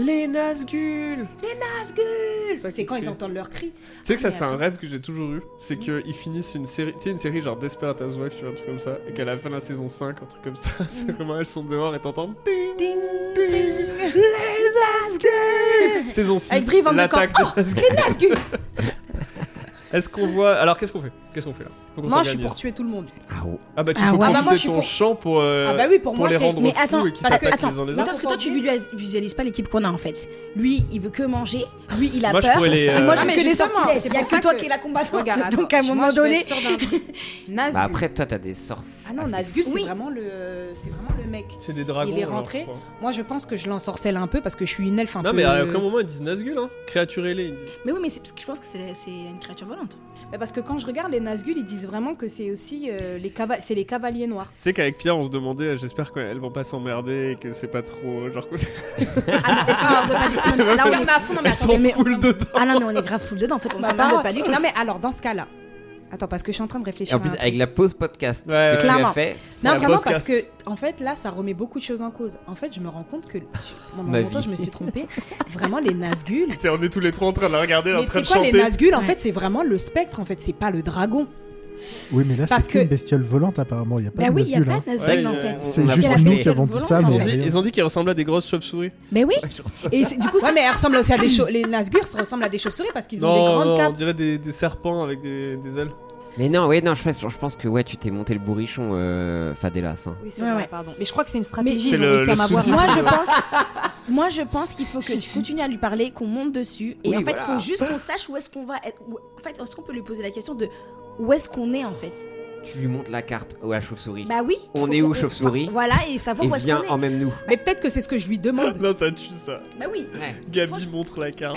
Speaker 6: Les Nazgûl
Speaker 9: Les Nazgûl C'est quand ils entendent leur cri.
Speaker 6: Tu sais que ça,
Speaker 9: Ah, mais
Speaker 6: c'est un
Speaker 9: attends.
Speaker 6: rêve que j'ai toujours eu. C'est qu'ils finissent une série, tu sais, une série genre Desperate Housewives, tu vois, un truc comme ça, et qu'à la fin de la saison 5, un truc comme ça, c'est vraiment elles sont dehors et t'entends ding,
Speaker 9: Mm. ding,
Speaker 6: Les Nazgûl Saison 6,
Speaker 9: Avec Brie Van de
Speaker 6: l'attaque
Speaker 9: Kamp. Oh,
Speaker 6: des Nazgûl.
Speaker 9: les Nazgûl
Speaker 6: Est-ce qu'on voit. Alors, qu'est-ce qu'on fait Qu'est-ce qu'on fait là Faut qu'on
Speaker 9: Moi, je suis
Speaker 6: s'organise.
Speaker 9: pour tuer tout le monde.
Speaker 6: Ah bah, tu
Speaker 9: Ah
Speaker 6: peux
Speaker 9: ouais. Ah bah, moi,
Speaker 6: profiter
Speaker 9: je suis
Speaker 6: de ton
Speaker 9: pour-
Speaker 6: champ pour, euh,
Speaker 9: Ah bah oui, pour moi,
Speaker 6: les
Speaker 9: c'est-
Speaker 6: rendre
Speaker 9: mais
Speaker 6: fous
Speaker 9: attends,
Speaker 6: et qu'ils
Speaker 9: parce que-
Speaker 6: s'attaquent les
Speaker 9: attends,
Speaker 6: uns les
Speaker 9: mais
Speaker 6: autres.
Speaker 3: Attends, parce que toi, tu visualis- visualises pas l'équipe qu'on a en fait. Lui, il veut que manger. Lui, il a
Speaker 6: Moi, je
Speaker 3: peur.
Speaker 6: pourrais les,
Speaker 3: Et
Speaker 6: euh,
Speaker 3: Moi, je
Speaker 6: Ah,
Speaker 3: veux
Speaker 6: mais
Speaker 3: que les
Speaker 9: justement,
Speaker 3: sortilèges.
Speaker 9: hein. c'est
Speaker 3: Il y a
Speaker 9: pour
Speaker 3: que
Speaker 9: ça
Speaker 3: toi
Speaker 9: que-
Speaker 3: qui es la combattante.
Speaker 9: Regarde, attends,
Speaker 3: Donc, à un
Speaker 9: moi,
Speaker 3: moment
Speaker 9: je vais
Speaker 3: donné.
Speaker 9: être sûre d'un truc. Nazgûl.
Speaker 10: Bah après, toi, t'as des sorts.
Speaker 9: Ah non, Nazgûl, c'est vraiment le, c'est vraiment le mec.
Speaker 6: C'est des dragons,
Speaker 9: Il est
Speaker 6: alors,
Speaker 9: rentré.
Speaker 6: je crois.
Speaker 9: Moi, je pense que je l'ensorcelle un peu parce que je suis une elfe un
Speaker 6: Non,
Speaker 9: peu. euh,
Speaker 6: mais euh, à aucun moment ils disent Nazgûl, hein Créature ailée, ils disent.
Speaker 9: Mais oui, mais c'est parce que je pense que c'est une créature volante. Mais parce que quand je regarde les Nazgûl, ils disent vraiment que c'est aussi euh, les, cava- c'est les cavaliers noirs.
Speaker 6: Tu sais qu'avec Pierre, on se demandait, euh, j'espère qu'elles vont pas s'emmerder et que c'est pas trop. Genre.
Speaker 9: Ah,
Speaker 3: Ah,
Speaker 9: Là, on est à fond, non, mais
Speaker 6: Elles sont
Speaker 9: attendez, mais
Speaker 6: full dedans.
Speaker 9: Ah non, mais on est grave full dedans, en fait,
Speaker 3: on s'emmerde pas du tout.
Speaker 9: Non, mais alors, dans ce cas-là. Attends, parce que je suis en train de
Speaker 10: Et
Speaker 9: réfléchir. à
Speaker 10: en plus,
Speaker 9: un
Speaker 10: avec la pause podcast que tu as
Speaker 9: clairement.
Speaker 10: fait.
Speaker 9: non, clairement, parce que, en fait, là, ça remet beaucoup de choses en cause. En fait, je me rends compte que je- pendant
Speaker 6: Ma
Speaker 9: longtemps,
Speaker 6: vie.
Speaker 9: je me suis trompée. Vraiment, les Nazgûl.
Speaker 6: Tu sais, on est tous les trois en train de la regarder, en
Speaker 9: Mais
Speaker 6: train
Speaker 9: c'est
Speaker 6: de
Speaker 9: quoi,
Speaker 6: chanter.
Speaker 9: les Nazgûl En fait, c'est vraiment le spectre, en fait, c'est pas le dragon.
Speaker 5: Oui, mais là,
Speaker 9: Parce
Speaker 5: c'est qu'une
Speaker 9: que-
Speaker 5: bestiole volante apparemment. Il y a pas
Speaker 9: Bah
Speaker 5: de
Speaker 9: oui, il y a
Speaker 5: Nazgûl,
Speaker 9: pas
Speaker 5: hein.
Speaker 9: de Nazgûl,
Speaker 6: euh,
Speaker 9: Ouais, en fait.
Speaker 5: C'est
Speaker 9: on a
Speaker 5: juste
Speaker 9: pas
Speaker 5: nous
Speaker 9: compris.
Speaker 5: qui avons dit ça,
Speaker 6: Ils ont
Speaker 5: mais.
Speaker 6: dit- Ils ont dit qu'elles ressemblaient à des grosses chauves-souris.
Speaker 9: Mais oui. Et c'est- du coup, ça... mais elles ressemblent aussi à des chauves. Les Nazgûl se ressemblent à des chauves-souris parce qu'ils ont des
Speaker 6: Non,
Speaker 9: grandes
Speaker 6: non, on
Speaker 9: capes.
Speaker 6: dirait des, des serpents avec des, des ailes.
Speaker 10: Mais non, ouais, non, je pense, je pense que ouais, tu t'es monté le bourrichon, euh, Fadelas. hein.
Speaker 9: Oui, c'est vrai, pardon. Mais je crois que c'est une stratégie.
Speaker 10: C'est
Speaker 9: ils ont
Speaker 10: le-
Speaker 9: réussi à
Speaker 10: le
Speaker 9: m'avoir.
Speaker 10: sous-titre.
Speaker 9: Moi, je
Speaker 10: pense-
Speaker 3: Moi, je pense qu'il faut que tu continues à lui parler, qu'on monte dessus. Et
Speaker 12: Oui,
Speaker 3: en fait, il
Speaker 12: voilà.
Speaker 3: faut juste qu'on sache où est-ce qu'on va être. où- En fait, est-ce qu'on peut lui poser la question de où est-ce qu'on est en fait
Speaker 10: Tu lui montres la carte à la chauve-souris.
Speaker 3: Bah oui.
Speaker 10: On
Speaker 3: Faut
Speaker 10: est
Speaker 3: qu'on-
Speaker 10: où, chauve-souris
Speaker 3: Enfin, Voilà, et savoir
Speaker 10: Et
Speaker 3: où est-ce
Speaker 10: viens
Speaker 3: qu'on est.
Speaker 10: en même nous.
Speaker 9: Mais peut-être que c'est ce que je lui demande.
Speaker 6: non, ça tue ça.
Speaker 3: Bah oui.
Speaker 6: Gabi montre la carte.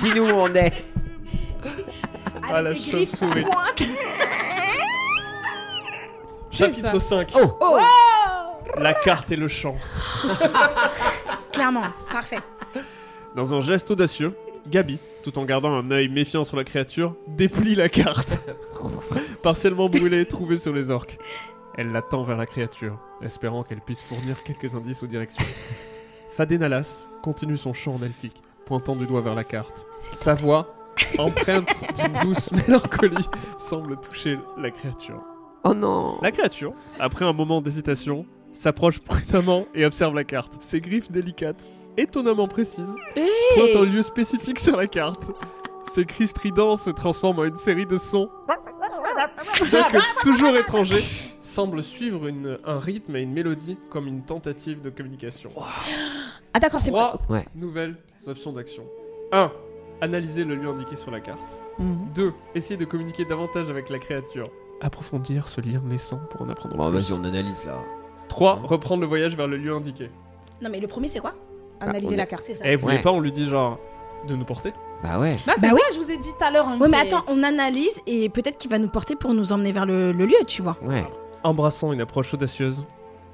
Speaker 10: Dis-nous où on est.
Speaker 6: Ah, la chauve-souris. Chapitre 5.
Speaker 3: Oh
Speaker 6: La carte et le chant.
Speaker 3: Clairement, parfait.
Speaker 6: Dans un geste audacieux, Gabi, tout en gardant un œil méfiant sur la créature, déplie la carte. Partiellement brûlée, trouvée sur les orques. Elle la tend vers la créature, espérant qu'elle puisse fournir quelques indices aux directions. Fadenalas continue son chant en elfique, pointant du doigt vers la carte. Sa voix, empreinte d'une douce mélancolie, semble toucher la créature.
Speaker 10: Oh non
Speaker 6: La créature, après un moment d'hésitation, s'approche prudemment et observe la carte. Ses griffes délicates, étonnamment précises, pointent un lieu spécifique sur la carte. Ses cris stridents se transforment en une série de sons bien que toujours étrangers, semble suivre une- un rythme et une mélodie comme une tentative de communication.
Speaker 9: Ah, d'accord, c'est
Speaker 6: Trois
Speaker 10: Ouais.
Speaker 6: nouvelles options d'action. 1. Analyser le lieu indiqué sur la carte.
Speaker 9: Mhm.
Speaker 6: 2. Essayer de communiquer davantage avec la créature. Approfondir ce lien naissant pour en apprendre
Speaker 10: Bon,
Speaker 6: plus.
Speaker 10: vas-y, on analyse là.
Speaker 6: 3. Reprendre le voyage vers le lieu indiqué.
Speaker 3: Non, mais le premier, c'est quoi
Speaker 9: Analyser la carte.
Speaker 6: Et Eh, vous voulez
Speaker 10: Ouais.
Speaker 6: pas, on lui dit genre de nous porter
Speaker 10: Bah ouais.
Speaker 9: Bah, c'est
Speaker 3: Bah oui.
Speaker 9: ça, je vous ai dit tout à l'heure. hein,
Speaker 3: Ouais, mais
Speaker 9: c'est-
Speaker 3: attends, on analyse et peut-être qu'il va nous porter pour nous emmener vers le, le lieu, tu vois.
Speaker 10: Ouais.
Speaker 6: Embrassant une approche audacieuse,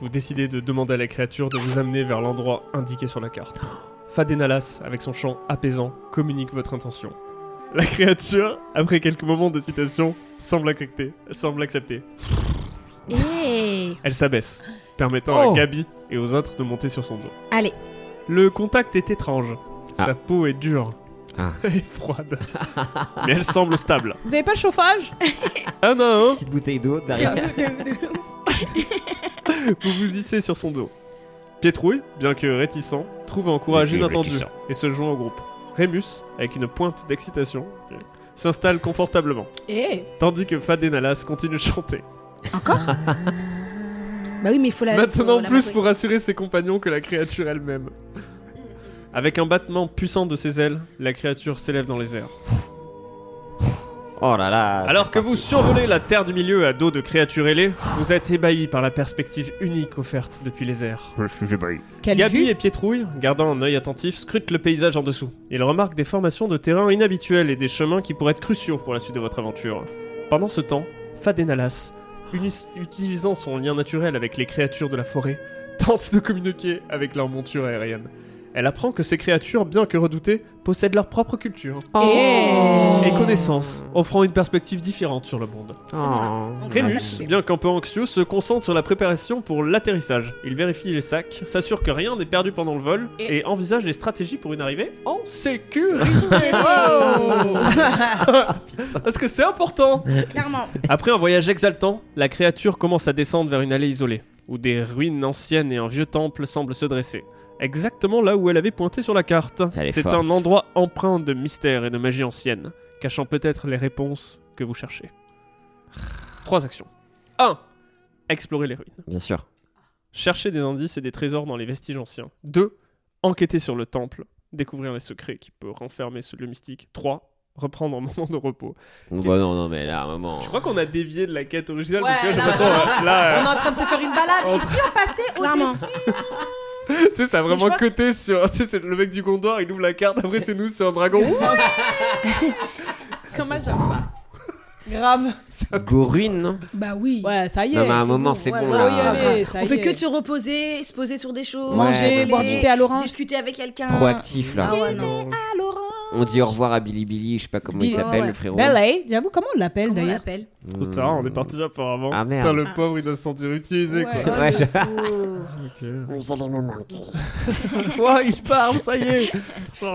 Speaker 6: vous décidez de demander à la créature de vous amener vers l'endroit indiqué sur la carte. Fadenalas, avec son chant apaisant, communique votre intention. La créature, après quelques moments de citation, semble accepter. Semble accepter.
Speaker 3: Eh
Speaker 6: Elle s'abaisse, permettant
Speaker 3: Oh.
Speaker 6: à Gabi et aux autres de monter sur son dos.
Speaker 3: Allez.
Speaker 6: Le contact est étrange. Sa peau est dure.
Speaker 10: Ah.
Speaker 6: Elle est froide. Mais elle semble stable. Ah hein.
Speaker 9: Vous avez pas le chauffage
Speaker 6: Un à un,
Speaker 10: Petite bouteille d'eau derrière.
Speaker 6: vous vous hissez sur son dos. Pietrouille, bien que réticent, trouve à encourager
Speaker 13: Monsieur
Speaker 6: l'intendu
Speaker 13: réticent.
Speaker 6: et se joint au groupe. Rémus, avec une pointe d'excitation, s'installe confortablement,
Speaker 3: Eh
Speaker 6: tandis que Fadenalas continue de chanter.
Speaker 3: Bah oui, mais il faut la.
Speaker 6: Maintenant
Speaker 3: faut la
Speaker 6: plus
Speaker 3: montrer.
Speaker 6: pour assurer ses compagnons que la créature elle-même. Avec un battement puissant de ses ailes, la créature s'élève dans les airs.
Speaker 10: Oh là là.
Speaker 6: Alors que vous survolez la terre du milieu à dos de créatures ailées, vous êtes ébahi par la perspective unique offerte depuis les airs.
Speaker 15: Je suis ébahi.
Speaker 9: Quelle
Speaker 6: Gabi
Speaker 9: vue
Speaker 6: et Pietrouille, gardant un œil attentif, scrutent le paysage en dessous. Ils remarquent des formations de terrain inhabituelles et des chemins qui pourraient être cruciaux pour la suite de votre aventure. Pendant ce temps, Fadenalas, unis- utilisant son lien naturel avec les créatures de la forêt, tente de communiquer avec leur monture aérienne. Elle apprend que ces créatures, bien que redoutées, possèdent leur propre culture
Speaker 9: Oh.
Speaker 6: et connaissances, offrant une perspective différente sur le monde. Oh. Rémus, bien qu'un peu anxieux, se concentre sur la préparation pour l'atterrissage. Il vérifie les sacs, s'assure que rien n'est perdu pendant le vol et, envisage des stratégies pour une arrivée en sécurité. Oh Parce que c'est important.
Speaker 3: Clairement.
Speaker 6: Après un voyage exaltant, la créature commence à descendre vers une allée isolée, où des ruines anciennes et un vieux temple semblent se dresser. Exactement là où elle avait pointé sur la carte.
Speaker 10: Elle est
Speaker 6: C'est
Speaker 10: forte.
Speaker 6: un endroit empreint de mystère et de magie ancienne, cachant peut-être les réponses que vous cherchez. Trois actions. 1. Explorer les ruines.
Speaker 10: Bien sûr.
Speaker 6: Chercher des indices et des trésors dans les vestiges anciens. 2. Enquêter sur le temple. Découvrir les secrets qui peut renfermer ce lieu mystique. 3. Reprendre un moment de repos.
Speaker 10: Bah non, non, mais là, à un moment.
Speaker 6: Je crois qu'on a dévié de la quête originale
Speaker 4: Ouais,
Speaker 6: parce que j'ai
Speaker 4: là,
Speaker 6: l'impression,
Speaker 4: vraiment,
Speaker 6: là, euh,
Speaker 4: on est en train de se faire une balade.
Speaker 6: Oh.
Speaker 4: Et si on passait au-dessus
Speaker 6: tu sais, ça a
Speaker 4: Mais je
Speaker 6: vraiment
Speaker 4: pense-
Speaker 6: coté sur. Tu sais, c'est le mec du Gondor, il ouvre la carte, après c'est nous sur un dragon.
Speaker 9: Comment j'aime pas Grave.
Speaker 10: Goruine, non
Speaker 3: Bah oui.
Speaker 9: Ouais, ça y est.
Speaker 10: Non, mais à un
Speaker 9: c'est
Speaker 10: moment,
Speaker 9: bon.
Speaker 10: c'est
Speaker 9: Ouais,
Speaker 10: bon
Speaker 9: faut
Speaker 10: Oh
Speaker 12: Oh,
Speaker 10: là.
Speaker 9: y aller, ça
Speaker 12: On
Speaker 9: y
Speaker 12: fait
Speaker 9: est.
Speaker 12: que de se reposer, se poser sur des choses,
Speaker 10: Manger,
Speaker 12: aller,
Speaker 10: boire du thé
Speaker 9: à l'orange.
Speaker 12: discuter avec quelqu'un.
Speaker 10: Proactif là.
Speaker 12: Ah ouais,
Speaker 10: non. On dit au revoir à Billy Billy, je sais pas comment il
Speaker 9: Ah. Billy-
Speaker 10: s'appelle
Speaker 9: ouais.
Speaker 10: le frérot. Hmm.
Speaker 9: Ballet, j'avoue, comment on l'appelle d'ailleurs
Speaker 6: Trop tard, on est parti là pour avant.
Speaker 10: Ah, merde.
Speaker 6: Putain, le pauvre, il doit se sentir utilisé
Speaker 10: Ouais.
Speaker 6: quoi.
Speaker 10: Ouais, je-
Speaker 6: Vous allez me manquer. ouais, il parle, ça y est. Oh,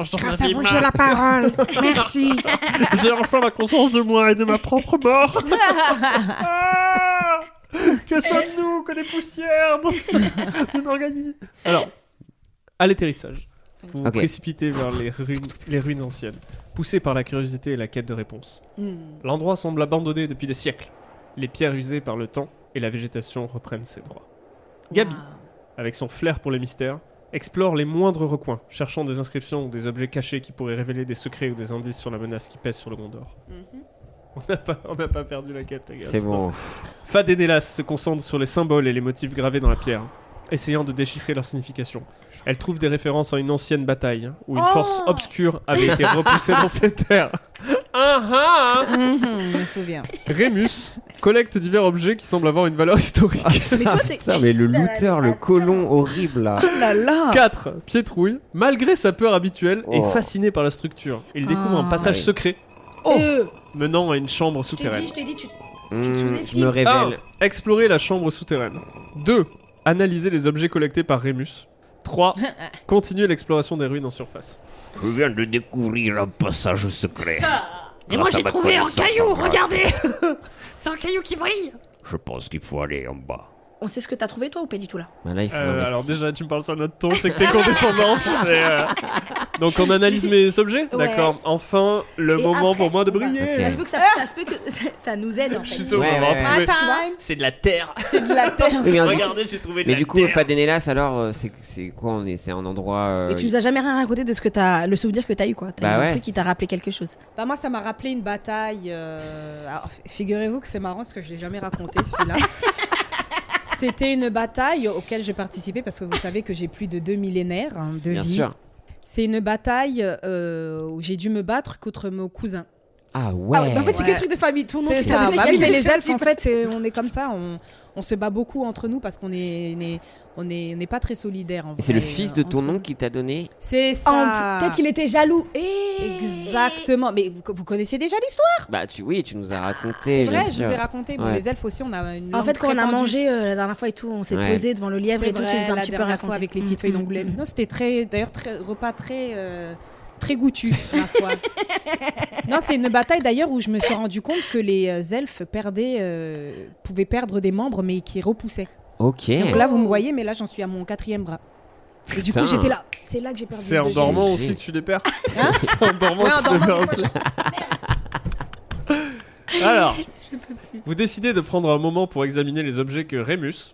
Speaker 6: j'en
Speaker 11: Grâce
Speaker 6: avais
Speaker 11: à vous,
Speaker 6: marre.
Speaker 11: j'ai la parole. Merci.
Speaker 6: J'ai enfin la conscience de moi et de ma propre mort. que sommes-nous que des poussières d'une organisme Alors, à l'atterrissage, vous vous
Speaker 10: Ok.
Speaker 6: précipitez vers les ruines, les ruines anciennes, poussé par la curiosité et la quête de réponses.
Speaker 9: Hmm.
Speaker 6: L'endroit semble abandonné depuis des siècles. Les pierres usées par le temps et la végétation reprennent ses droits. Gabi, avec son flair pour les mystères, explore les moindres recoins, cherchant des inscriptions ou des objets cachés qui pourraient révéler des secrets ou des indices sur la menace qui pèse sur le Gondor. On n'a pas, on n'a pas perdu la quête, les gars.
Speaker 10: C'est bon.
Speaker 6: Fad et Nélas se concentrent sur les symboles et les motifs gravés dans la pierre, essayant de déchiffrer leur signification. Elle trouve des références à une ancienne bataille, où une
Speaker 11: Oh
Speaker 6: force obscure avait été repoussée dans ces terres. Ah ah
Speaker 9: je me souviens.
Speaker 6: Rémus collecte divers objets qui semblent avoir une valeur historique.
Speaker 10: Putain, mais le looter, le colon horrible là.
Speaker 6: 4. Pietrouille, malgré sa peur habituelle, est
Speaker 10: Oh.
Speaker 6: fasciné par la structure. Il découvre un
Speaker 10: Ah.
Speaker 6: passage
Speaker 10: Ah oui.
Speaker 6: secret menant à une chambre
Speaker 12: Je t'ai
Speaker 6: souterraine.
Speaker 12: dit, je t'ai dit, tu.
Speaker 10: Hmm,
Speaker 12: te
Speaker 10: je
Speaker 12: sous-estimes.
Speaker 10: me révèle.
Speaker 6: 1. Explorer la chambre souterraine. 2. Analyser les objets collectés par Rémus. 3. Continuer l'exploration des ruines en surface.
Speaker 15: Je viens de découvrir un passage secret.
Speaker 11: Ah, Et moi
Speaker 15: Grâce à
Speaker 11: j'ai
Speaker 15: ma
Speaker 11: trouvé un
Speaker 15: connaissance
Speaker 11: caillou,
Speaker 15: en maths,
Speaker 11: regardez C'est un caillou qui brille
Speaker 15: Je pense qu'il faut aller en bas.
Speaker 12: On sait ce que t'as trouvé toi ou pas du
Speaker 9: Oh.
Speaker 12: tout là
Speaker 10: Bah là, il faut
Speaker 6: Euh,
Speaker 10: investir.
Speaker 6: alors déjà, tu me parles sur notre ton, c'est que t'es condescendante. mais, euh, Donc on analyse mes objets,
Speaker 12: Ouais.
Speaker 6: d'accord. Enfin, le
Speaker 12: Et
Speaker 6: moment
Speaker 12: après-
Speaker 6: pour moi de briller.
Speaker 12: Ouais, Ça se peut que ça, ça se peut que ça nous aide en fait.
Speaker 6: suis
Speaker 10: Bah
Speaker 6: sûr Ouais, qu'on
Speaker 10: Eh,
Speaker 6: va ouais, retrouver.
Speaker 12: Tu
Speaker 6: ouais.
Speaker 12: vois
Speaker 7: C'est de la terre.
Speaker 12: C'est de la terre.
Speaker 10: Oui, mais alors,
Speaker 7: Regardez, j'ai trouvé de
Speaker 10: Mais
Speaker 7: la
Speaker 10: du coup,
Speaker 7: terre.
Speaker 10: Fadenelas, alors, euh, c'est c'est quoi on est, C'est un endroit. euh,
Speaker 12: Et tu nous as jamais rien raconté de ce que t'as, le souvenir que t'as eu quoi. T'as
Speaker 10: Bah
Speaker 12: eu
Speaker 10: ouais.
Speaker 12: un truc qui t'a rappelé quelque chose.
Speaker 9: Bah moi, ça m'a rappelé une bataille. euh, alors, f- figurez-vous que c'est marrant parce que je l'ai jamais raconté celui-là. C'était une bataille auquel j'ai participé parce que vous savez que j'ai plus de deux millénaires hein, de
Speaker 10: Bien
Speaker 9: vie.
Speaker 10: sûr.
Speaker 9: C'est une bataille euh, où j'ai dû me battre contre mon cousin.
Speaker 10: Ah ouais.
Speaker 9: bah, en fait, c'est que
Speaker 12: Ouais.
Speaker 9: le truc de famille. Tout le monde
Speaker 12: C'est
Speaker 9: fait
Speaker 12: ça,
Speaker 9: des
Speaker 12: bah
Speaker 9: calculs,
Speaker 12: oui, mais
Speaker 9: mais
Speaker 12: les
Speaker 9: les
Speaker 12: elfes,
Speaker 9: elfes, en fait, c'est- on est comme ça. On, on se bat beaucoup entre nous parce qu'on est, n'est- on est, on n'est pas très solidaires. en
Speaker 10: Et c'est le
Speaker 9: vrai,
Speaker 10: fils
Speaker 9: euh,
Speaker 10: de ton oncle qui t'a donné.
Speaker 9: c'est
Speaker 12: Ah,
Speaker 9: ça.
Speaker 12: en plus, peut-être qu'il était jaloux.
Speaker 9: Exactement. Mais vous, vous connaissez déjà l'histoire
Speaker 10: Bah tu, oui, tu nous as raconté.
Speaker 9: C'est
Speaker 10: bien
Speaker 9: vrai, je vous ai
Speaker 10: sûr.
Speaker 9: raconté. Bon,
Speaker 10: Ouais.
Speaker 9: les elfes aussi, on a une.
Speaker 12: En fait,
Speaker 9: langue
Speaker 12: quand
Speaker 9: très
Speaker 12: on a
Speaker 9: pendue.
Speaker 12: mangé euh, la dernière fois et tout, on s'est
Speaker 10: Ouais.
Speaker 12: posé devant le lièvre
Speaker 9: C'est
Speaker 12: et tout. Tu
Speaker 9: vrai,
Speaker 12: nous as un
Speaker 9: la
Speaker 12: petit peu
Speaker 9: dernière
Speaker 12: raconté Mm,
Speaker 9: fois avec les petites feuilles d'angoulême. Non, c'était très, d'ailleurs, très repas très. euh, Très goûtu, ma foi. non, c'est une bataille d'ailleurs où je me suis rendu compte que les euh, elfes perdaient, euh, pouvaient perdre des membres, mais qui repoussaient.
Speaker 10: Ok.
Speaker 9: Donc là, vous me voyez, mais là, j'en suis à mon quatrième bras. Et du
Speaker 10: Putain.
Speaker 9: coup, j'étais là. C'est là que j'ai perdu.
Speaker 6: C'est
Speaker 9: le
Speaker 6: en
Speaker 9: deuxième.
Speaker 6: dormant aussi que tu les perds.
Speaker 9: Hein
Speaker 6: C'est en dormant
Speaker 9: Ouais, en
Speaker 6: que tu les
Speaker 9: dormant,
Speaker 6: perds
Speaker 9: des fois,
Speaker 6: aussi. Alors, vous décidez de prendre un moment pour examiner les objets que Rémus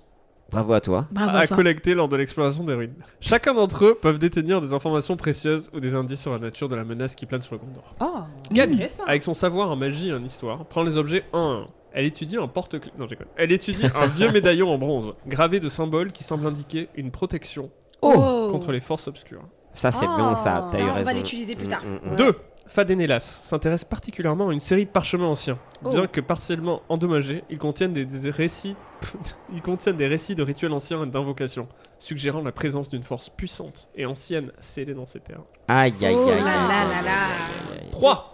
Speaker 10: Bravo à toi.
Speaker 9: Ah,
Speaker 6: a
Speaker 9: bah,
Speaker 6: collectés lors de l'exploration des ruines. Chacun d'entre eux peuvent détenir des informations précieuses ou des indices sur la nature de la menace qui plane sur le Gondor.
Speaker 9: Oh,
Speaker 6: Gabi,
Speaker 9: intéressant.
Speaker 6: avec son savoir en magie et en histoire, prend les objets un à un. Elle étudie un porte-clés. Non, j'éconne. Elle étudie un vieux médaillon en bronze, gravé de symboles qui semblent indiquer une protection
Speaker 10: Oh.
Speaker 6: contre les forces obscures.
Speaker 10: Ça c'est
Speaker 9: Ah,
Speaker 10: bon ça. T'as
Speaker 12: Ça,
Speaker 10: eu
Speaker 12: on va
Speaker 10: raison. Mm,
Speaker 12: l'utiliser plus tard. Ouais.
Speaker 6: 2. Fadenelas s'intéresse particulièrement à une série de parchemins anciens.
Speaker 12: Oh.
Speaker 6: Bien que partiellement endommagés, ils contiennent des, des récits ils contiennent des récits de rituels anciens et d'invocations, suggérant la présence d'une force puissante et ancienne scellée dans ces terres.
Speaker 10: Aïe aïe aïe.
Speaker 12: Oh là
Speaker 10: aïe,
Speaker 12: là
Speaker 10: aïe, aïe,
Speaker 12: là
Speaker 10: aïe,
Speaker 12: là.
Speaker 10: aïe, aïe.
Speaker 6: 3.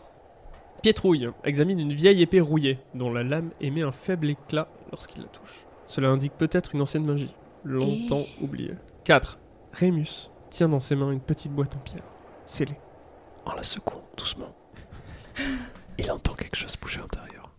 Speaker 6: Pietrouille examine une vieille épée rouillée dont la lame émet un faible éclat lorsqu'il la touche. Cela indique peut-être une ancienne magie, longtemps oubliée. 4. Rémus tient dans ses mains une petite boîte en pierre, scellée.
Speaker 14: En la secouant doucement, il entend quelque chose bouger à l'intérieur.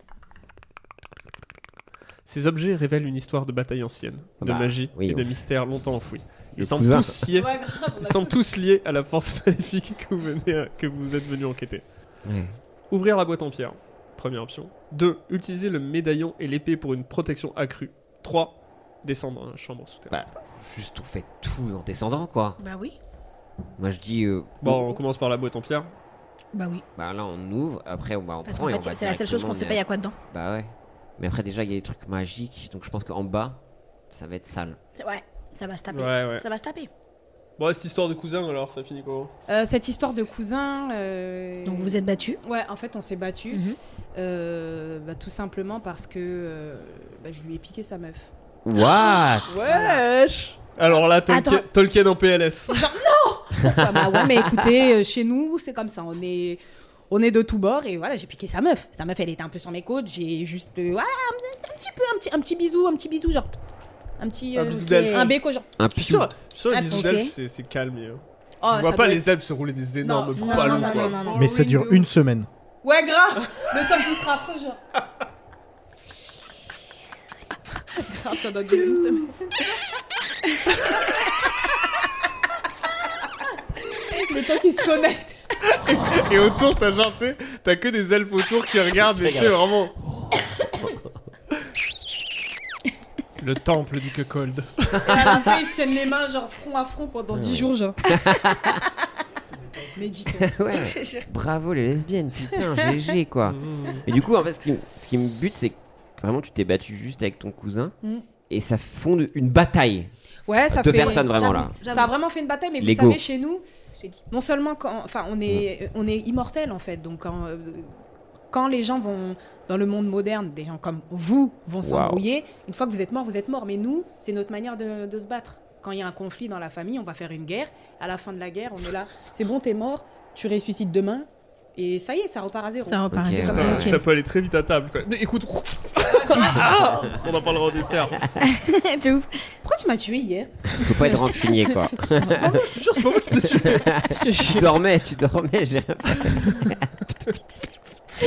Speaker 6: Ces objets révèlent une histoire de bataille ancienne, de
Speaker 10: Bah,
Speaker 6: magie
Speaker 10: oui,
Speaker 6: et de
Speaker 10: on-
Speaker 6: mystère longtemps enfoui.
Speaker 10: Le
Speaker 6: Ils semblent
Speaker 10: cousin.
Speaker 6: tous liés,
Speaker 10: Ouais, grave, on
Speaker 6: ils
Speaker 10: a
Speaker 6: semblent tous liés à la force maléfique que vous, venez, que vous êtes venu enquêter.
Speaker 10: Ouais.
Speaker 6: Ouvrir la boîte en pierre, première option. 2. Utiliser le médaillon et l'épée pour une protection accrue. 3. Descendre dans la chambre souterraine.
Speaker 10: Bah juste on fait tout en descendant quoi.
Speaker 12: Bah oui.
Speaker 10: Moi je dis. euh,
Speaker 6: Bon, on commence par la boîte en pierre.
Speaker 12: Bah oui.
Speaker 10: Bah là on ouvre, après on, bah, on
Speaker 12: Parce
Speaker 10: prend
Speaker 12: qu'en
Speaker 10: et
Speaker 12: fait,
Speaker 10: on va
Speaker 12: c'est la seule chose qu'on
Speaker 10: directement,
Speaker 12: sait
Speaker 10: mais-
Speaker 12: pas, il y a quoi dedans.
Speaker 10: Bah ouais. Mais après déjà il y a des trucs magiques, donc je pense qu'en bas ça va être sale.
Speaker 12: Ouais, ça va se
Speaker 10: Ah,
Speaker 12: taper.
Speaker 6: Ouais, ouais.
Speaker 12: Ça va se taper.
Speaker 6: Bon, cette histoire de cousin alors, ça finit comment
Speaker 9: Euh, cette histoire de cousin. euh,
Speaker 12: Donc vous vous êtes battus
Speaker 9: Ouais, en fait, on s'est battu.
Speaker 12: Mhm.
Speaker 9: Euh, bah, tout simplement parce que euh, bah, je lui ai piqué sa meuf.
Speaker 10: What
Speaker 6: Wesh Alors là, Tolkien,
Speaker 9: Attends.
Speaker 6: Tolkien en PLS.
Speaker 9: Ah bah ouais, mais écoutez, euh, chez nous, c'est comme ça. On est, on est de tous bords et voilà, j'ai piqué sa meuf. Sa meuf, elle était un peu sur mes côtes. J'ai juste. euh, voilà, un, un petit peu, un petit, un petit bisou, un petit bisou, genre. Un petit.
Speaker 6: Un
Speaker 9: euh,
Speaker 6: bisou d'elfe.
Speaker 9: Un béco, genre.
Speaker 10: Un
Speaker 6: Je suis sûr, je suis sûr,
Speaker 9: Ah,
Speaker 6: les bisous
Speaker 9: ok.
Speaker 6: d'elfes, c'est- c'est calme. et, euh,
Speaker 9: Oh,
Speaker 6: tu
Speaker 9: ça
Speaker 6: vois pas
Speaker 9: doit
Speaker 6: les elfes se rouler des énormes
Speaker 9: Non,
Speaker 6: poils,
Speaker 9: non,
Speaker 6: quoi.
Speaker 9: non, non, non.
Speaker 5: Mais ça dure une semaine.
Speaker 4: Ouais, grave
Speaker 9: Le temps qu'il se rapproche, genre. Grave, ça doit durer une semaine. Le temps qu'ils se connectent.
Speaker 6: Et autour, t'as genre, tu sais, t'as que des elfes autour qui regardent, mais tu sais, vraiment. Le temple du Cuckold.
Speaker 4: Et à la fin, ils se tiennent les mains, genre front à front pendant 10 jours, genre.
Speaker 9: Mais dis
Speaker 10: ouais. Bravo les lesbiennes, putain, GG quoi. Et du coup, en fait, ce qui, m- ce qui me bute, c'est que vraiment tu t'es battu juste avec ton cousin
Speaker 9: Mm.
Speaker 10: et ça fonde une bataille.
Speaker 9: Ouais, ça
Speaker 10: Deux
Speaker 9: fait-
Speaker 10: personnes vraiment
Speaker 9: j'avoue,
Speaker 10: là.
Speaker 9: j'avoue. Ça a vraiment fait une bataille, mais vous
Speaker 10: L'ego.
Speaker 9: savez, chez nous, non seulement quand, enfin, on est, on est immortel en fait, donc quand, euh, quand les gens vont dans le monde moderne, des gens comme vous vont s'embrouiller. Une fois que vous êtes mort, vous êtes mort. Mais nous, c'est notre manière de, de se battre. Quand il y a un conflit dans la famille, on va faire une guerre. À la fin de la guerre, on est là. C'est bon, t'es mort. Tu ressuscites demain. Et ça y est, ça repart à zéro.
Speaker 12: Ça repart à Ok, zéro.
Speaker 9: C'est
Speaker 6: Putain,
Speaker 9: comme ça.
Speaker 6: Ça peut aller très vite à table, quoi. Mais écoute, Ah on en parlera au dessert.
Speaker 12: De ouf.
Speaker 9: Pourquoi tu m'as tué hier
Speaker 10: Faut pas être rancunier quoi.
Speaker 6: Je te jure, c'est pas moi qui t'ai tué.
Speaker 10: tu dormais, tu dormais, j'ai rien fait. Oh.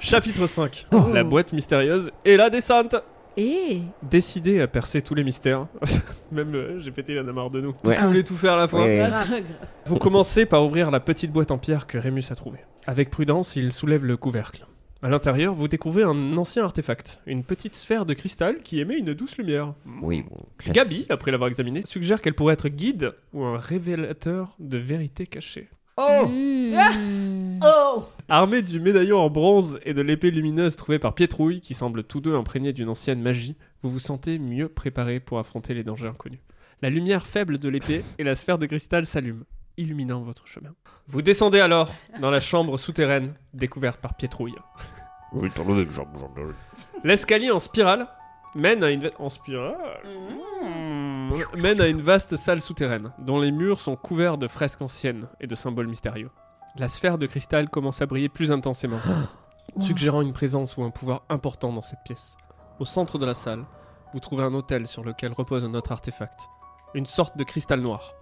Speaker 6: Chapitre 5. La boîte mystérieuse et la descente.
Speaker 9: Et
Speaker 6: Décidé à percer tous les mystères, même euh, j'ai pété la marre de nous.
Speaker 10: Ouais.
Speaker 6: Parce que vous voulez tout faire à la fois.
Speaker 10: Ouais, ouais.
Speaker 9: Grave.
Speaker 6: Vous commencez par ouvrir la petite boîte en pierre que Rémus a trouvée. Avec prudence, il soulève le couvercle. À l'intérieur, vous découvrez un ancien artefact, une petite sphère de cristal qui émet une douce lumière.
Speaker 10: Oui, bon, classe.
Speaker 6: Gabi, après l'avoir examinée, suggère qu'elle pourrait être guide ou un révélateur de vérité cachée.
Speaker 10: Oh
Speaker 6: Oh Armés du médaillon en bronze et de l'épée lumineuse trouvée par Pietrouille, qui semblent tous deux imprégnés d'une ancienne magie, vous vous sentez mieux préparé pour affronter les dangers inconnus. La lumière faible de l'épée et la sphère de cristal s'allument, illuminant votre chemin. Vous descendez alors dans la chambre souterraine découverte par Pietrouille.
Speaker 15: Oui, t'en levais, genre, genre, genre.
Speaker 6: L'escalier en spirale mène à une va- en spirale mène à une vaste salle souterraine dont les murs sont couverts de fresques anciennes et de symboles mystérieux. La sphère de cristal commence à briller plus intensément, suggérant une présence ou un pouvoir important dans cette pièce. Au centre de la salle, vous trouvez un autel sur lequel repose un autre artefact, une sorte de cristal noir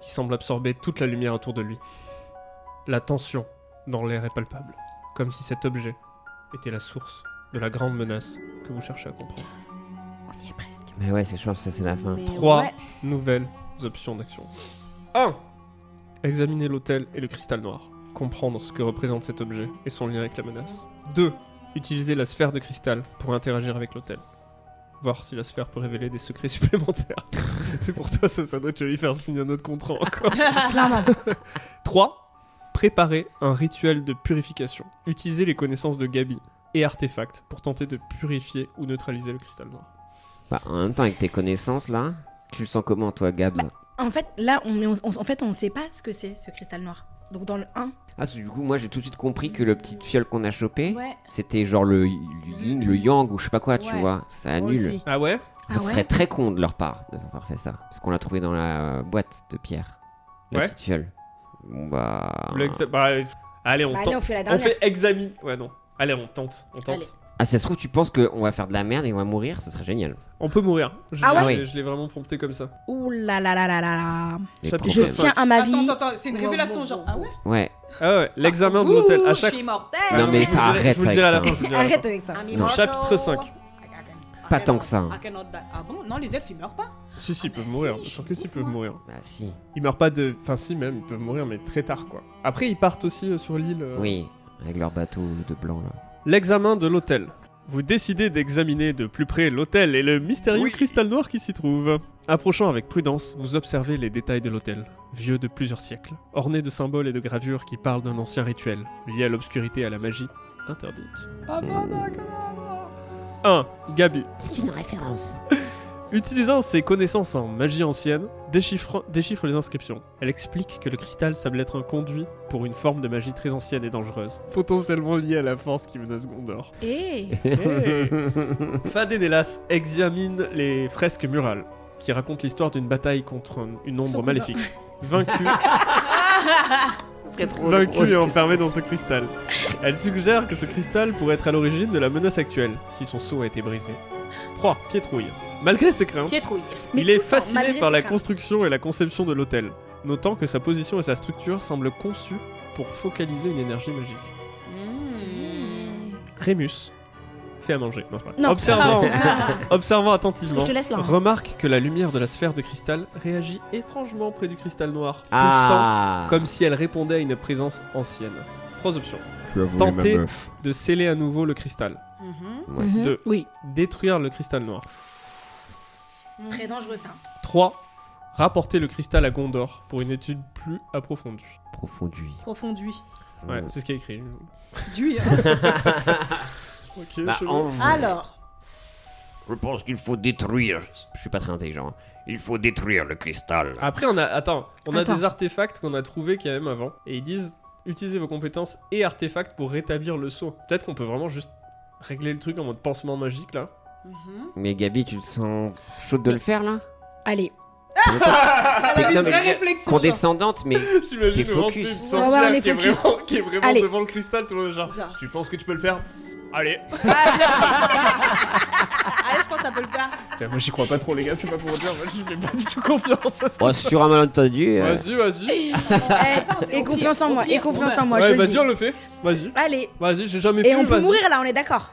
Speaker 6: qui semble absorber toute la lumière autour de lui. La tension dans l'air est palpable, comme si cet objet était la source de la grande menace que vous cherchez à comprendre.
Speaker 12: On y est presque.
Speaker 10: Mais ouais, c'est je pense que ça c'est la fin.
Speaker 6: Trois nouvelles options d'action. 1. Examiner l'autel et le cristal noir. Comprendre ce que représente cet objet et son lien avec la menace. 2. Utiliser la sphère de cristal pour interagir avec l'autel. Voir si la sphère peut révéler des secrets supplémentaires. C'est pour toi, ça, ça doit te lui faire signer un autre contrat encore.
Speaker 9: Clairement.
Speaker 6: 3. Préparer un rituel de purification. Utiliser les connaissances de Gabi et artefacts pour tenter de purifier ou neutraliser le cristal noir.
Speaker 10: Bah, en même temps, avec tes connaissances là, tu le sens comment toi, Gabs
Speaker 3: En fait, là, on, on, on- en fait, on sait pas ce que c'est ce cristal noir. Donc dans le 1,
Speaker 10: Ah, parce que du coup, moi j'ai tout de suite compris que le petit fiole qu'on a chopé,
Speaker 3: Ouais.
Speaker 10: c'était genre le, le yin, le yang ou je sais pas quoi, tu
Speaker 3: Ouais.
Speaker 10: vois. Ça
Speaker 3: Moi
Speaker 10: annule.
Speaker 3: aussi.
Speaker 6: Ah ouais
Speaker 10: Ce
Speaker 3: Ah ouais
Speaker 10: serait très con de leur part d'avoir fait ça. Parce qu'on l'a trouvé dans la euh, boîte de pierre. La
Speaker 6: Ouais.
Speaker 10: petite fiole. Bon bah.
Speaker 6: Vous voulez exa- bah, euh, allez, on
Speaker 3: Bah,
Speaker 6: tente.
Speaker 3: allez, on fait la dernière.
Speaker 6: fait examine. Ouais, non. Allez, on tente. On tente.
Speaker 10: Ah, ça se trouve, tu penses qu'on va faire de la merde et on va mourir Ce serait génial.
Speaker 6: On peut mourir. Je
Speaker 3: Ah
Speaker 6: l'ai-
Speaker 10: ouais
Speaker 6: je l'ai- Je l'ai vraiment prompté comme ça.
Speaker 3: ouh là là là là là là.
Speaker 10: Les
Speaker 6: Chapitre
Speaker 3: Je
Speaker 10: problèmes.
Speaker 3: tiens à ma vie.
Speaker 4: Attends, attends, c'est une révélation, genre. Ah ouais
Speaker 10: Ouais.
Speaker 6: Ah ouais, l'examen de l'hôtel. À chaque...
Speaker 10: Non, mais
Speaker 6: je vous le
Speaker 10: arrête
Speaker 6: dirai- Je vous le
Speaker 10: avec
Speaker 6: dirai à la
Speaker 10: ça.
Speaker 6: fin. je vous le dirai à la
Speaker 9: Arrête
Speaker 6: fin.
Speaker 9: avec
Speaker 12: Ah.
Speaker 9: ça.
Speaker 6: Non.
Speaker 9: Immortal.
Speaker 6: Chapitre 5.
Speaker 10: Pas tant que ça. hein.
Speaker 11: Ah bon Non, les elfes ils meurent pas.
Speaker 6: Si, si, ils peuvent mourir. Bien sûr que si, ils peuvent mourir.
Speaker 10: Bah, si.
Speaker 6: Ils meurent pas de. Enfin, si, même, ils peuvent mourir, mais très tard, quoi. Après, ils partent aussi euh, sur l'île. euh,
Speaker 10: Oui, avec leur bateau de blanc là.
Speaker 6: L'examen de l'hôtel. Vous décidez d'examiner de plus près l'hôtel et le mystérieux cristal noir qui s'y trouve. Approchant avec prudence, vous observez les détails de l'hôtel, vieux de plusieurs siècles, orné de symboles et de gravures qui parlent d'un ancien rituel lié à l'obscurité et à la magie interdite. 1. Gabi.
Speaker 10: C'est une référence.
Speaker 6: Utilisant ses connaissances en magie ancienne, déchiffre, déchiffre les inscriptions. Elle explique que le cristal semble être un conduit pour une forme de magie très ancienne et dangereuse, potentiellement liée à la force qui menace Gondor.
Speaker 3: Eh.
Speaker 9: Et
Speaker 6: Hey. Fadenelas examine les fresques murales qui racontent l'histoire d'une bataille contre un- une ombre
Speaker 11: cousin.
Speaker 6: maléfique, vaincue,
Speaker 10: Ce serait
Speaker 11: Oh,
Speaker 10: trop drôle
Speaker 6: vaincue et
Speaker 10: que
Speaker 6: enfermée dans ce cristal. Elle suggère que ce cristal pourrait être à l'origine de la menace actuelle si son sceau a été brisé. 3. Pietrouille. Malgré ses craintes,
Speaker 11: Pietrouille.
Speaker 6: il est fasciné
Speaker 11: malgré
Speaker 6: par
Speaker 11: ses
Speaker 6: la
Speaker 11: craintes.
Speaker 6: construction et la conception de l'hôtel, notant que sa position et sa structure semblent conçues pour focaliser une énergie magique.
Speaker 11: Mmh.
Speaker 6: Rémus fait à manger. Non, c'est pas vrai.
Speaker 3: Non.
Speaker 6: Observant,
Speaker 3: Ah.
Speaker 11: oh.
Speaker 6: observant attentivement,
Speaker 3: Parce que je te laisse là, hein.
Speaker 6: remarque que la lumière de la sphère de cristal réagit étrangement près du cristal noir,
Speaker 10: Ah.
Speaker 6: pulsant comme si elle répondait à une présence ancienne. Trois options.
Speaker 10: Tu as volé ma
Speaker 6: Tenter
Speaker 10: meuf.
Speaker 6: de sceller à nouveau le cristal.
Speaker 10: Ouais.
Speaker 3: Mhm.
Speaker 6: Deux.
Speaker 3: Oui.
Speaker 6: Détruire le cristal noir.
Speaker 3: Très dangereux ça.
Speaker 6: 3. Rapporter le cristal à Gondor pour une étude plus approfondie.
Speaker 10: Profonduit.
Speaker 4: Profonduit.
Speaker 6: Ouais,
Speaker 10: Hmm.
Speaker 6: c'est ce qui est écrit.
Speaker 4: Duit, hein.
Speaker 6: Ok,
Speaker 10: Bah,
Speaker 6: je-
Speaker 10: en vrai,
Speaker 4: Alors,
Speaker 15: Je pense qu'il faut détruire.
Speaker 10: Je suis pas très intelligent. hein.
Speaker 15: Il faut détruire le cristal.
Speaker 6: Après, on a, attends, on a
Speaker 15: Attends.
Speaker 6: des artefacts qu'on a trouvés quand même avant. Et ils disent utilisez vos compétences et artefacts pour rétablir le saut. Peut-être qu'on peut vraiment juste régler le truc en mode pansement magique là.
Speaker 10: Mais Gabi, tu te sens chaude de le faire là
Speaker 3: Allez.
Speaker 10: T'es-
Speaker 6: a eu une
Speaker 10: non, mais
Speaker 6: vraie
Speaker 10: hein.
Speaker 6: réflexion,
Speaker 10: Condescendante, mais t'es
Speaker 6: J'imagine vraiment tu
Speaker 10: focus.
Speaker 6: sais,
Speaker 10: Ouais,
Speaker 6: Sorcière
Speaker 10: ouais, on est
Speaker 6: qui, est
Speaker 10: focus.
Speaker 6: vraiment, qui est vraiment
Speaker 10: Allez.
Speaker 6: devant le cristal, tout le monde est genre, Tu penses que tu peux le faire Allez
Speaker 12: Ah,
Speaker 4: allez, je pense que ça peut le faire.
Speaker 6: Putain, Moi j'y crois pas trop, les gars, c'est pas pour dire, moi j'y fais pas du tout confiance. à ce
Speaker 10: Oh, sur un malentendu. euh,
Speaker 6: Vas-y, vas-y.
Speaker 3: Et Eh, confiance en moi, et confiance en moi. je
Speaker 6: ouais,
Speaker 3: te le
Speaker 6: vas-y,
Speaker 3: dis.
Speaker 6: on le fait. Vas-y.
Speaker 3: Allez.
Speaker 6: Vas-y, j'ai jamais
Speaker 3: Et
Speaker 6: fait.
Speaker 3: on peut
Speaker 6: vas-y.
Speaker 3: mourir là, on est d'accord.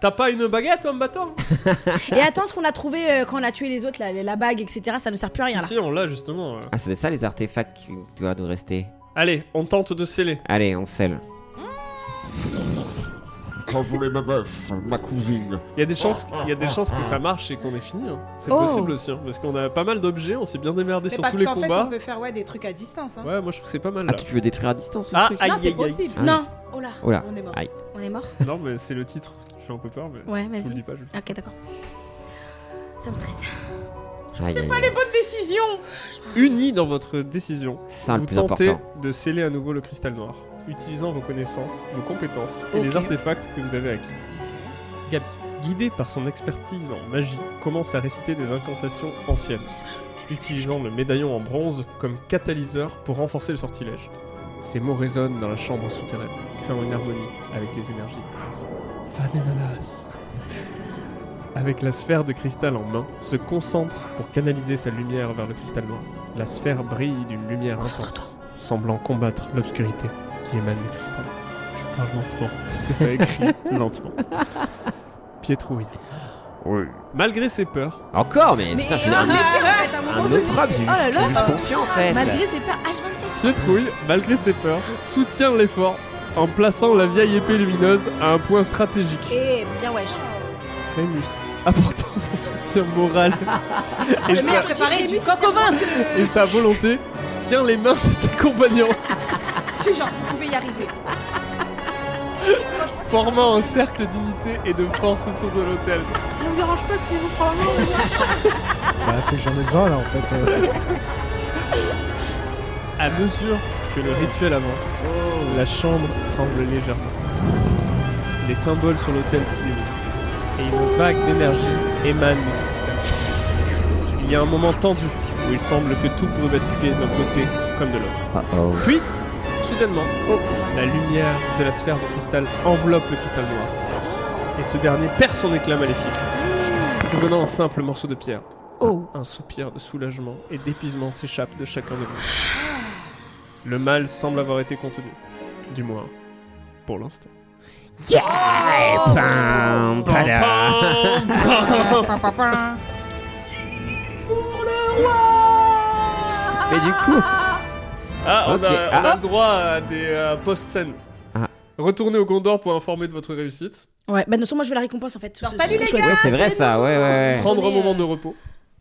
Speaker 6: T'as pas une baguette en me battant
Speaker 3: Et attends, ce qu'on a trouvé euh, quand on a tué les autres, la, la bague, etc., ça ne sert plus à rien là.
Speaker 6: Si, on l'a justement. euh.
Speaker 10: Ah, c'est ça les artefacts qui doivent nous rester.
Speaker 6: Allez, on tente de sceller.
Speaker 10: Allez, on scelle.
Speaker 1: Quand vous voulez ma meuf, ma cousine.
Speaker 6: Il y a des chances, il y a des chances que ça marche et qu'on est fini. hein. C'est
Speaker 16: Oh.
Speaker 6: possible aussi, hein, parce qu'on a pas mal d'objets, on s'est bien démerdé
Speaker 16: Mais
Speaker 6: sur
Speaker 16: parce
Speaker 6: tous les
Speaker 16: qu'en fait, on
Speaker 6: combats.
Speaker 16: peut faire ouais, des trucs à distance. hein.
Speaker 6: Ouais, moi je trouve que c'est pas mal.
Speaker 10: Ah,
Speaker 6: là.
Speaker 10: tu veux détruire à distance le
Speaker 6: Ah,
Speaker 10: truc
Speaker 6: aïe,
Speaker 16: Non, c'est
Speaker 6: aïe, aïe.
Speaker 16: possible.
Speaker 10: Ah oui.
Speaker 3: Non, oh là.
Speaker 10: Oh là.
Speaker 16: On est mort.
Speaker 10: Aïe.
Speaker 3: On est mort
Speaker 6: Non, mais c'est le titre qui fait un peu peur, mais.
Speaker 3: Ouais,
Speaker 6: Je vous
Speaker 3: vas-y.
Speaker 6: le dis pas, je le dis.
Speaker 3: Ok, d'accord. Ça me stresse.
Speaker 10: Aïe, aïe,
Speaker 16: Pas
Speaker 10: aïe.
Speaker 16: les bonnes décisions.
Speaker 6: Unis dans votre décision,
Speaker 10: C'est ça le
Speaker 6: vous
Speaker 10: plus
Speaker 6: tentez
Speaker 10: important.
Speaker 6: de sceller à nouveau le cristal noir, utilisant vos connaissances, vos compétences et
Speaker 17: Ok.
Speaker 6: les artefacts que vous avez acquis. Gabi, guidée par son expertise en magie, commence à réciter des incantations anciennes, utilisant le médaillon en bronze comme catalyseur pour renforcer le sortilège. Ces mots résonnent dans la chambre souterraine, créant une harmonie avec les énergies. Fadenalas. Avec la sphère de cristal en main, se concentre pour canaliser sa lumière vers le cristal noir. La sphère brille d'une lumière intense, semblant combattre l'obscurité qui émane du cristal. Je parle lentement, parce que ça écrit lentement. Pietrouille.
Speaker 10: Oui.
Speaker 6: Malgré ses peurs.
Speaker 10: Encore, mais, putain, je suis
Speaker 3: Ah,
Speaker 10: dingue.
Speaker 3: mais c'est en fait, à un
Speaker 10: Un
Speaker 3: moment
Speaker 10: autre
Speaker 3: donné-
Speaker 10: homme, c'est
Speaker 3: Oh là
Speaker 10: juste-
Speaker 3: là.
Speaker 10: c'est juste confiant, en fait.
Speaker 3: Malgré ses peurs H24.
Speaker 6: Pietrouille, malgré ses peurs, soutient l'effort en plaçant la vieille épée lumineuse à un point stratégique.
Speaker 3: Eh bien, wesh.
Speaker 6: Rémus, apportant son soutien moral et,
Speaker 16: Le mec a
Speaker 6: sa,
Speaker 16: préparé du coq au vin.
Speaker 6: et sa volonté, tient les mains de ses compagnons,
Speaker 16: Tu genre, vous pouvez y arriver.
Speaker 6: formant un cercle d'unité et de force autour de l'hôtel.
Speaker 18: Ça vous dérange pas si je vous prends la main
Speaker 5: Bah, c'est que j'en ai besoin là en fait. euh.
Speaker 6: À mesure que le rituel avance, la chambre tremble légèrement. Les symboles sur l'autel s'illuminent et une vague d'énergie émane du cristal. Il y a un moment tendu où il semble que tout pourrait basculer d'un côté comme de l'autre.
Speaker 10: Oh.
Speaker 6: Puis, soudainement, la lumière de la sphère de cristal enveloppe le cristal noir. Et ce dernier perd son éclat maléfique, devenant un simple morceau de pierre. Un soupir de soulagement et d'épuisement s'échappe de chacun de vous. Le mal semble avoir été contenu. Du moins, pour l'instant.
Speaker 10: Yeah Pam, pada. Mais du coup.
Speaker 6: Ah, on
Speaker 10: Ok.
Speaker 6: a, on a
Speaker 10: Ah.
Speaker 6: le droit à des euh, post-scènes. Retournez au Gondor pour informer de votre réussite.
Speaker 3: Ouais, bah, de toute façon, moi, je veux la récompense en fait. sur ce-
Speaker 16: salut,
Speaker 3: sur ce
Speaker 16: les
Speaker 3: chouette.
Speaker 10: Ouais, c'est vrai ça, ouais, ouais.
Speaker 6: Prendre un
Speaker 3: Donnez, euh,
Speaker 6: moment de repos.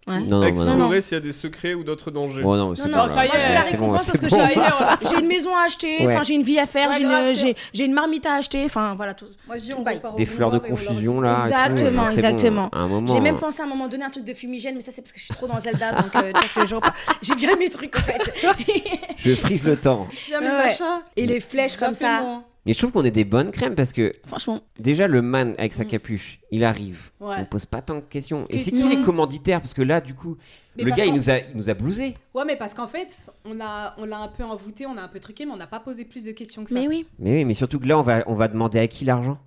Speaker 3: Ouais.
Speaker 10: Non, non,
Speaker 6: Explorer
Speaker 10: non, non.
Speaker 6: s'il y a des secrets ou d'autres dangers.
Speaker 10: Bon, non, mais c'est Non, pas non, grave. ça y
Speaker 3: Moi, je veux la
Speaker 10: c'est bon,
Speaker 3: récompense
Speaker 10: c'est
Speaker 3: parce que
Speaker 10: bon.
Speaker 3: j'ai- j'ai- j'ai une maison à acheter, enfin,
Speaker 10: Ouais.
Speaker 3: j'ai une vie à faire,
Speaker 16: Ouais,
Speaker 3: j'ai une,
Speaker 16: grave,
Speaker 3: euh,
Speaker 16: c'est-
Speaker 3: j'ai j'ai une marmite à acheter, enfin, voilà tout. Moi, je dis, on
Speaker 10: Des fleurs de confusion là. et tout,
Speaker 3: Exactement,
Speaker 10: c'est bon, hein.
Speaker 3: exactement.
Speaker 10: à un moment.
Speaker 3: J'ai même pensé à un moment donné à un truc de fumigène, mais ça c'est parce que je suis trop dans Zelda, donc euh, tu vois ce que je veux pas. J'ai déjà mes trucs en fait.
Speaker 10: Je frise le temps.
Speaker 3: Bien
Speaker 16: mes achats.
Speaker 3: Et les flèches comme ça.
Speaker 10: Mais je trouve qu'on est des bonnes crèmes parce que.
Speaker 3: Franchement.
Speaker 10: Déjà, le man avec sa capuche, il arrive.
Speaker 3: Mm. Ouais.
Speaker 10: On pose pas tant de questions. Et c'est
Speaker 16: Question.
Speaker 10: qui les commanditaires Parce que là, du coup,
Speaker 16: Mais
Speaker 10: le
Speaker 16: parce
Speaker 10: gars, il
Speaker 16: qu'en-
Speaker 10: nous, a, il nous a blousé.
Speaker 9: Ouais, mais parce qu'en fait, on a, on l'a un peu envoûté, on a un peu truqué, mais on n'a pas posé plus de questions que ça.
Speaker 3: Mais oui.
Speaker 10: Mais oui, mais surtout que là, on va, on va demander à qui l'argent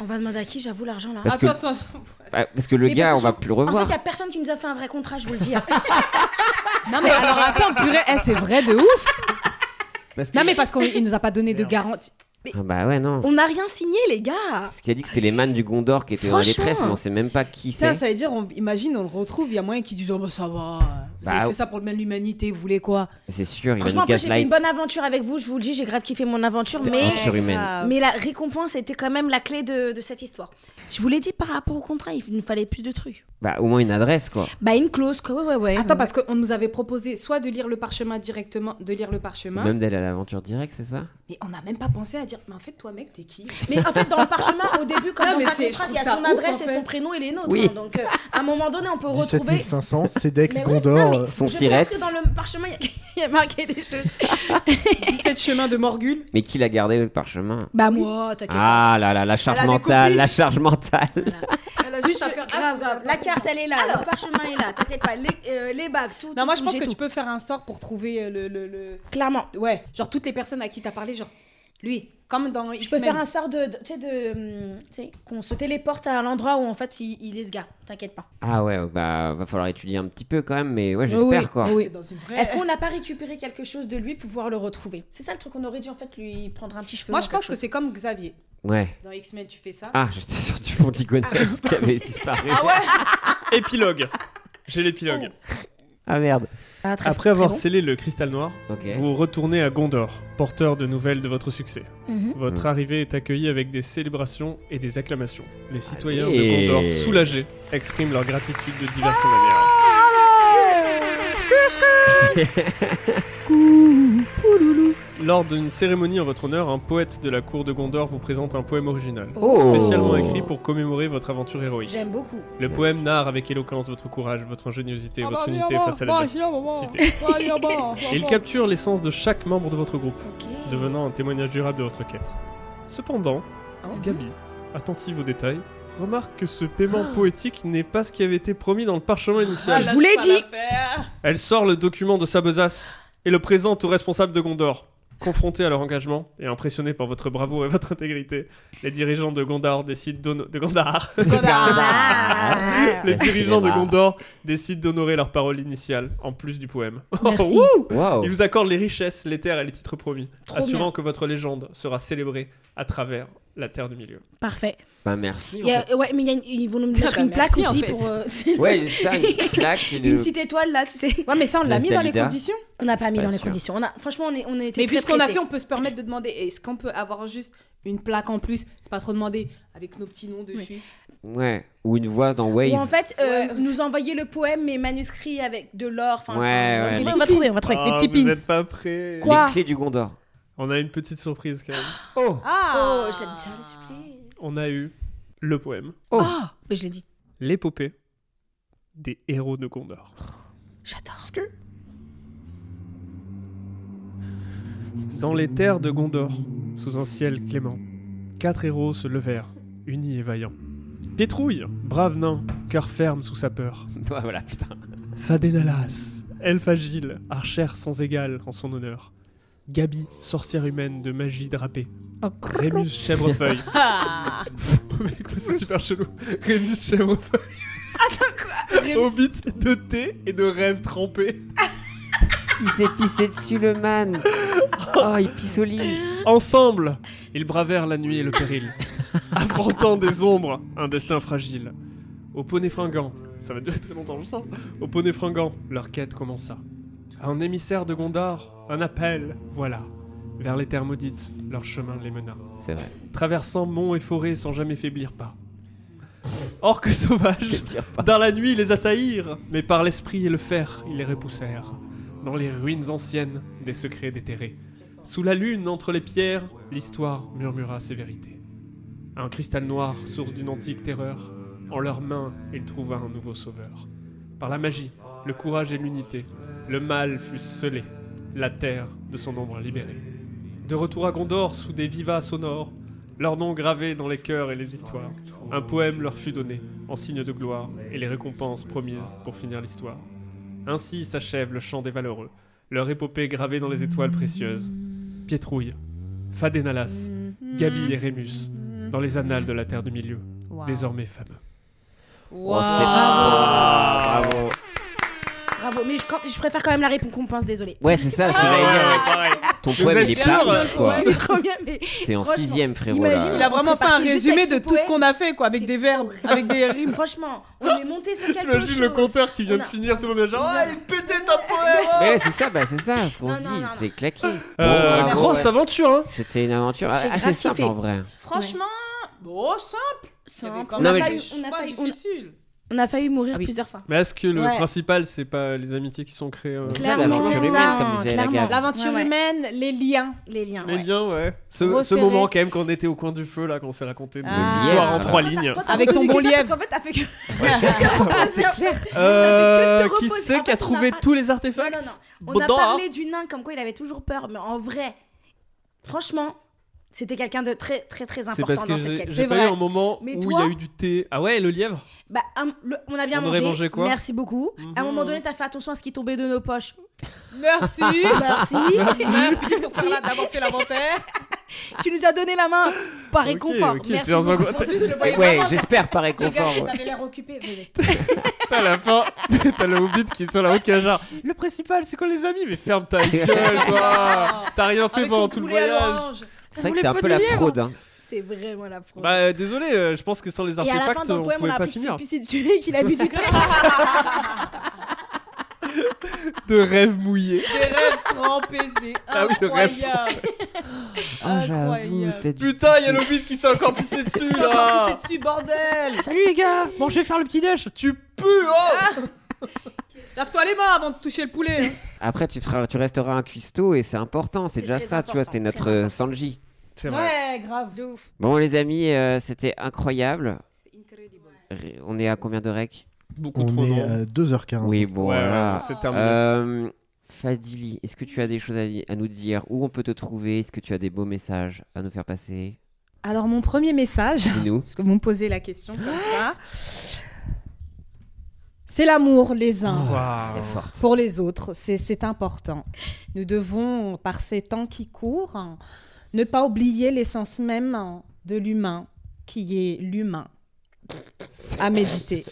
Speaker 3: On va demander à qui, j'avoue, l'argent là.
Speaker 10: Parce que- Attends, Bah, Parce que le
Speaker 3: Mais
Speaker 10: gars,
Speaker 3: parce
Speaker 10: on va
Speaker 3: que-
Speaker 10: plus le
Speaker 3: En fait,
Speaker 10: revoir.
Speaker 3: il y a personne qui nous a fait un vrai contrat, je vous le dis. hein.
Speaker 9: Non, mais alors attends, purée, eh, c'est vrai de ouf
Speaker 10: Parce que-
Speaker 9: Non, mais parce qu'il nous a pas donné de garantie.
Speaker 10: Ah bah ouais, non.
Speaker 3: On n'a rien signé, les gars
Speaker 10: Parce qu'il a dit que c'était les man du Gondor qui étaient dans les
Speaker 9: Franchement.
Speaker 10: presses, mais on sait même pas qui
Speaker 9: Ça,
Speaker 10: c'est.
Speaker 9: ça veut dire, on, imagine, on le retrouve, il y a moyen qu'il dise, oh, bah ça va, vous avez
Speaker 10: Bah,
Speaker 9: fait ça pour le bien de l'humanité, vous voulez quoi
Speaker 10: C'est sûr, il va
Speaker 3: Franchement,
Speaker 10: nous
Speaker 3: après, j'ai fait une
Speaker 10: gaslight.
Speaker 3: bonne aventure avec vous, je vous le dis, j'ai grave kiffé mon aventure, mais.
Speaker 10: surhumaine.
Speaker 3: Mais la récompense était quand même la clé de, de cette histoire. Je vous l'ai dit, par rapport au contrat, il nous fallait plus de trucs.
Speaker 10: Bah, au moins une adresse, quoi.
Speaker 3: Bah, une clause, quoi, ouais, ouais, ouais.
Speaker 9: Attends, parce qu'on nous avait proposé soit de lire le parchemin directement, de lire le
Speaker 3: Bah.
Speaker 9: parchemin,
Speaker 10: Même d'aller à l'aventure directe, c'est ça
Speaker 9: mais on n'a même pas pensé à dire, mais en fait, toi, mec, t'es qui
Speaker 3: Mais en fait, dans le parchemin, au début, comme
Speaker 9: Non,
Speaker 3: dans
Speaker 9: mais
Speaker 3: un
Speaker 9: c'est-
Speaker 3: contrat,
Speaker 9: je
Speaker 3: il y a
Speaker 9: trouve
Speaker 3: son
Speaker 9: ça ouf,
Speaker 3: adresse
Speaker 9: en
Speaker 3: et
Speaker 9: fait.
Speaker 3: son prénom et les nôtres.
Speaker 10: Oui.
Speaker 3: hein, donc, euh, à un moment donné, on peut
Speaker 5: euh,
Speaker 3: retrouver.
Speaker 5: 17 500, Cedex,
Speaker 3: Mais ouais, non,
Speaker 5: Gondor.
Speaker 3: mais
Speaker 5: euh,
Speaker 10: Son
Speaker 3: je pense que
Speaker 10: sirette.
Speaker 3: dans le parchemin, il y a- il y, a marqué des choses.
Speaker 9: 17 chemins de Morgul.
Speaker 10: Mais qui l'a gardé le parchemin
Speaker 3: Bah, moi, t'inquiète.
Speaker 10: Ah là là, la
Speaker 3: Elle
Speaker 10: charge
Speaker 3: a des
Speaker 10: mentale,
Speaker 3: copies.
Speaker 10: la charge mentale.
Speaker 9: Elle a juste à faire. ah,
Speaker 3: Grave, grave. La carte, elle est là. Le parchemin est là. T'inquiète pas. Les, euh, les bagues, tout.
Speaker 9: Non,
Speaker 3: tout,
Speaker 9: moi, je
Speaker 3: tout,
Speaker 9: pense
Speaker 3: j'ai
Speaker 9: que
Speaker 3: tout.
Speaker 9: tu peux faire un sort pour trouver euh, le. le, le-
Speaker 3: Clairement.
Speaker 9: Ouais, genre toutes les personnes à qui t'as parlé, genre lui, Comme dans
Speaker 3: Je peux faire un sort de, de- tu sais, de, hum, tu sais, qu'on se téléporte à l'endroit où en fait il, il est ce gars. T'inquiète pas.
Speaker 10: Ah ouais, bah va falloir étudier un petit peu quand même, mais ouais, j'espère quoi.
Speaker 3: Est-ce qu'on n'a pas récupéré quelque chose de lui pour pouvoir le retrouver C'est ça le truc qu'on aurait dû en fait lui prendre un petit cheveu.
Speaker 9: Moi, je pense que c'est comme Xavier.
Speaker 10: Ouais.
Speaker 9: Dans X-Men, tu fais ça.
Speaker 10: Ah, j'étais sur du
Speaker 3: Ah,
Speaker 10: Pontigonas qui avait disparu.
Speaker 9: Ah ouais
Speaker 6: Épilogue. J'ai l'épilogue.
Speaker 10: Ah merde.
Speaker 6: Après avoir scellé le cristal noir,
Speaker 10: Ok.
Speaker 6: vous retournez à Gondor, porteur de nouvelles de votre succès.
Speaker 10: Mhm.
Speaker 6: Votre
Speaker 10: Mhm.
Speaker 6: arrivée est accueillie avec des célébrations et des acclamations. Les citoyens de
Speaker 10: Allez.
Speaker 6: Gondor, soulagés, expriment leur gratitude de diverses manières. Lors d'une cérémonie en votre honneur, un poète de la cour de Gondor vous présente un poème original,
Speaker 10: Oh.
Speaker 6: spécialement écrit pour commémorer votre aventure héroïque.
Speaker 3: J'aime beaucoup.
Speaker 6: Le poème narre avec éloquence votre courage, votre ingéniosité,
Speaker 9: Ah,
Speaker 6: votre
Speaker 9: bah,
Speaker 6: unité face à la
Speaker 19: cité.
Speaker 6: Et il capture l'essence de chaque membre de votre groupe, devenant un témoignage durable de votre quête. Cependant, Gabi, attentive aux détails, remarque que ce paiement poétique n'est pas ce qui avait été promis dans le parchemin initial.
Speaker 9: Ah, lâche pas l'affaire.
Speaker 6: Elle sort le document de sa besace et le présente aux responsables de Gondor. Confrontés à leur engagement et impressionnés par votre bravoure et votre intégrité, les dirigeants de Gondor décident d'hono- de Gondar.
Speaker 10: Ah,
Speaker 6: les
Speaker 10: Merci,
Speaker 6: dirigeants de
Speaker 10: Gondar.
Speaker 6: Gondor décident d'honorer leur parole initiale en plus du poème. Oh,
Speaker 10: Merci.
Speaker 6: Wouh
Speaker 10: Wow.
Speaker 6: Ils vous accordent les richesses, les terres et les titres promis,
Speaker 20: Trop
Speaker 6: assurant
Speaker 20: bien.
Speaker 6: que votre légende sera célébrée à travers la terre du milieu.
Speaker 20: Parfait.
Speaker 10: Bah merci.
Speaker 3: Il y a- ouais, mais il y a une- ils vont nous mettre
Speaker 9: Ah bah
Speaker 3: une plaque
Speaker 9: merci, en
Speaker 3: aussi
Speaker 9: fait.
Speaker 3: pour. euh,
Speaker 10: Ouais, j'ai ça, une petite plaque, une-
Speaker 6: euh,
Speaker 3: une petite étoile là, tu sais.
Speaker 9: Ouais, mais ça, on l'a
Speaker 10: Place
Speaker 9: mis dans les
Speaker 10: Dalida.
Speaker 9: conditions
Speaker 3: On n'a pas mis
Speaker 10: Pas
Speaker 3: dans les
Speaker 10: sûr.
Speaker 3: conditions. On a, franchement, on, est, on était
Speaker 9: Mais
Speaker 3: très
Speaker 9: vu ce qu'on a
Speaker 3: pressés.
Speaker 9: fait, on peut se permettre de demander est-ce qu'on peut avoir juste une plaque en plus C'est pas trop demandé avec nos petits noms dessus.
Speaker 10: Ouais, ou une voix dans Waze.
Speaker 3: Ou en fait, euh, nous envoyer le poème mais manuscrit avec de l'or. Enfin, enfin,
Speaker 10: Ouais, ouais.
Speaker 3: on va-
Speaker 10: Les
Speaker 3: On va
Speaker 10: petits
Speaker 3: trouver, on va trouver.
Speaker 6: Ah,
Speaker 3: Des
Speaker 6: vous êtes pas prêts.
Speaker 3: Quoi Les
Speaker 6: clés
Speaker 10: du Gondor.
Speaker 6: On a une petite surprise quand même.
Speaker 10: Oh
Speaker 3: Ah Oh, j'aime ça les surprises.
Speaker 6: On a eu le poème.
Speaker 3: Oh Mais je l'ai dit.
Speaker 6: L'épopée des héros de Gondor.
Speaker 3: J'adore.
Speaker 6: Dans les terres de Gondor, sous un ciel clément, quatre héros se levèrent, unis et vaillants. Pétrouille, brave nain, cœur ferme sous sa peur.
Speaker 10: Ouais, voilà, putain.
Speaker 6: Fabénalas, elfe agile, archère sans égale en son honneur. Gabi, sorcière humaine de magie drapée.
Speaker 3: Oh,
Speaker 6: Rémus Chèvrefeuille.
Speaker 3: Ah.
Speaker 6: Mec, mais c'est super chelou. Rémus Chèvrefeuille. Attends quoi Hobbit de thé et de rêve trempé.
Speaker 10: Il s'est pissé dessus le man. Oh, il pisse au lit.
Speaker 6: Ensemble, ils bravèrent la nuit et le péril, affrontant des ombres, un destin fragile. Au poney fringant, ça va durer très longtemps, je sens. hein. Au poney fringant, leur quête commença. À un émissaire de Gondor, un appel, voilà. Vers les terres maudites, leur chemin les mena.
Speaker 10: C'est vrai.
Speaker 6: Traversant monts et forêts sans jamais faiblir pas. Orques sauvages, dans la nuit les assaillirent, mais par l'esprit et le fer, ils les repoussèrent. Dans les ruines anciennes, des secrets déterrés. Sous la lune, entre les pierres, l'histoire murmura ses vérités. Un cristal noir, source d'une antique terreur, en leurs mains, il trouva un nouveau sauveur. Par la magie, le courage et l'unité, le mal fut scellé, la terre de son ombre libérée. De retour à Gondor, sous des vivas sonores, leur nom gravé dans les cœurs et les histoires, un poème leur fut donné, en signe de gloire, et les récompenses promises pour finir l'histoire. Ainsi s'achève le chant des valeureux, leur épopée gravée dans les étoiles précieuses. Pietrouille, Fadenalas, Gabi et Rémus, dans les annales de la Terre du Milieu,
Speaker 19: Wow.
Speaker 6: désormais fameux.
Speaker 3: Wow.
Speaker 10: Oh, c'est-
Speaker 3: Bravo.
Speaker 10: Bravo.
Speaker 3: Bravo. Mais je, quand- je préfère quand même la récompense, désolé.
Speaker 10: Ouais, c'est ça, c'est vrai.
Speaker 3: Ah.
Speaker 10: Ton
Speaker 6: Vous
Speaker 10: poème,
Speaker 6: êtes
Speaker 10: il est
Speaker 6: sûr,
Speaker 10: pas
Speaker 6: euh,
Speaker 10: ouf, quoi.
Speaker 3: Ouais, mais combien, mais
Speaker 10: T'es en
Speaker 3: franchement,
Speaker 10: sixième, frérot,
Speaker 3: imagine,
Speaker 10: là.
Speaker 3: on
Speaker 9: Il a vraiment
Speaker 3: serait
Speaker 9: fait un
Speaker 3: parti juste
Speaker 9: résumé
Speaker 3: avec
Speaker 9: de
Speaker 3: ce
Speaker 9: tout
Speaker 3: poème.
Speaker 9: ce qu'on a fait, quoi, avec des verbes, avec des rimes.
Speaker 3: Franchement, on est monté sur quelque chose.
Speaker 6: J'imagine le concert qui vient de
Speaker 3: On a-
Speaker 6: finir, tout le monde est genre Ah, il est pété
Speaker 3: ton poème
Speaker 10: Mais ouais, c'est ça, bah, c'est ça ce qu'on se dit, c'est claqué.
Speaker 6: Euh,
Speaker 10: bravo,
Speaker 6: grosse aventure, hein
Speaker 10: C'était une aventure
Speaker 3: J'ai
Speaker 10: assez
Speaker 3: grave
Speaker 10: simple
Speaker 3: kiffé.
Speaker 10: en vrai.
Speaker 3: Franchement,
Speaker 9: Bon, simple.
Speaker 3: simple.
Speaker 10: Non,
Speaker 3: on, a
Speaker 10: mais
Speaker 3: failli,
Speaker 10: je-
Speaker 3: on, a
Speaker 9: pas
Speaker 3: failli, on a-
Speaker 9: difficile.
Speaker 3: on a failli mourir plusieurs fois.
Speaker 6: Mais est-ce que le
Speaker 3: Ouais.
Speaker 6: principal, c'est pas les amitiés qui sont créées euh,
Speaker 3: Clairement, L'aventure humaine, clairement, comme disait la clairement. gaffe.
Speaker 9: L'aventure
Speaker 3: Ouais, ouais.
Speaker 9: humaine, les liens.
Speaker 3: Les liens.
Speaker 6: Les liens, ouais. Ce, ce
Speaker 9: Resserré.
Speaker 6: moment, quand même, qu'on était au coin du feu, là, qu'on s'est raconté nos
Speaker 9: Ah.
Speaker 6: histoires en
Speaker 9: Quand
Speaker 6: trois
Speaker 9: t'as-
Speaker 6: lignes.
Speaker 9: quand t'as Avec ton bon
Speaker 3: Parce
Speaker 9: lièvre.
Speaker 3: qu'en fait, t'as fait que.
Speaker 6: Euh,
Speaker 3: T'as fait que te
Speaker 6: qui
Speaker 3: reposer. Ah,
Speaker 6: c'est
Speaker 3: En
Speaker 6: qui
Speaker 3: fait,
Speaker 6: a
Speaker 3: on
Speaker 6: trouvé
Speaker 3: pas-
Speaker 6: tous les artefacts
Speaker 3: Non, non, non. On
Speaker 6: Bon,
Speaker 3: a
Speaker 9: hein.
Speaker 6: dedans,
Speaker 3: parlé du nain comme quoi il avait toujours peur, mais en vrai, franchement, c'était quelqu'un de très, très, très
Speaker 6: C'est
Speaker 3: important
Speaker 6: parce que
Speaker 3: dans cette
Speaker 6: j'ai
Speaker 3: quête.
Speaker 6: j'ai pas eu un moment
Speaker 3: Mais
Speaker 6: où il y
Speaker 3: toi-
Speaker 6: a eu du thé. Ah ouais, le lièvre
Speaker 3: Bah, un- le- on a bien
Speaker 6: On aurait
Speaker 3: mangé.
Speaker 6: mangé quoi
Speaker 3: Merci beaucoup. À un
Speaker 9: Mhm.
Speaker 3: moment donné, t'as fait attention à ce qui tombait de nos poches.
Speaker 9: Merci.
Speaker 3: Merci.
Speaker 9: Merci pour faire la- d'avoir fait l'inventaire. tu nous as donné la main par
Speaker 12: Ok,
Speaker 9: réconfort.
Speaker 6: ok,
Speaker 9: Merci.
Speaker 6: c'est dans un
Speaker 9: beaucoup.
Speaker 6: contexte.
Speaker 9: Je le voyais
Speaker 6: Ouais,
Speaker 9: vraiment-
Speaker 6: j'espère par
Speaker 9: Les gars,
Speaker 6: réconfort,
Speaker 9: ils
Speaker 6: ouais.
Speaker 9: avaient l'air occupés, mais-
Speaker 6: Putain, à la fin, t'as le hobbit qui est sur la route qui est genre Le principal, c'est quoi les amis Mais ferme ta gueule, quoi T'as rien fait pendant tout le voyage
Speaker 10: C'est vrai que t'es un peu la fraude. Hein.
Speaker 9: C'est vraiment la fraude.
Speaker 6: Bah, euh, désolé, euh, je pense que sans les
Speaker 9: Et à la fin
Speaker 6: artefacts,
Speaker 9: dans le
Speaker 6: on
Speaker 9: poème, on
Speaker 6: pouvait
Speaker 9: a
Speaker 6: pas
Speaker 9: appris que
Speaker 6: finir.
Speaker 9: c'est Piciduré qu'il a bu du thé.
Speaker 6: De rêve mouillé.
Speaker 4: Des rêves trempés, c'est
Speaker 6: Ah oui, le rêve
Speaker 4: incroyable.
Speaker 10: Ah, j'avoue, t'as dû-
Speaker 6: Putain, y'a le vide qui s'est encore pissé dessus
Speaker 4: Ils sont encore
Speaker 6: là
Speaker 4: pissés dessus, bordel
Speaker 6: Salut les gars Bon, je vais faire le petit déj Tu pues
Speaker 3: Ah.
Speaker 4: Lave-toi les mains avant de toucher le poulet hein.
Speaker 10: Après, tu, seras, tu resteras un cuistot et c'est important. C'est déjà ça, tu vois. C'était notre euh, Sanji. C'est
Speaker 4: Ouais, grave, de ouf
Speaker 10: Bon, les amis, euh, c'était incroyable. Ré- On est à combien de rec
Speaker 6: Beaucoup
Speaker 5: On trop, est non à 2h15.
Speaker 10: Oui, bon,
Speaker 5: Ouais,
Speaker 10: voilà.
Speaker 5: ouais, c'est terminé.
Speaker 10: Euh, Fadili, est-ce que tu as des choses à, à nous dire Où on peut te trouver Est-ce que tu as des beaux messages à nous faire passer
Speaker 9: Alors mon premier message,
Speaker 10: Dis-nous.
Speaker 9: parce que vous me posez la question comme ça, c'est l'amour les uns
Speaker 3: Ah.
Speaker 10: Waouh. Elle est
Speaker 6: Oh.
Speaker 10: forte.
Speaker 9: pour les autres, c'est c'est important. Nous devons, par ces temps qui courent, ne pas oublier l'essence même de l'humain, qui est l'humain. À méditer.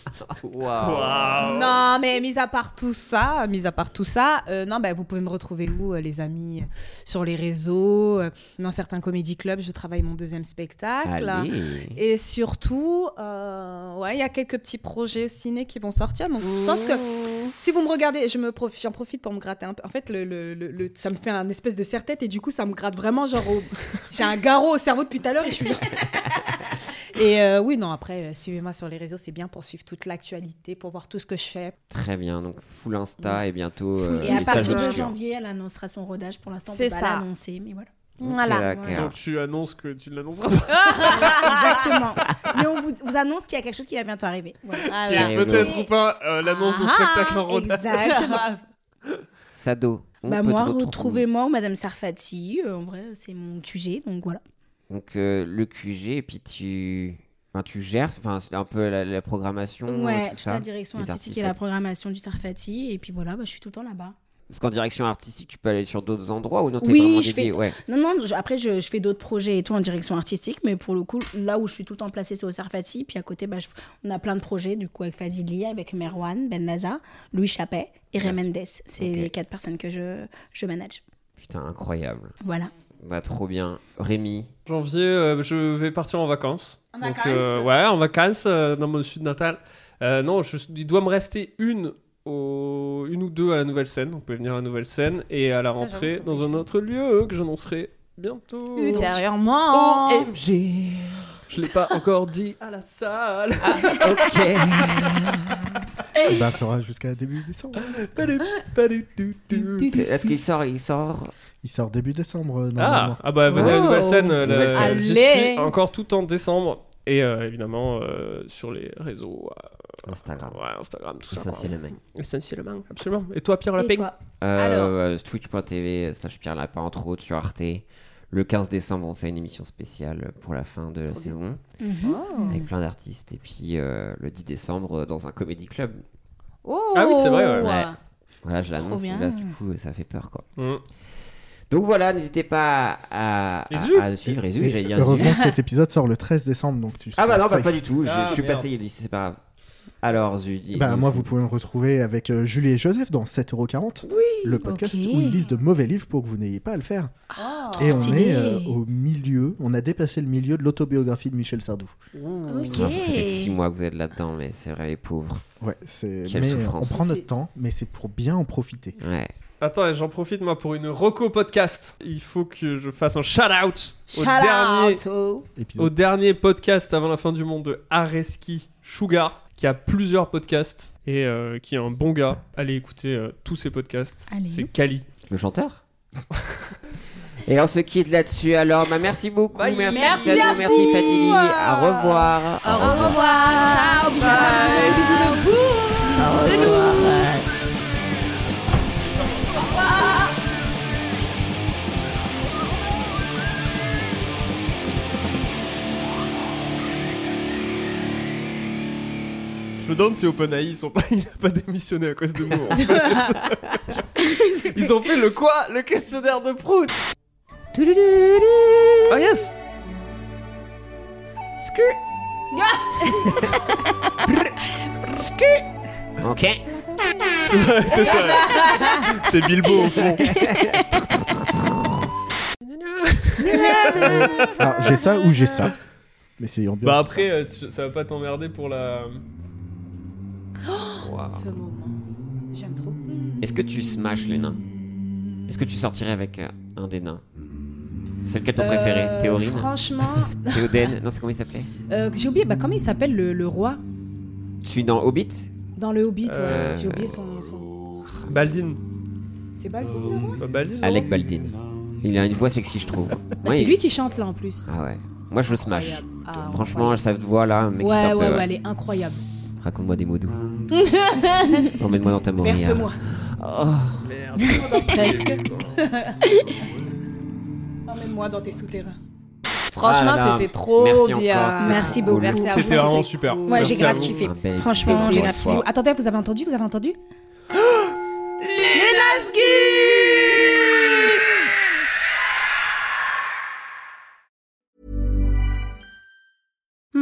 Speaker 10: Waouh.
Speaker 9: Non, mais mis à part tout ça, mis à part tout ça, euh, non, bah, vous pouvez me retrouver où, euh, les amis, sur les réseaux, euh, dans certains comédie clubs, je travaille mon deuxième spectacle.
Speaker 10: Allez.
Speaker 9: Et surtout, euh, ouais, il y a quelques petits projets ciné qui vont sortir. Donc, je pense que si vous me regardez, je me prof- j'en profite pour me gratter un peu. En fait, le, le- le- le- ça me fait un espèce de serre-tête et du coup, ça me gratte vraiment genre au- j'ai un garrot au cerveau depuis tout à l'heure et je suis genre- Et euh, oui, non, après, euh, suivez-moi sur les réseaux, c'est bien pour suivre toute l'actualité, pour voir tout ce que je fais.
Speaker 10: Très bien, donc full Insta et bientôt. euh,
Speaker 3: Et à
Speaker 10: message
Speaker 3: partir de
Speaker 10: obscur.
Speaker 3: janvier, elle annoncera son rodage. Pour l'instant, on
Speaker 9: C'est
Speaker 3: peut
Speaker 9: ça.
Speaker 3: pas l'annoncer, mais voilà.
Speaker 9: Voilà.
Speaker 10: Ok, d'accord.
Speaker 6: Donc tu annonces que tu ne l'annonceras pas.
Speaker 3: Exactement. Mais on vous, vous annonce qu'il y a quelque chose qui va bientôt arriver. Voilà.
Speaker 10: Ah
Speaker 6: Qui est peut-être ou pas euh, l'annonce du
Speaker 3: Ah,
Speaker 6: spectacle en rodage.
Speaker 3: Exactement.
Speaker 10: Sado. on
Speaker 3: Bah
Speaker 10: peut te
Speaker 3: moi,
Speaker 10: retrouver.
Speaker 3: retrouvez-moi au Madame Sarfati. Euh, en vrai, c'est mon QG, donc voilà.
Speaker 10: Donc euh, le QG, et puis tu, enfin, tu gères enfin, c'est un peu la, la programmation.
Speaker 3: ouais,
Speaker 10: tout
Speaker 3: toute
Speaker 10: ça,
Speaker 3: la direction
Speaker 10: les
Speaker 3: artistique
Speaker 10: artistes.
Speaker 3: et la programmation du Sarfati. Et puis voilà, bah, je suis tout le temps là-bas.
Speaker 10: Parce qu'en direction artistique, tu peux aller sur d'autres endroits ou non t'es vraiment
Speaker 3: Oui, je
Speaker 10: dédié
Speaker 3: fais...
Speaker 10: ouais.
Speaker 3: Non, non, je- après, je, je fais d'autres projets et tout en direction artistique, mais pour le coup, là où je suis tout le temps placée, c'est au Sarfati. Puis à côté, bah, je- on a plein de projets, du coup, avec Fazili, avec Merwan, Ben Naza, Louis Chappet et Ray Mendes. C'est les quatre personnes que je, je manage.
Speaker 10: Putain, incroyable.
Speaker 3: Voilà.
Speaker 10: Bah trop bien. Rémi,
Speaker 6: Janvier, euh, je vais partir en vacances.
Speaker 3: En
Speaker 6: Donc,
Speaker 3: vacances
Speaker 6: euh, Ouais, en vacances euh, dans mon sud natal. Euh, non, je- il doit me rester une, au- une ou deux à la nouvelle scène. On peut venir à la nouvelle scène et à la
Speaker 9: Putain,
Speaker 6: rentrée
Speaker 9: j'avoue,
Speaker 6: dans un autre lieu que j'annoncerai bientôt.
Speaker 9: Ultérieurement.
Speaker 3: Oh.
Speaker 6: hein. OMG. Je l'ai pas encore dit. À la salle.
Speaker 5: Eh ben, t'auras jusqu'à début décembre.
Speaker 10: est-ce qu'il sort Il sort.
Speaker 5: Il sort début décembre, euh,
Speaker 6: Ah,
Speaker 5: normalement.
Speaker 6: ah bah venez à la nouvelle scène. euh,
Speaker 5: Nouvelle
Speaker 6: la-
Speaker 5: scène.
Speaker 6: j'y
Speaker 9: Allez.
Speaker 6: suis encore tout en décembre. Et euh, évidemment euh, sur les réseaux. euh,
Speaker 10: Instagram.
Speaker 6: Ouais, Instagram, tout ça. quoi.
Speaker 10: Essentiellement.
Speaker 6: Essentiellement, absolument. Et toi, Pierre
Speaker 9: Et
Speaker 6: Lapin
Speaker 9: toi Alors.
Speaker 10: Euh, euh, Twitch.tv slash Pierre Lapin, entre autres, sur Arte. Le 15 décembre, on fait une émission spéciale pour la fin de la saison.
Speaker 9: Mhm. Oh.
Speaker 10: Avec plein d'artistes. Et puis euh, le 10 décembre, euh, dans un comédie club.
Speaker 9: Oh
Speaker 6: Ah oui, c'est vrai, ouais.
Speaker 10: Ouais. Voilà, je
Speaker 9: Trop
Speaker 10: l'annonce.
Speaker 9: bien.
Speaker 10: Là, du coup, ça fait peur, quoi.
Speaker 6: Mm.
Speaker 10: Donc voilà, n'hésitez pas à, à,
Speaker 5: Les yeux.
Speaker 10: à- à suivre. Les yeux,
Speaker 5: Et
Speaker 10: j'allais dire.
Speaker 5: Heureusement
Speaker 10: les
Speaker 5: que
Speaker 10: yeux.
Speaker 5: cet épisode sort le 13 décembre, donc tu
Speaker 10: Ah bah
Speaker 5: seras
Speaker 10: non, bah
Speaker 5: safe.
Speaker 10: pas du tout. Je,
Speaker 6: Ah,
Speaker 10: je suis
Speaker 6: merde.
Speaker 10: passé, il dit, c'est pas grave. Alors, Julie.
Speaker 5: Bah, moi, vous pouvez me retrouver avec euh, Julie et Joseph dans 7,40€, le podcast
Speaker 10: ok.
Speaker 5: où ils lisent de mauvais livres pour que vous n'ayez pas à le faire.
Speaker 10: trop
Speaker 5: et on
Speaker 10: stylé.
Speaker 5: est euh, au milieu, on a dépassé le milieu de l'autobiographie de Michel Sardou.
Speaker 10: Putain, Ça fait 6 mois que vous êtes là-dedans, mais c'est vrai, les pauvres.
Speaker 5: Ouais, c'est.
Speaker 10: Quelle
Speaker 5: Mais euh, on
Speaker 10: souffrance.
Speaker 5: prend notre temps, mais c'est pour bien en profiter.
Speaker 10: Ouais.
Speaker 6: Attends, et j'en profite moi pour une reco podcast. Il faut que je fasse un shout out au
Speaker 9: Shout-out
Speaker 6: dernier
Speaker 9: au-
Speaker 6: au dernier podcast avant la fin du monde de Areski Sugar qui a plusieurs podcasts et euh, qui est un bon gars. Allez écouter euh, tous ses podcasts.
Speaker 10: Allez.
Speaker 6: C'est Kali.
Speaker 10: Le chanteur Et on se quitte là-dessus alors. Bah, merci beaucoup. Merci,
Speaker 9: Merci
Speaker 10: Sado,
Speaker 9: à
Speaker 10: merci
Speaker 9: vous.
Speaker 10: Fadili. Au revoir. Au
Speaker 9: Ciao,
Speaker 10: revoir.
Speaker 9: bye.
Speaker 10: Au revoir. Ouais.
Speaker 6: Je me demande si OpenAI ils sont pas- il a pas démissionné à cause de nous. en fait. ils ont fait le quoi Le questionnaire de Prout. Oh yes
Speaker 10: Ok.
Speaker 6: c'est ça. C'est Bilbo au fond.
Speaker 5: Alors, Ah, j'ai ça ou j'ai ça. Mais c'est ambiant.
Speaker 6: Bah après, euh, tu- ça va pas t'emmerder pour la.
Speaker 21: Ce moment, j'aime trop.
Speaker 10: Est-ce que tu smashes les nains Est-ce que tu sortirais avec euh, un des nains C'est lequel ton
Speaker 9: Euh,
Speaker 10: préféré Théorine
Speaker 9: franchement.
Speaker 10: Théoden Non, c'est comment il s'appelait
Speaker 9: Euh, J'ai oublié, bah, comment il s'appelle le, le roi
Speaker 10: Tu suis dans Hobbit
Speaker 9: dans le Hobbit ouais.
Speaker 10: Euh,
Speaker 9: J'ai oublié son. son-
Speaker 6: Baldin.
Speaker 9: C'est Baldur le
Speaker 10: euh,
Speaker 9: roi
Speaker 10: Alec Baldin. Il a une voix sexy, je trouve.
Speaker 9: Bah,
Speaker 10: Oui.
Speaker 9: C'est lui qui chante là en plus.
Speaker 10: Ah ouais. Moi, je le smash.
Speaker 9: Incroyable. Ah,
Speaker 10: Franchement, sa voix là
Speaker 9: Ouais,
Speaker 10: m'excite
Speaker 9: ouais,
Speaker 10: un peu.
Speaker 9: ouais,
Speaker 10: ouais.
Speaker 9: elle est incroyable.
Speaker 10: Raconte-moi des mots doux. Emmène-moi dans ta mort.
Speaker 9: Berce-moi.
Speaker 10: Oh.
Speaker 9: Merde. Presque. Emmène-moi dans tes souterrains. Franchement,
Speaker 10: Ah là là.
Speaker 9: c'était trop
Speaker 10: Merci encore,
Speaker 9: bien.
Speaker 10: c'était Merci beaucoup. cool.
Speaker 9: Merci à Ah, vous.
Speaker 10: C'était vraiment super.
Speaker 9: cool.
Speaker 10: Moi, j'ai Merci grave à vous. kiffé. Un bel Franchement,
Speaker 9: C'était
Speaker 10: j'ai
Speaker 9: cool.
Speaker 10: grave kiffé.
Speaker 9: Attendez, vous avez entendu Vous avez entendu